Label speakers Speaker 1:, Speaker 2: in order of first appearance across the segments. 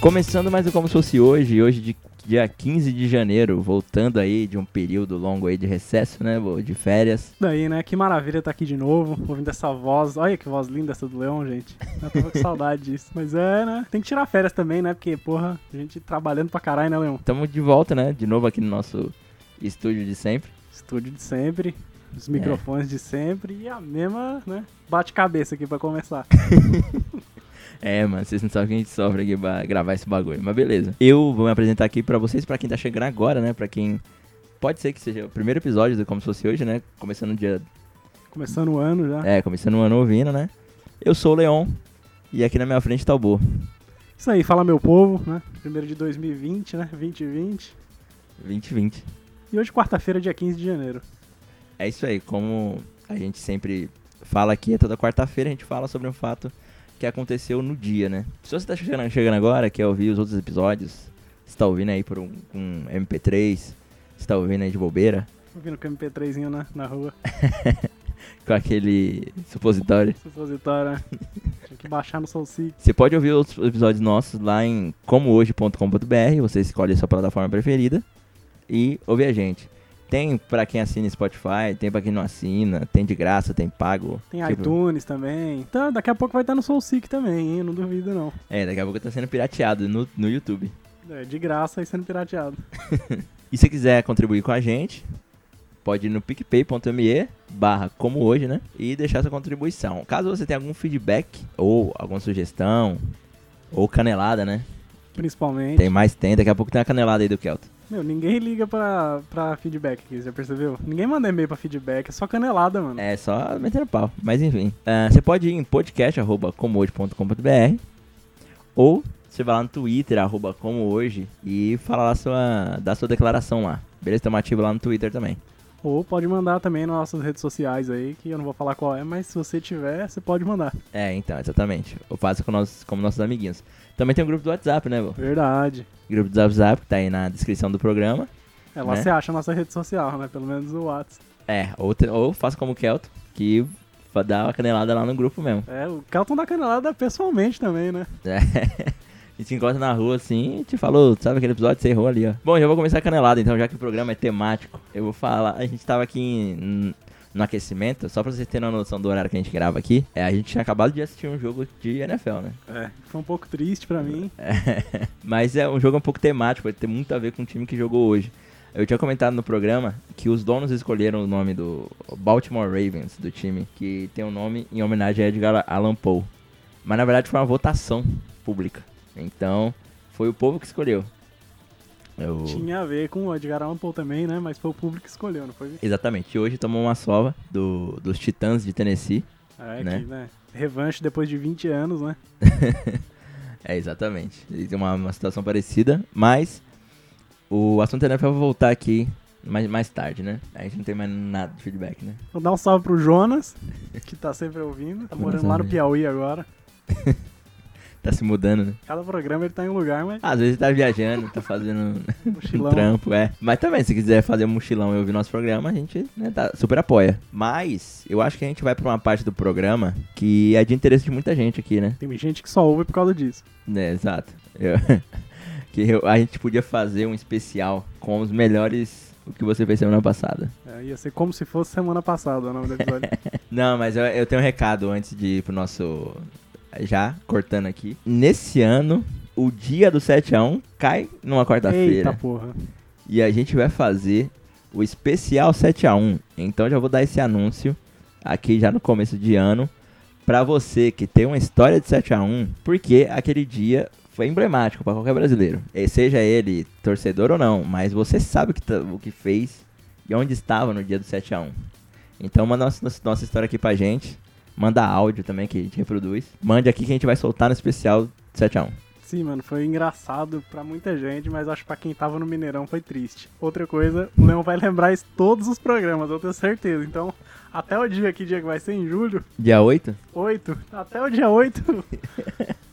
Speaker 1: Começando mais um como se fosse hoje, hoje de dia 15 de janeiro, voltando aí de um período longo aí de recesso, né, vô, de férias.
Speaker 2: Daí, né? Que maravilha estar aqui de novo, ouvindo essa voz. Olha que voz linda essa do Leão, gente. Eu tava com saudade disso. Mas é, né? Tem que tirar férias também, né? Porque, porra, a gente trabalhando pra caralho, né, Leão?
Speaker 1: Estamos de volta, né, de novo aqui no nosso estúdio de sempre.
Speaker 2: Estúdio de sempre, os microfones de sempre e a mesma, né? Bate-cabeça aqui pra começar.
Speaker 1: É, mano, vocês não sabem que a gente sofre aqui pra gravar esse bagulho, mas beleza. Eu vou me apresentar aqui pra vocês, pra quem tá chegando agora, né, pra quem... Pode ser que seja o primeiro episódio do Como Se Fosse Hoje, né, começando no dia
Speaker 2: Começando o ano já.
Speaker 1: É, começando o ano ouvindo, né? Eu sou o Leon e aqui na minha frente tá o Bo.
Speaker 2: Isso aí, fala meu povo, né? Primeiro de 2020, né? 2020.
Speaker 1: 2020.
Speaker 2: E hoje, quarta-feira, dia 15 de janeiro.
Speaker 1: É isso aí, como a gente sempre fala aqui, é toda quarta-feira a gente fala sobre um fato que aconteceu no dia, né? Se você tá chegando, chegando agora, quer ouvir os outros episódios, você tá ouvindo aí por um, um MP3, você tá ouvindo aí de bobeira,
Speaker 2: Ouvindo com o MP3zinho na, na rua,
Speaker 1: com aquele supositório.
Speaker 2: supositório, né? Tinha que baixar no SoulSeek.
Speaker 1: Você pode ouvir outros episódios nossos lá em comohoje.com.br, você escolhe a sua plataforma preferida e ouve a gente. Tem pra quem assina Spotify, tem pra quem não assina, tem de graça, tem pago.
Speaker 2: Tem
Speaker 1: Tipo,
Speaker 2: iTunes também. Então, daqui a pouco vai estar no SoulSeek também, hein? Não duvido, não.
Speaker 1: É, daqui a pouco tá sendo pirateado no, no YouTube.
Speaker 2: É, de graça e sendo pirateado.
Speaker 1: E se quiser contribuir com a gente, pode ir no picpay.me barra como hoje, né? E deixar sua contribuição. Caso você tenha algum feedback ou alguma sugestão ou canelada, né?
Speaker 2: Principalmente.
Speaker 1: Tem mais, tem. Daqui a pouco tem uma canelada aí do Kelto.
Speaker 2: Meu, ninguém liga pra, pra feedback aqui, já percebeu? Ninguém manda e-mail pra feedback, é só canelada, mano.
Speaker 1: É só meter pau. Mas enfim, ah, você pode ir em podcast.comohoje.com.br ou você vai lá no Twitter, arroba como hoje, e fala lá sua, dá sua declaração lá. Beleza? Estamos ativos lá no Twitter também.
Speaker 2: Ou pode mandar também nas nossas redes sociais aí, que eu não vou falar qual é, mas se você tiver, você pode mandar.
Speaker 1: É, então, exatamente. Eu faço com nós, como nossos amiguinhos. Também tem um grupo do WhatsApp, né, vô?
Speaker 2: Verdade.
Speaker 1: Grupo do WhatsApp, que tá aí na descrição do programa.
Speaker 2: É lá
Speaker 1: Né?
Speaker 2: você acha a nossa rede social, né? Pelo menos o WhatsApp.
Speaker 1: É, ou, te- ou faço como o Kelto, que fa- dá uma canelada lá no grupo mesmo.
Speaker 2: É, o Calton da canelada pessoalmente também, né?
Speaker 1: É. A gente se encontra na rua assim e te falou, sabe aquele episódio? Você errou ali, ó. Bom, já vou começar a canelada então, já que o programa é temático. Eu vou falar. A gente tava aqui em- no aquecimento, só pra vocês terem uma noção do horário que a gente grava aqui. É, a gente tinha acabado de assistir um jogo de NFL, né?
Speaker 2: É. Foi um pouco triste pra mim.
Speaker 1: É, mas é um jogo um pouco temático, vai ter muito a ver com o time que jogou hoje. Eu tinha comentado no programa que os donos escolheram o nome do Baltimore Ravens, do time, que tem o nome em homenagem a Edgar Allan Poe. Mas na verdade foi uma votação pública. Então, foi o povo que escolheu. Eu-
Speaker 2: Tinha a ver com o Edgar Allan Poe também, né? Mas foi o público que escolheu, não foi?
Speaker 1: Exatamente, hoje tomou uma sova do- dos Titãs de Tennessee.
Speaker 2: É,
Speaker 1: Né?
Speaker 2: que, né? Revanche depois de 20 anos, né?
Speaker 1: É, exatamente. Ele tem uma, uma situação parecida, mas o assunto NFL eu vou voltar aqui mais, mais tarde, né? A gente não tem mais nada de feedback, né?
Speaker 2: Vou dar um salve pro Jonas, que tá sempre ouvindo. Tá morando lá no Piauí agora.
Speaker 1: Tá se mudando, né?
Speaker 2: Cada programa ele tá em um lugar, mas
Speaker 1: Às vezes tá viajando, tá fazendo um
Speaker 2: mochilão.
Speaker 1: trampo, é. Mas também, se quiser fazer um mochilão e ouvir nosso programa, a gente né, tá, super apoia. Mas eu acho que a gente vai pra uma parte do programa que é de interesse de muita gente aqui, né?
Speaker 2: Tem gente que só ouve por causa disso.
Speaker 1: É, exato. Eu- que eu- a gente podia fazer um especial com os melhores o que você fez semana passada.
Speaker 2: É, ia ser como se fosse semana passada o nome do episódio.
Speaker 1: Não, mas eu, eu tenho um recado antes de ir pro nosso. Já cortando aqui. Nesse ano, o dia do 7x1 cai numa
Speaker 2: Eita
Speaker 1: quarta-feira.
Speaker 2: porra.
Speaker 1: E a gente vai fazer o especial 7x1. Então já vou dar esse anúncio aqui já no começo de ano. Pra você que tem uma história de 7x1, porque aquele dia foi emblemático pra qualquer brasileiro. E seja ele torcedor ou não, mas você sabe o que, tá- o que fez e onde estava no dia do 7x1. Então manda nossa, nossa- nossa história aqui pra gente. Manda áudio também que a gente reproduz. Mande aqui que a gente vai soltar no especial 7x1.
Speaker 2: Sim, mano, foi engraçado pra muita gente, mas acho que pra quem tava no Mineirão foi triste. Outra coisa, o Leão vai lembrar isso todos os programas, eu tenho certeza. Então, até o dia que dia que vai ser em julho,
Speaker 1: Dia 8?
Speaker 2: 8, até o dia 8,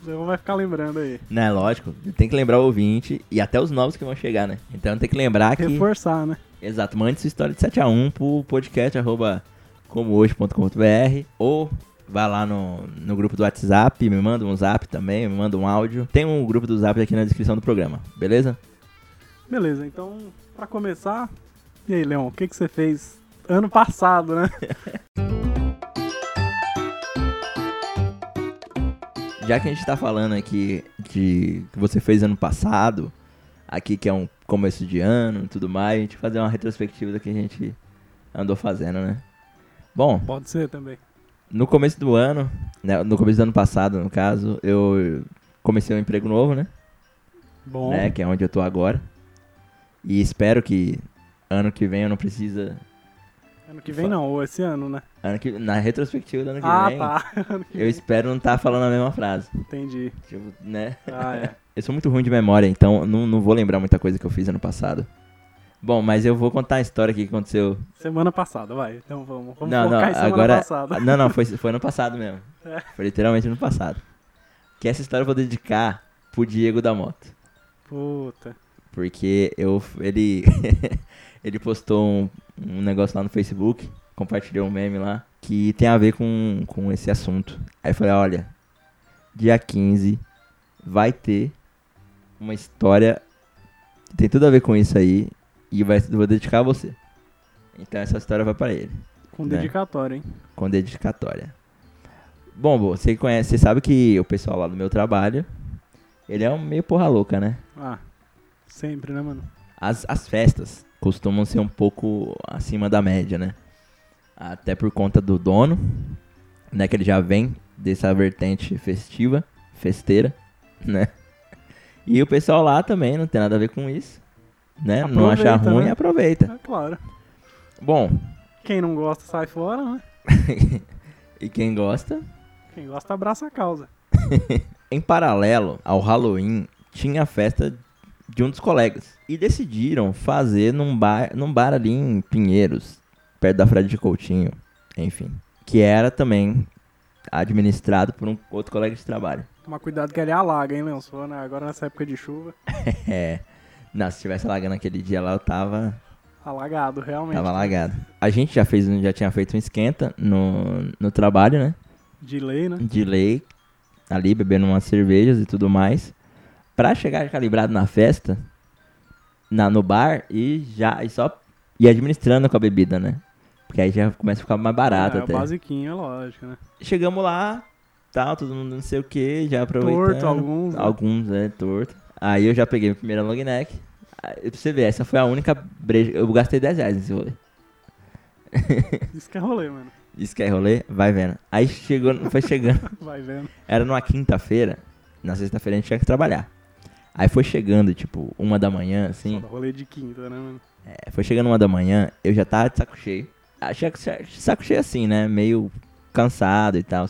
Speaker 2: o Leão vai ficar lembrando aí.
Speaker 1: Né, lógico. Tem que lembrar o ouvinte e até os novos que vão chegar, né? Então tem que lembrar que.
Speaker 2: Reforçar, né?
Speaker 1: um Exato, mande sua história de 7 a 1 pro podcast arroba comohoje.com.br ou Vai lá no, no grupo do WhatsApp, me manda um zap também, me manda um áudio. Tem um grupo do zap aqui na descrição do programa, beleza?
Speaker 2: Beleza, então, pra começar, e aí, Leon, o que, que você fez ano passado, né?
Speaker 1: Já que a gente tá falando aqui de que você fez ano passado, aqui que é um começo de ano e tudo mais, a gente fazer uma retrospectiva do que a gente andou fazendo, né? Bom,
Speaker 2: Pode ser também.
Speaker 1: no começo do ano, né, no começo do ano passado, no caso, eu comecei um emprego novo, né?
Speaker 2: Bom,
Speaker 1: né, que é onde eu tô agora. E espero que ano que vem eu não precisa.
Speaker 2: ano que vem não, ou esse ano, né?
Speaker 1: Ano que, na retrospectiva do ano que
Speaker 2: Ah,
Speaker 1: vem,
Speaker 2: tá. Ano que
Speaker 1: eu
Speaker 2: vem.
Speaker 1: espero não estar falando a mesma frase.
Speaker 2: Entendi.
Speaker 1: Tipo, né?
Speaker 2: Ah, é.
Speaker 1: Eu sou muito ruim de memória, então não, não vou lembrar muita coisa que eu fiz ano passado. Bom, mas eu vou contar a história aqui que aconteceu.
Speaker 2: Semana passada, vai. Então vamos. Vamos
Speaker 1: não, não,
Speaker 2: focar em semana
Speaker 1: agora.
Speaker 2: passada.
Speaker 1: Não, não, foi, foi ano passado mesmo.
Speaker 2: É.
Speaker 1: Foi literalmente ano passado. Que essa história eu vou dedicar pro Diego da moto.
Speaker 2: Puta.
Speaker 1: Porque eu, ele, ele postou um, um negócio lá no Facebook, compartilhou um meme lá, que tem a ver com, com esse assunto. Aí eu falei, olha, dia 15 vai ter uma história que tem tudo a ver com isso aí e vai, vou dedicar a você. Então essa história vai pra ele,
Speaker 2: Com
Speaker 1: Né?
Speaker 2: dedicatória, hein?
Speaker 1: com dedicatória. Bom, Bo, você conhece, você sabe que o pessoal lá do meu trabalho, ele é um meio porra louca, né?
Speaker 2: Ah, sempre, né, mano?
Speaker 1: as, as festas costumam ser um pouco acima da média, né? Até por conta do dono, né? Que ele já vem dessa vertente festiva, festeira, né? E o pessoal lá também não tem nada a ver com isso, né? não acha
Speaker 2: Aproveita,
Speaker 1: ruim,
Speaker 2: né?
Speaker 1: aproveita.
Speaker 2: É claro.
Speaker 1: Bom,
Speaker 2: Quem não gosta, sai fora, né?
Speaker 1: e quem gosta,
Speaker 2: Quem gosta, abraça a causa.
Speaker 1: em paralelo ao Halloween, tinha a festa de um dos colegas. E decidiram fazer num bar, num bar ali em Pinheiros, perto da Frade de Coutinho, enfim. Que era também administrado por um outro colega de trabalho.
Speaker 2: Tomar cuidado que ele alaga, hein, Leon? Se for, né? Agora nessa época de chuva,
Speaker 1: É. Não, se tivesse alagando aquele dia lá, eu tava
Speaker 2: alagado, realmente.
Speaker 1: Tava lagado. A gente já fez, um- já tinha feito um esquenta no, no trabalho, né?
Speaker 2: De lei, né?
Speaker 1: De lei, ali bebendo umas cervejas e tudo mais. Pra chegar calibrado na festa, na, no bar e já e só ir administrando com a bebida, né? Porque aí já começa a ficar mais barato
Speaker 2: é,
Speaker 1: até.
Speaker 2: o basiquinho, é lógico, né?
Speaker 1: Chegamos lá, tal, todo mundo não sei o que, já aproveitando.
Speaker 2: Torto, alguns. né?
Speaker 1: Alguns, né? Torto. Aí eu já peguei minha primeira long neck. Aí, pra você ver, essa foi a única breja. Eu gastei 10 reais nesse rolê.
Speaker 2: Isso que é rolê, mano.
Speaker 1: Isso que é rolê? Vai vendo. Aí chegou, foi chegando.
Speaker 2: Vai vendo.
Speaker 1: Era numa quinta-feira. Na sexta-feira a gente tinha que trabalhar. Aí foi chegando, tipo, uma da manhã, assim.
Speaker 2: Foda, rolê de quinta, né, mano?
Speaker 1: É, foi chegando uma da manhã, eu já tava de saco cheio. Ah, che- che- saco cheio assim, né? Meio cansado e tal.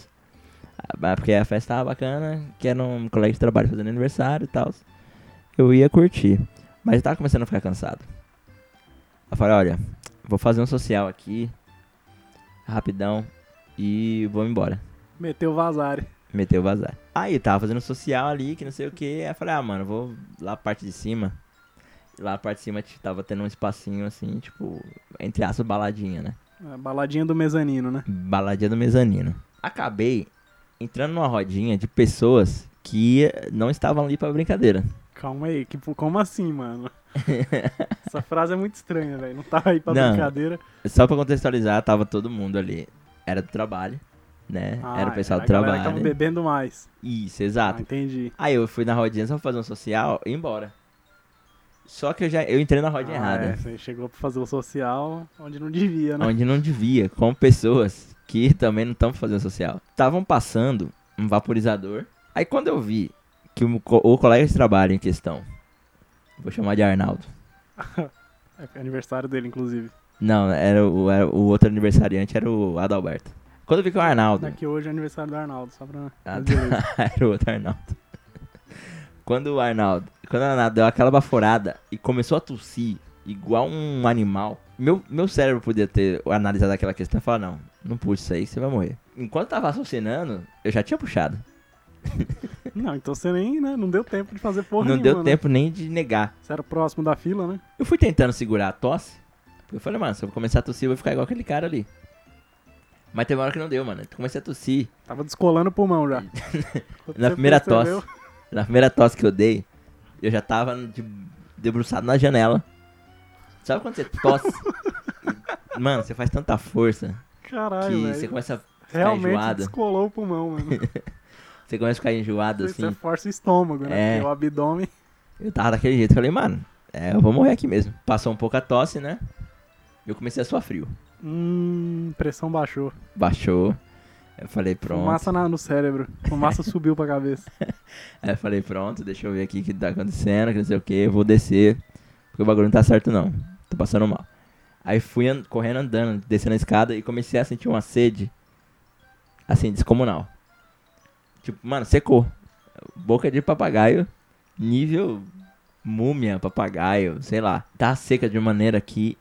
Speaker 1: Porque a festa tava bacana, que era um colega de trabalho fazendo aniversário e tal. Eu ia curtir. Mas eu tava começando a ficar cansado. Eu falei, olha, vou fazer um social aqui, rapidão, e vou embora.
Speaker 2: Meteu vazare.
Speaker 1: Meteu o vazar. Aí tava fazendo social ali, que não sei o que. Aí eu falei, ah, mano, vou lá pra parte de cima. E lá a parte de cima t- tava tendo um espacinho assim, tipo, entre aspas, baladinha, né?
Speaker 2: A baladinha do mezanino, né?
Speaker 1: Baladinha do mezanino. Acabei entrando numa rodinha de pessoas que não estavam ali pra brincadeira.
Speaker 2: Calma aí, que, como assim, mano? Essa frase é muito estranha, velho. Não tava aí pra
Speaker 1: Não.
Speaker 2: brincadeira.
Speaker 1: Só pra contextualizar, tava todo mundo ali. Era do trabalho, né?
Speaker 2: Ah,
Speaker 1: era o pessoal do
Speaker 2: a galera que
Speaker 1: trabalho.
Speaker 2: Tava bebendo mais.
Speaker 1: Isso,
Speaker 2: Ah,
Speaker 1: exato.
Speaker 2: entendi.
Speaker 1: Aí eu fui na rodinha só pra fazer um social e ir embora. Só que eu já eu entrei na rodinha
Speaker 2: Ah,
Speaker 1: errada.
Speaker 2: é, você chegou pra fazer o social onde não devia, né?
Speaker 1: onde não devia, com pessoas que também não estão fazendo social. Estavam passando um vaporizador. Aí quando eu vi que o, co- o colega de trabalho em questão, vou chamar de Arnaldo.
Speaker 2: É aniversário dele, inclusive.
Speaker 1: Não, era o, era o outro aniversariante era o Adalberto. Quando eu vi que o Arnaldo.
Speaker 2: Daqui hoje é aniversário do Arnaldo, só pra.
Speaker 1: Ah,
Speaker 2: dizer isso.
Speaker 1: tá. era o outro Arnaldo. Quando o Arnaldo. Quando o Arnaldo deu aquela baforada e começou a tossir igual um animal, meu, meu cérebro podia ter analisado aquela questão e falar, não, não puxa isso aí, que você vai morrer. Enquanto tava raciocinando, eu já tinha puxado.
Speaker 2: Não, então você nem, né? Não deu tempo de fazer porra
Speaker 1: não
Speaker 2: nenhuma,
Speaker 1: deu
Speaker 2: né?
Speaker 1: tempo nem de negar.
Speaker 2: Você era o próximo da fila, né?
Speaker 1: Eu fui tentando segurar a tosse, porque eu falei, mano, se eu começar a tossir, eu vou ficar igual aquele cara ali. Mas teve uma hora que não deu, mano. Eu comecei a tossir.
Speaker 2: Tava descolando o pulmão já.
Speaker 1: Na
Speaker 2: Você
Speaker 1: primeira
Speaker 2: percebeu?
Speaker 1: tosse. Na primeira tosse que eu dei, eu já tava de- debruçado na janela. Sabe quando você tosse? mano, você faz tanta força
Speaker 2: Caralho,
Speaker 1: que você
Speaker 2: velho.
Speaker 1: começa a ficar
Speaker 2: Realmente
Speaker 1: enjoado.
Speaker 2: descolou o pulmão, mano.
Speaker 1: Você começa a ficar enjoado,
Speaker 2: Você
Speaker 1: assim.
Speaker 2: força o estômago, né?
Speaker 1: É.
Speaker 2: Porque O abdômen.
Speaker 1: Eu tava daquele jeito, falei, mano, é, eu vou morrer aqui mesmo. Passou um pouco a tosse, né? Eu comecei a suar frio.
Speaker 2: Hum, pressão baixou.
Speaker 1: Baixou. Eu falei, pronto.
Speaker 2: Fumaça na- no cérebro. Fumaça subiu pra cabeça.
Speaker 1: Aí É, eu falei, pronto, deixa eu ver aqui o que tá acontecendo, que não sei o que, eu vou descer. Porque o bagulho não tá certo não. Tô passando mal. Aí fui an- correndo andando, descendo a escada e comecei a sentir uma sede. Assim, descomunal. Tipo, mano, secou. Boca de papagaio, nível múmia, papagaio, sei lá. Tá seca de maneira que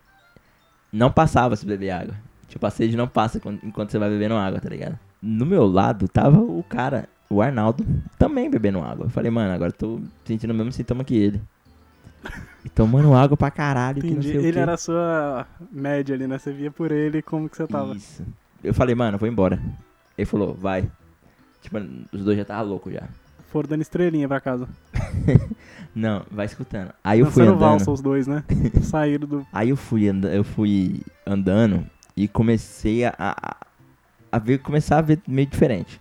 Speaker 1: não passava se beber água. Tipo, a sede não passa quando- enquanto você vai bebendo água, tá ligado? No meu lado tava o cara, o Arnaldo, também bebendo água. Eu falei, mano, agora eu tô sentindo o mesmo sintoma que ele. E tomando água pra caralho, que não
Speaker 2: Entendi.
Speaker 1: sei o quê.
Speaker 2: Ele era a sua média ali, né? Você via por ele como que você tava.
Speaker 1: Isso. Eu falei, mano, eu vou embora. Ele falou, vai. Tipo, os dois já estavam loucos já.
Speaker 2: Foram dando estrelinha pra casa.
Speaker 1: Não, vai escutando. Aí eu fui
Speaker 2: Dançando
Speaker 1: andando.
Speaker 2: valsa os dois, né? Saíram do.
Speaker 1: Aí eu fui, anda- eu fui andando e comecei a, a, a ver, começar a ver meio diferente.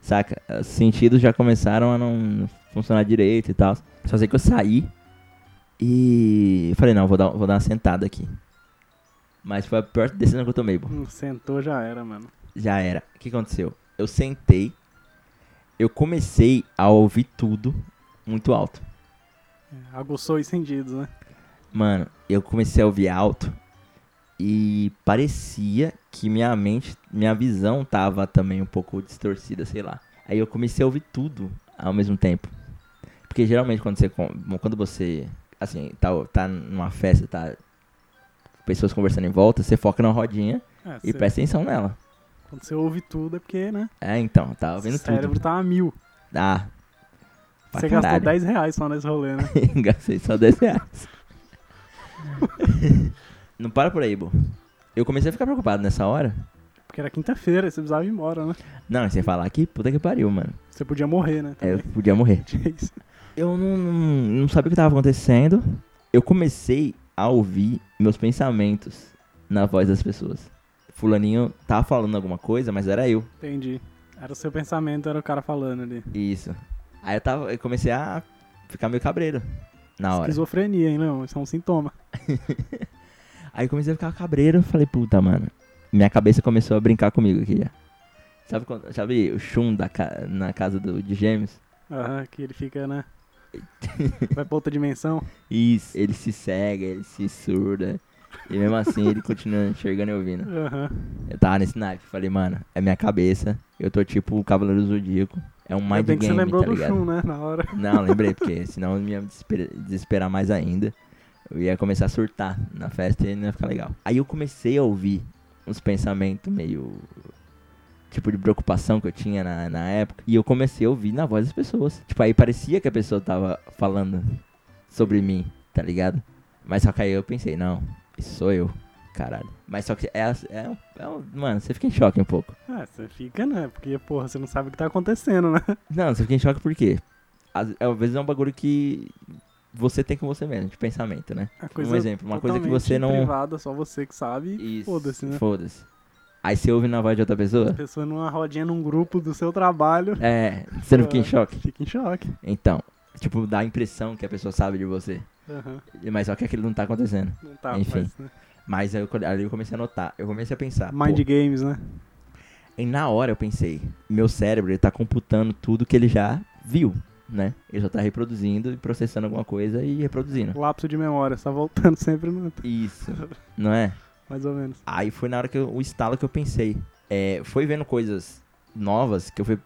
Speaker 1: Saca? Os sentidos já começaram a não funcionar direito e tal. Só sei que eu saí e falei, não, vou dar, vou dar uma sentada aqui. Mas foi a pior decisão que eu tomei, pô.
Speaker 2: Hum, Sentou, já era, mano.
Speaker 1: Já era. O que aconteceu? Eu sentei, eu comecei a ouvir tudo muito alto.
Speaker 2: É, Aguçou os sentidos, né?
Speaker 1: Mano, eu comecei a ouvir alto e parecia que minha mente, minha visão tava também um pouco distorcida, sei lá. Aí eu comecei a ouvir tudo ao mesmo tempo. Porque geralmente quando você com- quando você assim, tá, tá numa festa, tá pessoas conversando em volta, você foca na rodinha
Speaker 2: É,
Speaker 1: e
Speaker 2: cê-
Speaker 1: presta atenção nela.
Speaker 2: Quando você ouve tudo é porque, né?
Speaker 1: É, então, eu tava
Speaker 2: O
Speaker 1: ouvindo
Speaker 2: cérebro
Speaker 1: tudo.
Speaker 2: tá a mil.
Speaker 1: Ah. pra
Speaker 2: Você gastou
Speaker 1: caralho.
Speaker 2: 10 reais só nesse rolê, né?
Speaker 1: Gastei só 10 reais. Não para por aí, Bo. Eu comecei a ficar preocupado nessa hora.
Speaker 2: Porque era quinta-feira, você precisava ir embora, né?
Speaker 1: Não, e sem falar que puta que pariu, mano.
Speaker 2: Você podia morrer, né?
Speaker 1: É, Eu
Speaker 2: também.
Speaker 1: podia morrer.
Speaker 2: Tinha isso.
Speaker 1: Eu não, não, não sabia o que tava acontecendo. Eu comecei a ouvir meus pensamentos na voz das pessoas. Fulaninho tava falando alguma coisa, mas era eu.
Speaker 2: Entendi. Era o seu pensamento, era o cara falando ali.
Speaker 1: Isso. Aí eu, tava, eu comecei a ficar meio cabreiro na hora.
Speaker 2: Esquizofrenia, hein, Leão? Isso é um sintoma.
Speaker 1: Aí eu comecei a ficar cabreiro, eu falei, puta, mano. Minha cabeça começou a brincar comigo aqui já. Sabe, quando- sabe o chum da ca- na casa do, de gêmeos?
Speaker 2: Aham, que ele fica, né? Vai pra outra dimensão.
Speaker 1: Isso. Ele se cega, ele se surda. E mesmo assim ele continua enxergando e ouvindo.
Speaker 2: Aham.
Speaker 1: Eu tava nesse naipe, falei, mano, é minha cabeça. Eu tô tipo o Cavaleiro do Zodíaco. É um
Speaker 2: Ainda
Speaker 1: mind
Speaker 2: bem que você
Speaker 1: game,
Speaker 2: lembrou
Speaker 1: tá
Speaker 2: do
Speaker 1: ligado?
Speaker 2: chum, né? Na hora.
Speaker 1: Não, lembrei, porque senão eu ia me desesper- desesperar mais ainda. Eu ia começar a surtar na festa e não ia ficar legal. Aí eu comecei a ouvir uns pensamentos meio. Tipo de preocupação que eu tinha na, na época. E eu comecei a ouvir na voz das pessoas. Tipo, aí parecia que a pessoa tava falando sobre mim, tá ligado? Mas só que aí eu pensei, não, isso sou eu, caralho. Mas só que é. é, um- é um- mano, você fica em choque um pouco.
Speaker 2: Ah, você fica, né? Porque, porra, você não sabe o que tá acontecendo, né?
Speaker 1: Não, você fica em choque por quê? Às, às vezes é um bagulho que você tem com você mesmo, de pensamento, né?
Speaker 2: A
Speaker 1: Um exemplo, uma coisa que você
Speaker 2: totalmente
Speaker 1: não.
Speaker 2: privada, só você que sabe. e Foda-se, né?
Speaker 1: Foda-se. Aí você ouve na voz de outra
Speaker 2: A
Speaker 1: pessoa?
Speaker 2: pessoa numa rodinha, num grupo do seu trabalho,
Speaker 1: É, você não fica em
Speaker 2: Ah.
Speaker 1: choque?
Speaker 2: fica em choque.
Speaker 1: Então, tipo, dá a impressão que a pessoa sabe de você.
Speaker 2: Aham.
Speaker 1: Mas só que aquilo não tá acontecendo.
Speaker 2: Não tá,
Speaker 1: Enfim. Tá
Speaker 2: mas, né?
Speaker 1: Mas aí eu, ali eu comecei a notar, eu comecei a pensar.
Speaker 2: Mind
Speaker 1: pô,
Speaker 2: games, né?
Speaker 1: E na hora eu pensei, meu cérebro ele tá computando tudo que ele já viu, né? Ele já tá reproduzindo e processando alguma coisa e reproduzindo.
Speaker 2: Lapso de memória, você tá voltando sempre no...
Speaker 1: Isso, não é?
Speaker 2: Mais ou menos.
Speaker 1: Aí foi na hora que eu, o estalo que eu pensei. É, foi vendo coisas novas que eu fui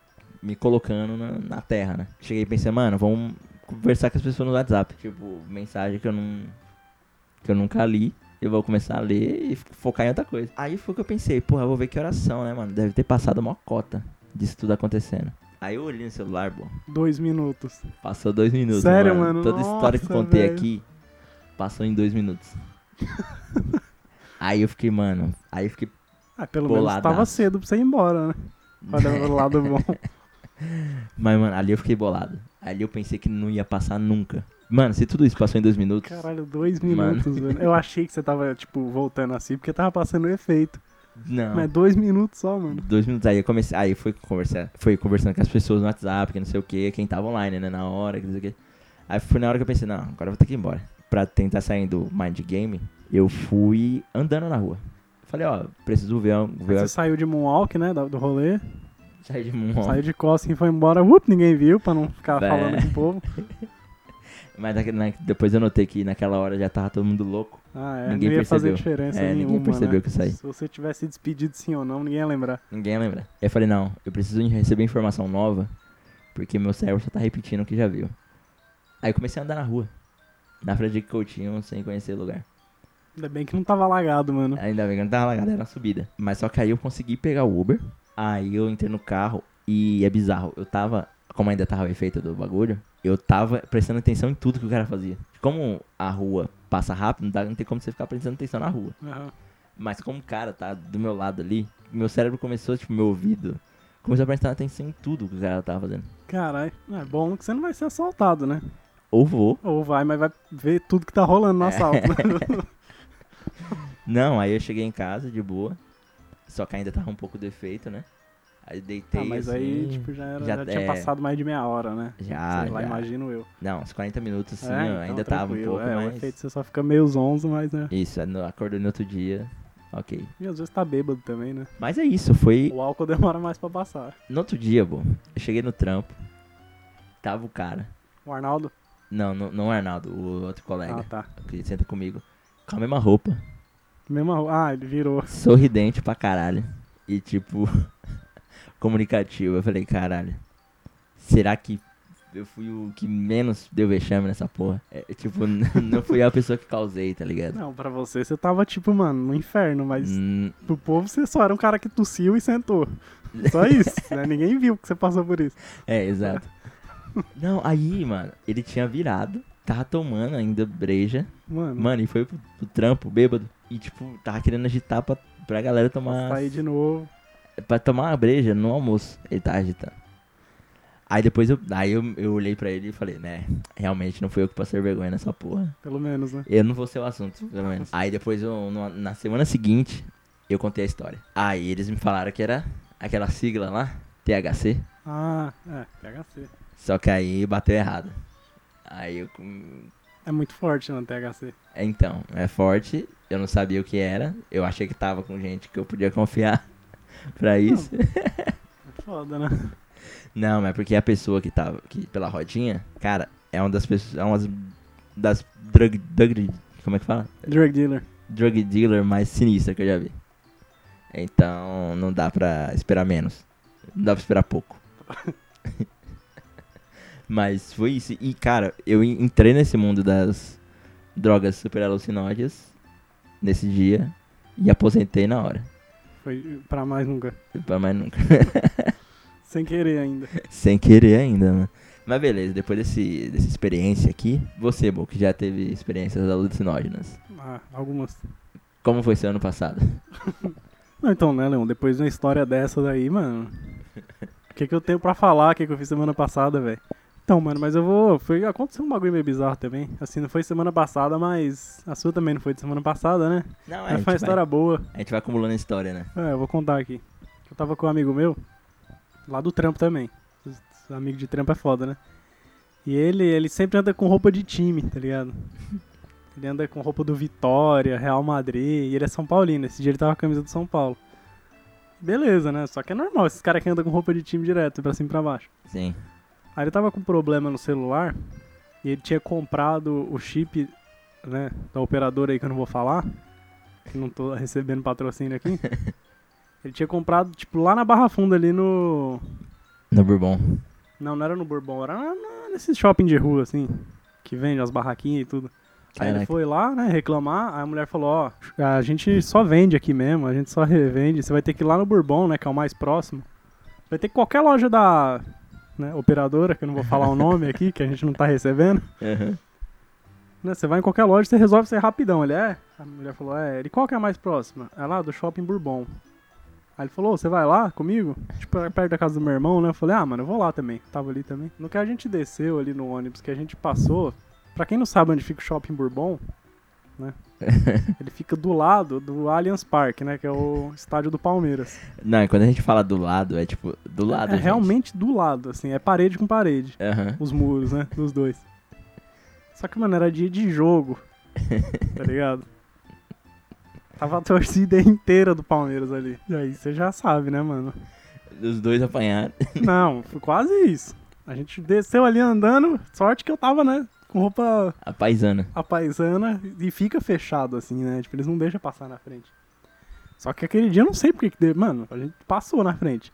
Speaker 1: me colocando na, na terra, né? Cheguei e pensei, mano, vamos conversar com as pessoas no WhatsApp. Tipo, mensagem que eu não. que eu nunca li. Eu vou começar a ler e f- focar em outra coisa. Aí foi que eu pensei, porra, eu vou ver que oração, né, mano? Deve ter passado uma cota disso tudo acontecendo. Aí eu olhei no celular, pô.
Speaker 2: Dois minutos.
Speaker 1: Passou dois minutos.
Speaker 2: Sério, mano?
Speaker 1: Toda a história que eu
Speaker 2: Nossa,
Speaker 1: contei
Speaker 2: velho.
Speaker 1: aqui passou em dois minutos. aí eu fiquei, mano. Aí eu fiquei
Speaker 2: Ah, pelo menos
Speaker 1: Boladaço.
Speaker 2: tava cedo pra você ir embora, né? Olha o lado bom.
Speaker 1: Mas, mano, ali eu fiquei bolado. Ali eu pensei que não ia passar nunca. Mano, se tudo isso passou em dois minutos.
Speaker 2: Caralho, dois
Speaker 1: Mano.
Speaker 2: minutos, velho. Eu achei que você tava, tipo, voltando assim, porque tava passando efeito.
Speaker 1: Não.
Speaker 2: Mas dois minutos só, mano.
Speaker 1: Dois minutos aí eu comecei. Aí foi conversar, foi conversando com as pessoas no WhatsApp, que não sei o que, quem tava online, né? Na hora, que não sei o que. Aí foi na hora que eu pensei, não, agora eu vou ter que ir embora. Pra tentar sair do Mind Game, eu fui andando na rua. Falei, ó, preciso ver, um-
Speaker 2: Aí
Speaker 1: ver
Speaker 2: Você saiu de Moonwalk, né? da- Do rolê.
Speaker 1: sair de um
Speaker 2: Saiu de costas e foi embora. Up, ninguém viu, pra não ficar
Speaker 1: Vé.
Speaker 2: falando com o povo.
Speaker 1: Mas naquele- na- depois eu notei que naquela hora já tava todo mundo louco.
Speaker 2: Ah, é.
Speaker 1: Ninguém
Speaker 2: não ia fazer
Speaker 1: percebeu.
Speaker 2: diferença
Speaker 1: É, ninguém
Speaker 2: nenhuma,
Speaker 1: percebeu
Speaker 2: né?
Speaker 1: que eu saí.
Speaker 2: Se você tivesse despedido sim ou não, ninguém ia lembrar.
Speaker 1: Ninguém lembra. Aí eu falei, não, eu preciso de receber informação nova, porque meu cérebro só tá repetindo o que já viu. Aí eu comecei a andar na rua. Na frente de Coutinho, sem conhecer o lugar.
Speaker 2: Ainda bem que não tava lagado, mano.
Speaker 1: Ainda bem que não tava lagada, era na subida. Mas só que aí eu consegui pegar o Uber. Aí eu entrei no carro e é bizarro. Eu tava, como ainda tava o efeito do bagulho, eu tava prestando atenção em tudo que o cara fazia. Como a rua passa rápido, não, dá, não tem como você ficar prestando atenção na rua.
Speaker 2: Aham.
Speaker 1: Mas como o cara tá do meu lado ali, meu cérebro começou, tipo, meu ouvido, começou a prestar atenção em tudo que o cara tava fazendo.
Speaker 2: Caralho. É bom que você não vai ser assaltado, né?
Speaker 1: Ou vou.
Speaker 2: Ou vai, mas vai ver tudo que tá rolando no
Speaker 1: É.
Speaker 2: assalto.
Speaker 1: Não, aí eu cheguei em casa de boa. Só que ainda tava um pouco do efeito, né? Aí deitei.
Speaker 2: ah, mas
Speaker 1: assim,
Speaker 2: aí, tipo, já, era,
Speaker 1: já
Speaker 2: já, tinha
Speaker 1: é.
Speaker 2: passado mais de meia hora, né?
Speaker 1: Já,
Speaker 2: Sei lá,
Speaker 1: já.
Speaker 2: imagino eu.
Speaker 1: Não, uns 40 minutos assim,
Speaker 2: É,
Speaker 1: ó,
Speaker 2: então,
Speaker 1: ainda tava um
Speaker 2: tranquilo.
Speaker 1: pouco,
Speaker 2: é, o
Speaker 1: mas.
Speaker 2: efeito você só fica meio zonzo, mas né?
Speaker 1: Isso, no- acordou no outro dia. Ok.
Speaker 2: E às vezes tá bêbado também, né?
Speaker 1: Mas é isso, foi
Speaker 2: O álcool demora mais pra passar.
Speaker 1: no outro dia, bom. Eu cheguei no trampo. Tava o cara.
Speaker 2: O Arnaldo?
Speaker 1: Não, não, não o Arnaldo, o outro
Speaker 2: Ah,
Speaker 1: colega
Speaker 2: tá.
Speaker 1: que senta comigo. Com a mesma roupa.
Speaker 2: Mesma ro- Ah, ele virou.
Speaker 1: Sorridente pra caralho. E tipo, comunicativo. Eu falei, caralho. Será que eu fui o que menos deu vexame nessa porra? É, tipo, não fui a pessoa que causei, tá ligado?
Speaker 2: Não, pra você você tava tipo, mano, no inferno, mas
Speaker 1: Hum,
Speaker 2: pro povo você só era um cara que tossiu e sentou. Só isso, né? Ninguém viu que você passou por isso.
Speaker 1: É, exato. Não, aí, mano, ele tinha virado, tava tomando ainda breja.
Speaker 2: Mano,
Speaker 1: Mano, e foi pro, pro trampo, bêbado. E, tipo, tava querendo agitar pra, pra galera tomar.
Speaker 2: sair de novo.
Speaker 1: É Pra tomar uma breja no almoço. Ele tava agitando. Aí depois eu. Aí eu, eu olhei pra ele e falei, né, realmente não fui eu que passei vergonha nessa porra.
Speaker 2: Pelo menos, né?
Speaker 1: Eu não vou ser o assunto, pelo menos. Aí depois, eu, numa- na semana seguinte, eu contei a história. Aí eles me falaram que era aquela sigla lá, THC.
Speaker 2: Ah, é, THC.
Speaker 1: Só que aí bateu errado. Aí eu. com-
Speaker 2: É muito forte, mano, THC.
Speaker 1: Então, é forte. Eu não sabia o que era. Eu achei que tava com gente que eu podia confiar pra isso.
Speaker 2: É foda, né?
Speaker 1: Não, mas porque a pessoa que tava aqui pela rodinha, cara, é uma das pessoas. É uma das- das drug, drug. Como é que fala?
Speaker 2: Drug dealer.
Speaker 1: Drug dealer mais sinistra que eu já vi. Então, não dá pra esperar menos. Não dá pra esperar pouco. Mas foi isso. E, cara, eu en- entrei nesse mundo das drogas super alucinógenas nesse dia e aposentei na hora.
Speaker 2: Foi pra mais nunca.
Speaker 1: Pra mais nunca.
Speaker 2: Sem querer ainda.
Speaker 1: Sem querer ainda, né? Mas beleza, depois desse, dessa experiência aqui, você, Bo, que já teve experiências alucinógenas,
Speaker 2: Ah, algumas.
Speaker 1: como foi seu ano passado?
Speaker 2: Não, então, né, Leon? Depois de uma história dessa daí, mano. O que, que eu tenho pra falar? O que, que eu fiz semana passada, velho? Então, mano, mas eu vou. Foi, aconteceu um bagulho meio bizarro também. Assim, não foi semana passada, mas. A sua também não foi de semana passada, né?
Speaker 1: Não,
Speaker 2: Mas foi uma história boa.
Speaker 1: É, vai, a gente vai acumulando história, né?
Speaker 2: É, eu vou contar aqui. Eu tava com um amigo meu, lá do trampo também. Os- os Amigo de trampo é foda, né? E ele, ele sempre anda com roupa de time, tá ligado? Ele anda com roupa do Vitória, Real Madrid, e ele é São Paulino. Esse dia ele tava com a camisa do São Paulo. Beleza, né? Só que é normal, esses caras que andam com roupa de time direto, pra cima e pra baixo.
Speaker 1: Sim.
Speaker 2: Aí ele tava com problema no celular, e ele tinha comprado o chip, né, da operadora aí que eu não vou falar, que não tô recebendo patrocínio aqui. Ele tinha comprado, tipo, lá na Barra Funda, ali no...
Speaker 1: No Bourbon.
Speaker 2: Não, não era no Bourbon, era na- na- nesse shopping de rua, assim, que vende as barraquinhas e tudo. Aí ele
Speaker 1: Caraca.
Speaker 2: foi lá, né, reclamar, aí a mulher falou, ó, a gente só vende aqui mesmo, a gente só revende, você vai ter que ir lá no Bourbon, né, que é o mais próximo. Vai ter que qualquer loja da né, operadora, que eu não vou falar o nome aqui, que a gente não tá recebendo.
Speaker 1: Aham.
Speaker 2: Né, você vai em qualquer loja, você resolve ser rapidão. Ele é? A mulher falou, é. Ele qual que é a mais próxima? É lá do Shopping Bourbon. Aí ele falou, "Ô, você vai lá comigo? Tipo, era perto da casa do meu irmão, né? Eu falei, ah, mano, eu vou lá também. Tava ali também. No que a gente desceu ali no ônibus, que a gente passou, pra quem não sabe onde fica o Shopping Bourbon, né? ele fica do lado do Allianz Parque, né? Que é o estádio do Palmeiras.
Speaker 1: Não, e quando a gente fala do lado, é tipo, do lado.
Speaker 2: é
Speaker 1: gente.
Speaker 2: realmente do lado, assim, é parede com parede.
Speaker 1: Aham.
Speaker 2: os muros, né? Dos dois. Só que, mano, era dia de jogo. Tá ligado? Tava a torcida inteira do Palmeiras ali. E aí você já sabe, né, mano?
Speaker 1: Os dois apanharam.
Speaker 2: Não, foi quase isso. A gente desceu ali andando. Sorte que eu tava, né? Com roupa
Speaker 1: A paisana.
Speaker 2: a paisana e fica fechado, assim, né? Tipo, eles não deixam passar na frente. Só que aquele dia eu não sei porque que deu. Mano, a gente passou na frente.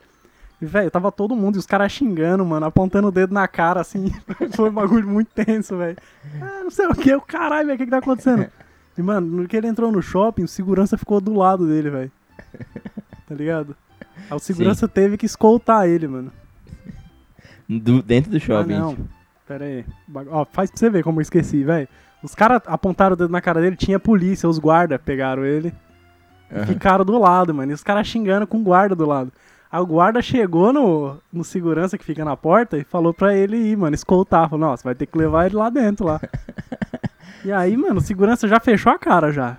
Speaker 2: E, velho, tava todo mundo e os caras xingando, mano, apontando o dedo na cara, assim. Foi um bagulho muito tenso, velho. Ah, não sei o que, o caralho, velho, o que que tá acontecendo? E, mano, no que ele entrou no shopping, o segurança ficou do lado dele, velho. Tá ligado? Aí o segurança teve que escoltar ele, mano.
Speaker 1: Do- dentro do shopping.
Speaker 2: Ah, não. Pera aí. Bagu- Ó, faz pra você ver como eu esqueci, velho. Os caras apontaram o dedo na cara dele, tinha polícia, os guarda pegaram ele e
Speaker 1: Aham.
Speaker 2: ficaram do lado, mano. E os caras xingando com o guarda do lado. Aí o guarda chegou no, no segurança que fica na porta e falou pra ele ir, mano, escoltar. Falou, nossa, vai ter que levar ele lá dentro, lá. e aí, mano, o segurança já fechou a cara, já.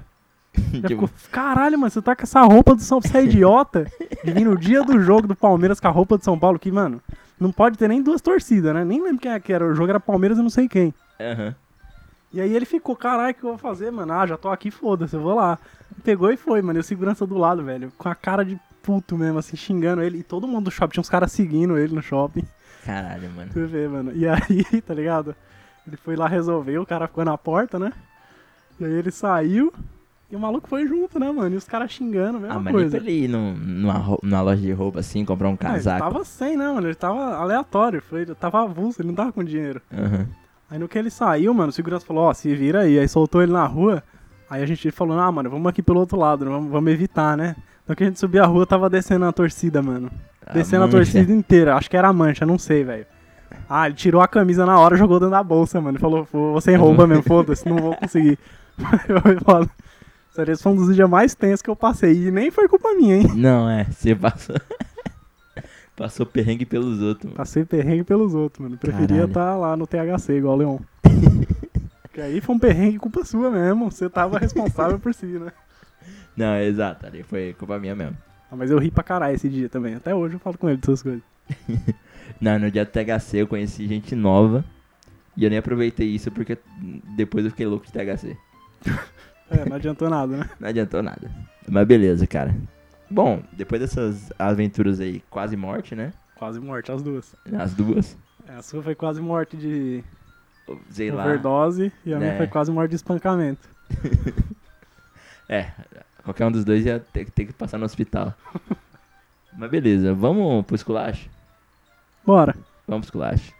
Speaker 2: Já
Speaker 1: Tipo,
Speaker 2: ficou, caralho, mano, você tá com essa roupa do São Paulo, você é idiota? De vir no dia do jogo do Palmeiras com a roupa do São Paulo, que, mano, não pode ter nem duas torcidas, né? Nem lembro quem era que era, o jogo era Palmeiras e não sei quem.
Speaker 1: aham.
Speaker 2: E aí ele ficou, caralho, o que eu vou fazer, mano? Ah, já tô aqui, foda-se, eu vou lá. Pegou e foi, mano, e o segurança do lado, velho, com a cara de puto mesmo, assim, xingando ele. E todo mundo do shopping, tinha uns caras seguindo ele no shopping.
Speaker 1: Caralho, mano.
Speaker 2: Tu vê, mano. E aí, tá ligado? Ele foi lá resolver, o cara ficou na porta, né? E aí ele saiu e o maluco foi junto, né, mano? E os caras xingando, mesma
Speaker 1: Ah, mas nem pra
Speaker 2: coisa.
Speaker 1: ele ir num- numa, rou- numa loja de roupa assim, comprar um
Speaker 2: Ah, ele
Speaker 1: casaco.
Speaker 2: tava sem, né, mano? Ele tava aleatório, foi, ele tava avulso, ele não tava com dinheiro.
Speaker 1: Aham.
Speaker 2: Aí no que ele saiu, mano, o segurança falou, ó, se vira aí. Aí soltou ele na rua. Aí a gente falou, ah, mano, vamos aqui pelo outro lado, vamos, vamos evitar, né? Então que a gente subiu a rua, tava descendo a torcida, mano.
Speaker 1: A
Speaker 2: Descendo a,
Speaker 1: mancha.
Speaker 2: torcida inteira. Acho que era a mancha, não sei, velho. Ah, ele tirou a camisa na hora, jogou dentro da bolsa, mano. Ele falou, "Vou- vou sem roupa mesmo, foda-se, não vou conseguir. Foi foda. Sério, esse foi um dos dias mais tensos que eu passei. E nem foi culpa minha, hein?
Speaker 1: Não, é. Você passou. passou perrengue pelos outros. mano.
Speaker 2: Passei perrengue pelos outros, mano. Preferia
Speaker 1: Caralho.
Speaker 2: estar lá no THC igual o Leon. Porque aí foi um perrengue culpa sua mesmo. Você tava responsável por si, né?
Speaker 1: Não, é exato. Ali foi culpa minha mesmo.
Speaker 2: Ah, mas eu ri pra caralho esse dia também. Até hoje eu falo com ele dessas coisas.
Speaker 1: Não, no dia do THC eu conheci gente nova. E eu nem aproveitei isso porque depois eu fiquei louco de THC.
Speaker 2: É, não adiantou nada, né?
Speaker 1: Não adiantou nada. Mas beleza, cara. Bom, depois dessas aventuras aí, quase morte, né?
Speaker 2: Quase morte, as duas.
Speaker 1: As duas.
Speaker 2: É, A sua foi quase morte de
Speaker 1: Sei
Speaker 2: É
Speaker 1: lá.
Speaker 2: overdose e a minha
Speaker 1: É.
Speaker 2: foi quase morte de espancamento.
Speaker 1: É, qualquer um dos dois ia ter, ter que passar no hospital. Mas beleza, vamos pro esculacho?
Speaker 2: Bora.
Speaker 1: Vamos pro esculacho.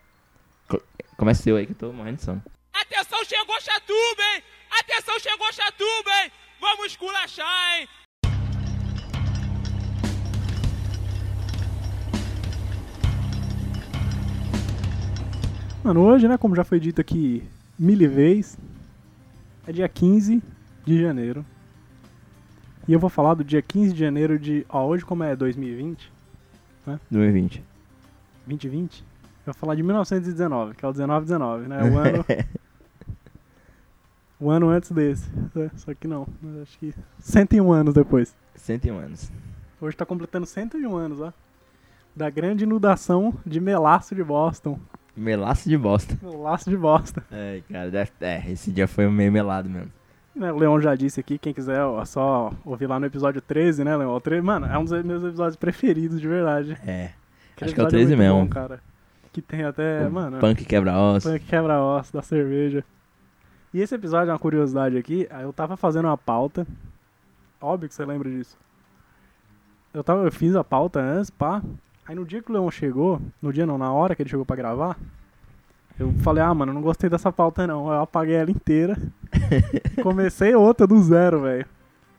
Speaker 1: Co- Começa o seu aí que eu tô morrendo de sono.
Speaker 3: Atenção, chegou Chatuba, hein? Atenção, chegou Chatuba, hein? Vamos esculachar, hein?
Speaker 2: Mano, hoje, né, como já foi dito aqui mil e vez, é dia 15 de janeiro. E eu vou falar do dia 15 de janeiro de. Ó, hoje como é 2020,
Speaker 1: 2020.
Speaker 2: 2020, eu vou falar de 1919, que é o 1919, né? O ano. o ano antes desse. né? Só que não, acho que 101 anos depois.
Speaker 1: 101 anos.
Speaker 2: Hoje tá completando 101 anos, ó. Da grande inundação de Melaço de Boston.
Speaker 1: Melaço de bosta.
Speaker 2: Melaço de Boston.
Speaker 1: Ai, cara, deve, é, esse dia foi meio melado mesmo.
Speaker 2: Né, O Leon já disse aqui, quem quiser ó, só ouvir lá no episódio 13, né, Leon? O tre- Mano, é um dos meus episódios preferidos, de verdade.
Speaker 1: É,
Speaker 2: Aquele
Speaker 1: Acho que é o
Speaker 2: episódio
Speaker 1: 13
Speaker 2: muito
Speaker 1: mesmo.
Speaker 2: bom, cara. Que tem até,
Speaker 1: O
Speaker 2: É, mano,
Speaker 1: punk quebra-osso.
Speaker 2: punk quebra-osso da cerveja. E esse episódio é uma curiosidade aqui. ah, Eu tava fazendo uma pauta. Óbvio que você lembra disso. Eu, tava, eu fiz a pauta antes, pá. Aí no dia que o Leon chegou, no dia não, na hora que ele chegou pra gravar, eu falei, ah, mano, não gostei dessa pauta não. Aí Eu apaguei ela inteira. Comecei outra do zero, velho.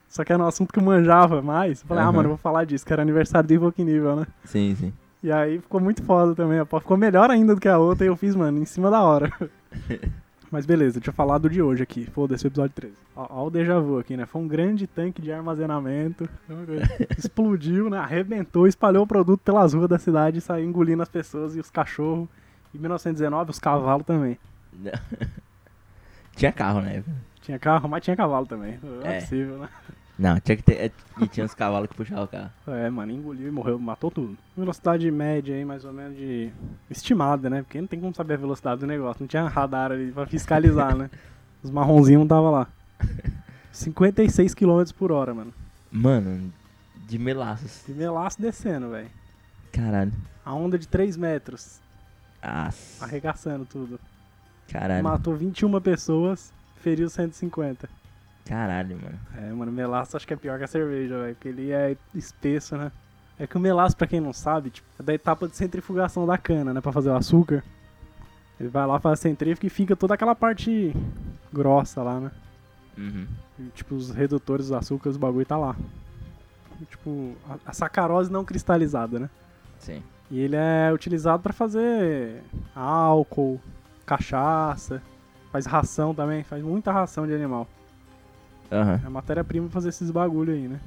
Speaker 2: Só que era um assunto que eu manjava mais. Eu Falei, ah,
Speaker 1: Aham.
Speaker 2: mano, eu vou falar disso, que era aniversário do Invoquinível, né?
Speaker 1: Sim, sim.
Speaker 2: E aí ficou muito foda também, a pau ficou melhor ainda do que a outra e eu fiz, mano, em cima da hora. Mas beleza, deixa eu falar do de hoje aqui. Foda-se, o episódio 13. Ó, ó o déjà vu aqui, né? Foi um grande tanque de armazenamento. Uma coisa- Explodiu, né? Arrebentou, espalhou o produto pelas ruas da cidade e saiu engolindo as pessoas e os cachorros. Em 1919, os cavalos também.
Speaker 1: Tinha carro, né? velho?
Speaker 2: Tinha carro, mas tinha cavalo também. Não é,
Speaker 1: É.
Speaker 2: possível, né?
Speaker 1: Não, tinha que ter. é, E tinha uns cavalos que puxavam o carro.
Speaker 2: É, mano, engoliu e morreu, matou tudo. Velocidade média aí, mais ou menos de. estimada, né? Porque não tem como saber a velocidade do negócio. Não tinha radar ali pra fiscalizar, né? Os marronzinhos não tava lá. 56 km por hora, mano.
Speaker 1: Mano, de melaços.
Speaker 2: Primeiro laço descendo, velho.
Speaker 1: Caralho.
Speaker 2: A onda de 3 metros,
Speaker 1: Nossa,
Speaker 2: arregaçando tudo.
Speaker 1: caralho.
Speaker 2: Matou 21 pessoas, feriu 150.
Speaker 1: Caralho, mano.
Speaker 2: É, mano, melaço acho que é pior que a cerveja, velho. Porque ele é espesso, né? É que o melaço, pra quem não sabe, tipo, é da etapa de centrifugação da cana, né? Pra fazer o açúcar. Ele vai lá, faz a centrífuga e fica toda aquela parte grossa lá, né?
Speaker 1: Uhum.
Speaker 2: E, tipo, os redutores dos açúcares, o bagulho tá lá. E, tipo, a- a sacarose não cristalizada, né?
Speaker 1: Sim.
Speaker 2: E ele é utilizado pra fazer álcool, cachaça, faz ração também, faz muita ração de animal.
Speaker 1: Aham.
Speaker 2: É matéria-prima pra fazer esses bagulho aí, né?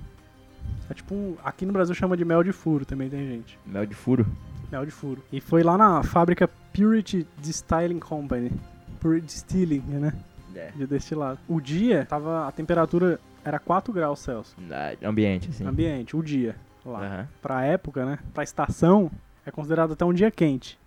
Speaker 2: É tipo, um- aqui no Brasil chama de mel de furo também, tem gente.
Speaker 1: Mel de furo.
Speaker 2: Mel de furo. E foi lá na fábrica Purity Distilling Company. Purity Distilling, né?
Speaker 1: É.
Speaker 2: De destilado. O dia, tava, a temperatura era 4 graus Celsius.
Speaker 1: Na- Ambiente, assim.
Speaker 2: Uhum. Ambiente, o dia. Lá.
Speaker 1: Aham.
Speaker 2: Pra época, né? Pra estação, é considerado até um dia quente.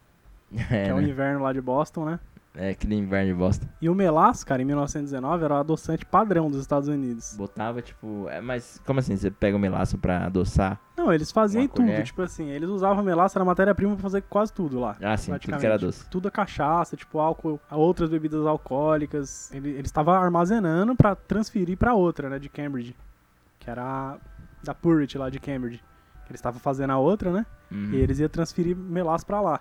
Speaker 1: É,
Speaker 2: que é o
Speaker 1: né?
Speaker 2: inverno lá de Boston, né?
Speaker 1: é aquele inverno de bosta.
Speaker 2: E o melaço, cara, em 1919 era o adoçante padrão dos Estados Unidos.
Speaker 1: Botava, tipo. É, mas como assim? Você pega o melaço pra adoçar?
Speaker 2: Não, eles faziam
Speaker 1: Uma
Speaker 2: tudo,
Speaker 1: colher.
Speaker 2: tipo assim, eles usavam melaço, era matéria-prima pra fazer quase tudo lá.
Speaker 1: Ah, sim. Tudo
Speaker 2: praticamente.
Speaker 1: que era doce.
Speaker 2: Tudo a cachaça, tipo álcool, a outras bebidas alcoólicas. Ele, ele estava armazenando pra transferir pra outra, né, de Cambridge. Que era a, da Purity lá de Cambridge. Ele estava fazendo a outra, né?
Speaker 1: Uhum.
Speaker 2: E eles iam transferir melaço pra lá.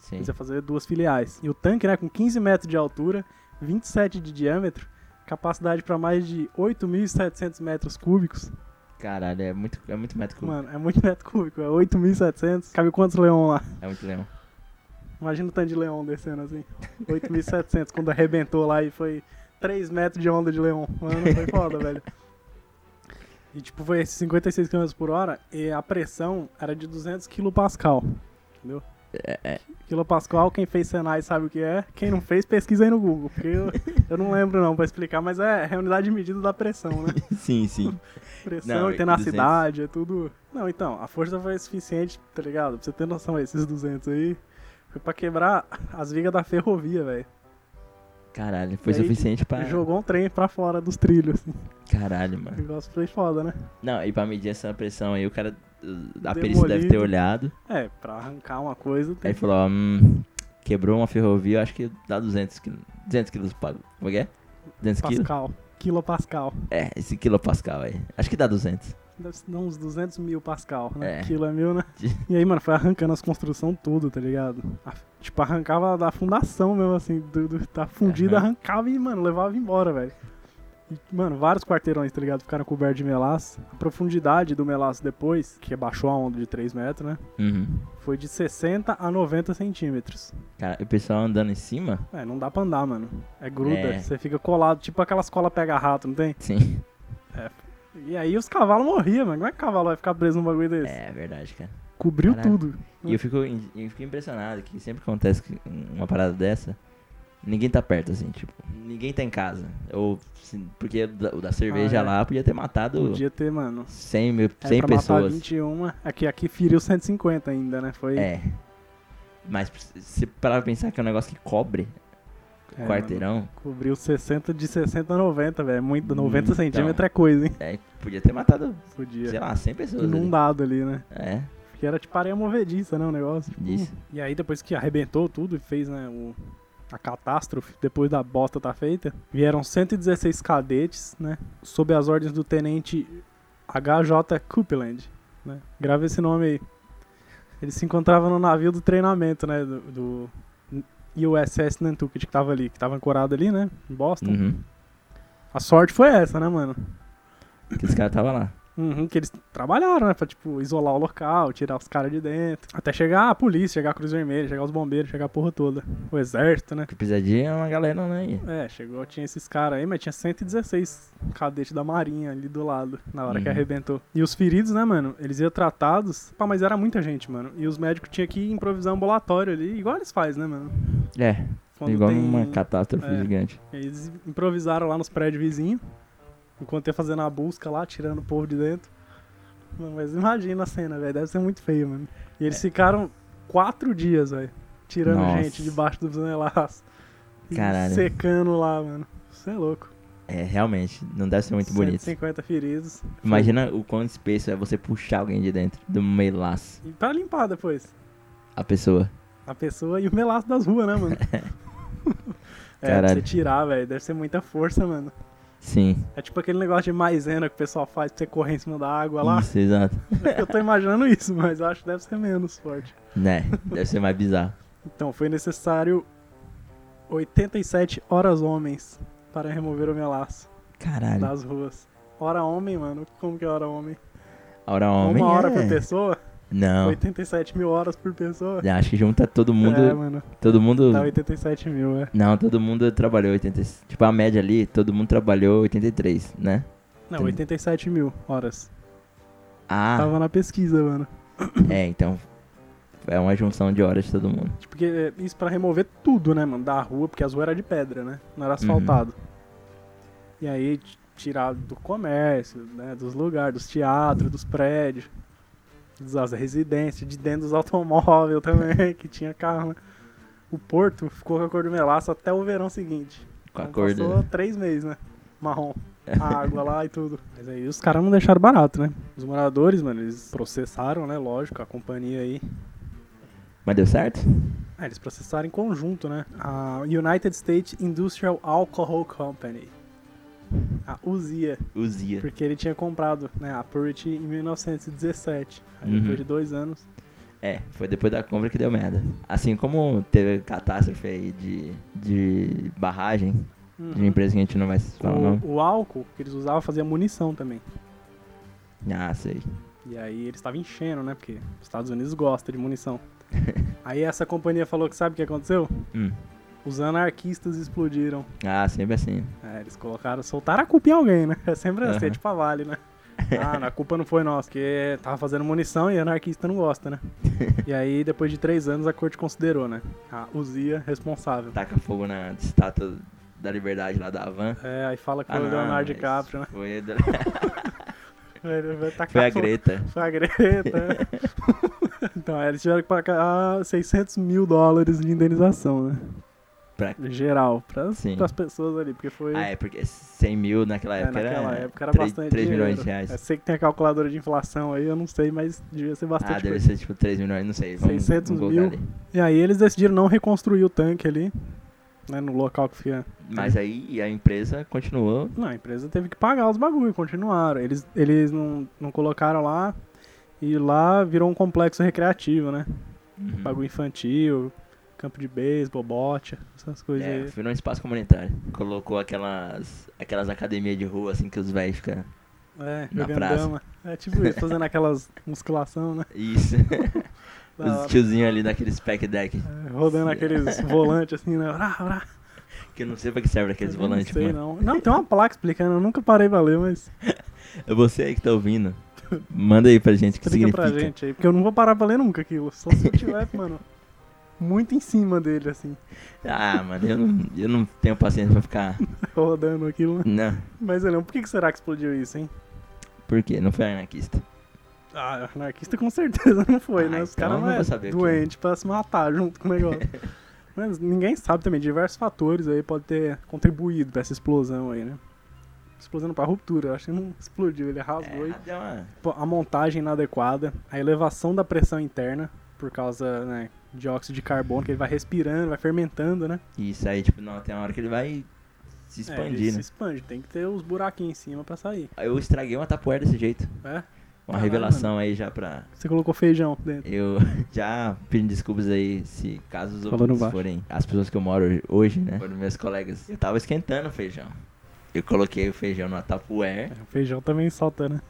Speaker 1: Sim.
Speaker 2: Eles iam fazer duas filiais. E o tanque, né, com 15 metros de altura, 27 de diâmetro, capacidade para mais de 8.700 metros cúbicos.
Speaker 1: Caralho, é muito, é muito metro cúbico.
Speaker 2: Mano, é muito metro cúbico, é 8.700. Cabe quantos leão lá?
Speaker 1: É muito leão.
Speaker 2: Imagina o tanto de leão descendo assim. 8.700, quando arrebentou lá e foi 3 metros de onda de leão. Mano, foi foda, velho. E tipo, foi esses 56 km por hora e a pressão era de 200 kPa. Entendeu?
Speaker 1: É, é.
Speaker 2: Quilopascal, quem fez Senai sabe o que é. Quem não fez, pesquisa aí no Google. Porque eu, eu não lembro não pra explicar, mas é, é a unidade de medida da pressão, né?
Speaker 1: Sim, sim.
Speaker 2: Pressão
Speaker 1: Não,
Speaker 2: e tenacidade, é tudo. Não, então, a força foi suficiente, tá ligado? Pra você ter noção aí, esses 200 aí. Foi pra quebrar as vigas da ferrovia, velho.
Speaker 1: Caralho, foi
Speaker 2: E aí,
Speaker 1: suficiente pra.
Speaker 2: Jogou um trem pra fora dos trilhos. assim.
Speaker 1: Caralho,
Speaker 2: O
Speaker 1: mano.
Speaker 2: negócio foi foda, né?
Speaker 1: Não, e pra medir essa pressão aí, o cara. A perícia deve ter
Speaker 2: Demolido.
Speaker 1: olhado.
Speaker 2: É, pra arrancar uma coisa.
Speaker 1: Aí
Speaker 2: Tem...
Speaker 1: falou, ó, hum, quebrou uma ferrovia, eu acho que dá 200 quilos. 200 quilos pago. Como é que é? 200 quilos?
Speaker 2: um Pascal. Quilopascal.
Speaker 1: É, esse quilopascal aí. Acho que dá 200.
Speaker 2: Deve ser uns 200 mil Pascal, né?
Speaker 1: É.
Speaker 2: Quilo é mil, né? E aí, mano, foi arrancando as construções tudo, tá ligado? A- tipo, arrancava da fundação mesmo, assim, do, do- tá fundido,
Speaker 1: Aham.
Speaker 2: arrancava e, mano, levava embora, velho. E, mano, vários quarteirões, tá ligado? Ficaram cobertos de melaço. A profundidade do melaço depois, que baixou a onda de 3 metros, né?
Speaker 1: Uhum.
Speaker 2: Foi de 60 a 90 centímetros.
Speaker 1: Cara, e o pessoal andando em cima?
Speaker 2: É, não dá pra andar, mano. É gruda,
Speaker 1: É.
Speaker 2: você fica colado, tipo aquelas cola pega rato, não tem?
Speaker 1: Sim.
Speaker 2: E aí os cavalos morriam, mano. Como é que o cavalo vai ficar preso num bagulho desse?
Speaker 1: É verdade, cara.
Speaker 2: Cobriu
Speaker 1: Caralho.
Speaker 2: tudo.
Speaker 1: E eu fico, in- eu fico impressionado que sempre que acontece que- um, uma parada dessa, ninguém tá perto, assim, tipo, ninguém tá em casa. Ou, se- porque o da- o da cerveja
Speaker 2: Ah, é.
Speaker 1: lá podia ter matado
Speaker 2: Podia ter, mano.
Speaker 1: 100, mil,
Speaker 2: É,
Speaker 1: 100
Speaker 2: pra matar
Speaker 1: pessoas.
Speaker 2: 21, aqui, aqui feriu 150 ainda, né? Foi
Speaker 1: É. Mas se parar pra pensar que é um negócio que cobre
Speaker 2: É,
Speaker 1: quarteirão,
Speaker 2: mano, cobriu 60 de 60 a 90, velho. Muito, 90
Speaker 1: Então.
Speaker 2: centímetros é coisa, hein?
Speaker 1: é, podia ter matado, sei
Speaker 2: Podia.
Speaker 1: lá, 100 pessoas. ali.
Speaker 2: Inundado ali, né?
Speaker 1: É,
Speaker 2: Porque era tipo areia movediça, né? O negócio. Tipo,
Speaker 1: isso.
Speaker 2: E aí, depois que arrebentou tudo e fez, né? O, a catástrofe, depois da bosta tá feita, vieram 116 cadetes, né? Sob as ordens do tenente HJ Copeland, né? Grava esse nome aí. Ele se encontrava no navio do treinamento, né? Do, do USS Nantucket que tava ali, que tava ancorado ali, né? Em Boston.
Speaker 1: Uhum.
Speaker 2: A sorte foi essa, né, mano?
Speaker 1: Que esse cara tava lá.
Speaker 2: Uhum, que eles trabalharam, né? Pra, tipo, isolar o local, tirar os caras de dentro. Até chegar a polícia, chegar a Cruz Vermelha, chegar os bombeiros, chegar a porra toda. O exército, né?
Speaker 1: Que pisadinha é uma galera, né?
Speaker 2: É, chegou, tinha esses caras aí, mas tinha 116 cadetes da marinha ali do lado, na hora que
Speaker 1: Uhum.
Speaker 2: arrebentou. E os feridos, né, mano? Eles iam tratados. Pá, mas era muita gente, mano. E os médicos tinham que improvisar um ambulatório ali, igual eles fazem, né, mano?
Speaker 1: É,
Speaker 2: Quando
Speaker 1: igual
Speaker 2: tem-
Speaker 1: uma catástrofe
Speaker 2: é.
Speaker 1: gigante.
Speaker 2: Eles improvisaram lá nos prédios vizinhos, enquanto ia fazendo a busca lá, tirando o povo de dentro. Mano, mas imagina a cena, velho. Deve ser muito feio, mano. E eles ficaram quatro dias, velho. Tirando
Speaker 1: É. Nossa.
Speaker 2: gente debaixo dos zanelaços. E
Speaker 1: Caralho.
Speaker 2: Secando lá, mano. Isso é louco.
Speaker 1: É, realmente, não deve ser muito bonito.
Speaker 2: 150 feridos.
Speaker 1: Imagina o quão espesso é você puxar alguém de dentro do melaço,
Speaker 2: E pra limpar depois.
Speaker 1: a pessoa.
Speaker 2: A pessoa e o melaço das ruas, né, mano? é, pra
Speaker 1: Caralho.
Speaker 2: você tirar, velho. Deve ser muita força, mano.
Speaker 1: Sim,
Speaker 2: É tipo aquele negócio de maisena que o pessoal faz pra você correr em cima da água lá.
Speaker 1: isso, exato.
Speaker 2: É Eu tô imaginando isso, mas eu acho que deve ser menos forte.
Speaker 1: Né, deve ser mais bizarro.
Speaker 2: Então, foi necessário 87 horas homens para remover o melaço
Speaker 1: Caralho,
Speaker 2: das ruas. Hora homem, mano? Como que é hora homem?
Speaker 1: a hora homem
Speaker 2: Uma hora
Speaker 1: é...
Speaker 2: por pessoa?
Speaker 1: Não, É,
Speaker 2: 87 mil horas por pessoa?
Speaker 1: acho que junta todo mundo,
Speaker 2: É, mano.
Speaker 1: todo mundo...
Speaker 2: Tá 87 mil, é.
Speaker 1: Não, todo mundo trabalhou 86. Tipo, a média ali, todo mundo trabalhou 83, né?
Speaker 2: Não,
Speaker 1: Entendi.
Speaker 2: 87 mil horas.
Speaker 1: Ah,
Speaker 2: Tava na pesquisa, mano.
Speaker 1: é, então. É uma junção de horas de todo mundo.
Speaker 2: Tipo, porque é, isso pra remover tudo, né, mano? Da rua, porque as ruas era de pedra, né? Não
Speaker 1: Uhum.
Speaker 2: era asfaltado. E aí, t- tirar do comércio, né? Dos lugares, dos teatros, dos prédios, das residências, de dentro dos automóveis também, que tinha carro, né? O Porto ficou com a cor do melaço até o verão seguinte.
Speaker 1: Com a
Speaker 2: Então,
Speaker 1: cor
Speaker 2: Passou Ah.
Speaker 1: do.
Speaker 2: três meses, né? Marrom. A água lá e tudo. Mas aí os caras não deixaram barato, né? Os moradores, mano, eles processaram, né? Lógico, a companhia aí
Speaker 1: Mas deu certo?
Speaker 2: ah, eles processaram em conjunto, né? A United States Industrial Alcohol Company. A UZIA,
Speaker 1: Uzia.
Speaker 2: porque ele tinha comprado né, a Purity em 1917. Aí
Speaker 1: Uhum.
Speaker 2: depois de dois anos.
Speaker 1: É, foi depois da compra que deu merda. Assim como teve catástrofe aí de, de barragem, de uma
Speaker 2: Uhum.
Speaker 1: empresa que a gente não vai falar o nome.
Speaker 2: O, o álcool que eles usavam fazia munição também. Uhum.
Speaker 1: Ah, sei.
Speaker 2: E aí eles estavam enchendo, né? Porque os Estados Unidos gostam de munição. aí essa companhia falou que sabe o que aconteceu?
Speaker 1: Hum.
Speaker 2: Os anarquistas explodiram.
Speaker 1: Ah, sempre assim.
Speaker 2: É, eles colocaram, soltaram a culpa em alguém, né? É sempre assim, é
Speaker 1: Aham.
Speaker 2: tipo a Vale, né? Ah, não, a culpa não foi nossa, porque tava fazendo munição e anarquista não gosta, né? E aí, depois de três anos, a corte considerou, né? A Uzia responsável.
Speaker 1: Taca fogo na estátua da liberdade lá da Havan.
Speaker 2: É, aí fala que
Speaker 1: Ah,
Speaker 2: foi o
Speaker 1: não,
Speaker 2: Leonardo
Speaker 1: mas
Speaker 2: DiCaprio, né?
Speaker 1: Foi, a-
Speaker 2: Ele vai tacar
Speaker 1: foi a
Speaker 2: fogo.
Speaker 1: Greta.
Speaker 2: Foi a Greta. né? então, aí eles tiveram que pagar 600 mil dólares de indenização, né?
Speaker 1: Pra-
Speaker 2: Geral, pras,
Speaker 1: Sim.
Speaker 2: pras pessoas ali, porque foi...
Speaker 1: Ah, é, porque 100 mil naquela
Speaker 2: É,
Speaker 1: época
Speaker 2: naquela
Speaker 1: era,
Speaker 2: época era
Speaker 1: três-
Speaker 2: bastante
Speaker 1: 3 milhões
Speaker 2: dinheiro. É,
Speaker 1: de reais. Ah,
Speaker 2: Eu sei que tem a calculadora de inflação aí, eu não sei, mas devia ser bastante
Speaker 1: Ah, deve
Speaker 2: coisa.
Speaker 1: ser tipo 3 milhões, não sei. Vamos,
Speaker 2: 600
Speaker 1: vamos
Speaker 2: mil.
Speaker 1: colocar ali.
Speaker 2: E aí eles decidiram não reconstruir o tanque ali, né, no local que fica.
Speaker 1: Mas
Speaker 2: É.
Speaker 1: aí a empresa continuou.
Speaker 2: Não, a empresa teve que pagar os bagulho, continuaram. Eles, eles não, não colocaram lá, e lá virou um complexo recreativo, né?
Speaker 1: Hum.
Speaker 2: Bagulho infantil, campo de beisebol, bote, essas coisas
Speaker 1: É,
Speaker 2: aí.
Speaker 1: foi num espaço comunitário. Colocou aquelas, aquelas academias de rua, assim, que os velhos ficam.
Speaker 2: É,
Speaker 1: na
Speaker 2: jogando
Speaker 1: praça.
Speaker 2: dama. É tipo isso, fazendo aquelas musculação, né?
Speaker 1: Isso.
Speaker 2: Da hora.
Speaker 1: os tiozinhos ali daqueles pack deck.
Speaker 2: É, rodando aqueles volantes assim, né? Rá, rá.
Speaker 1: Que eu não sei pra que serve aqueles
Speaker 2: Eu
Speaker 1: volantes,
Speaker 2: Não sei,
Speaker 1: mano.
Speaker 2: não. Não, tem uma placa explicando, eu nunca parei pra ler, mas
Speaker 1: É você aí que tá ouvindo. Manda aí pra gente o que
Speaker 2: explica
Speaker 1: significa.
Speaker 2: pra gente aí, porque eu não vou parar pra ler nunca aquilo. Só se eu tiver, mano, muito em cima dele, assim,
Speaker 1: Ah, mano, eu não, eu não tenho paciência pra ficar.
Speaker 2: rodando aquilo. né?
Speaker 1: Não.
Speaker 2: Mas eu não, por que que será que explodiu isso, hein?
Speaker 1: Por quê? Não foi anarquista.
Speaker 2: Ah, anarquista com certeza não foi,
Speaker 1: Ah,
Speaker 2: né? Os
Speaker 1: então
Speaker 2: caras
Speaker 1: eu não
Speaker 2: não é
Speaker 1: vou saber o que é.
Speaker 2: doente pra se matar junto com o negócio. Mas ninguém sabe também, diversos fatores aí podem ter contribuído pra essa explosão aí, né? Explosão pra ruptura, eu acho que não explodiu, ele rasgou e
Speaker 1: É, deu uma-
Speaker 2: Pô, a montagem inadequada, a elevação da pressão interna por causa, né, dióxido de carbono, que ele vai respirando, vai fermentando, né?
Speaker 1: Isso aí, tipo, não, tem uma hora que ele vai se
Speaker 2: É, ele
Speaker 1: expandir,
Speaker 2: se
Speaker 1: né?
Speaker 2: expande, tem que ter os buraquinhos em cima pra sair,
Speaker 1: Aí Eu estraguei uma tapoeira desse jeito.
Speaker 2: né?
Speaker 1: Uma
Speaker 2: Caralho,
Speaker 1: revelação aí já pra.
Speaker 2: Você colocou feijão dentro.
Speaker 1: Eu já pedindo desculpas aí se caso os
Speaker 2: Falando
Speaker 1: ouvintes
Speaker 2: baixo.
Speaker 1: forem as pessoas que eu moro hoje, né? Foram meus colegas. Eu tava esquentando o feijão. Eu coloquei o feijão numa tapoeira.
Speaker 2: É, o feijão É, também solta, né?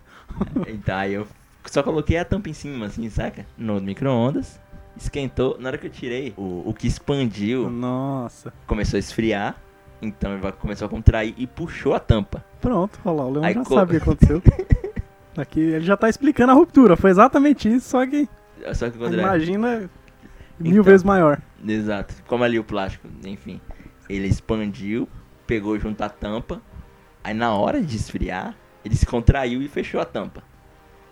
Speaker 1: Então aí eu só coloquei a tampa em cima, assim, saca? No micro-ondas. Esquentou. Na hora que eu tirei, o, o que expandiu
Speaker 2: Hum. Nossa.
Speaker 1: começou a esfriar. Então ele vai- começou a contrair e puxou a tampa.
Speaker 2: Pronto, olha lá, o Leon
Speaker 1: Aí
Speaker 2: já
Speaker 1: co-
Speaker 2: sabe o que aconteceu. Aqui ele já tá explicando a ruptura, foi exatamente isso, só que
Speaker 1: Só que o André.
Speaker 2: imagina mil
Speaker 1: Então.
Speaker 2: vezes maior.
Speaker 1: Exato. Como ali o plástico, enfim. Ele expandiu, pegou junto à tampa. Aí na hora de esfriar, ele se contraiu e fechou a tampa.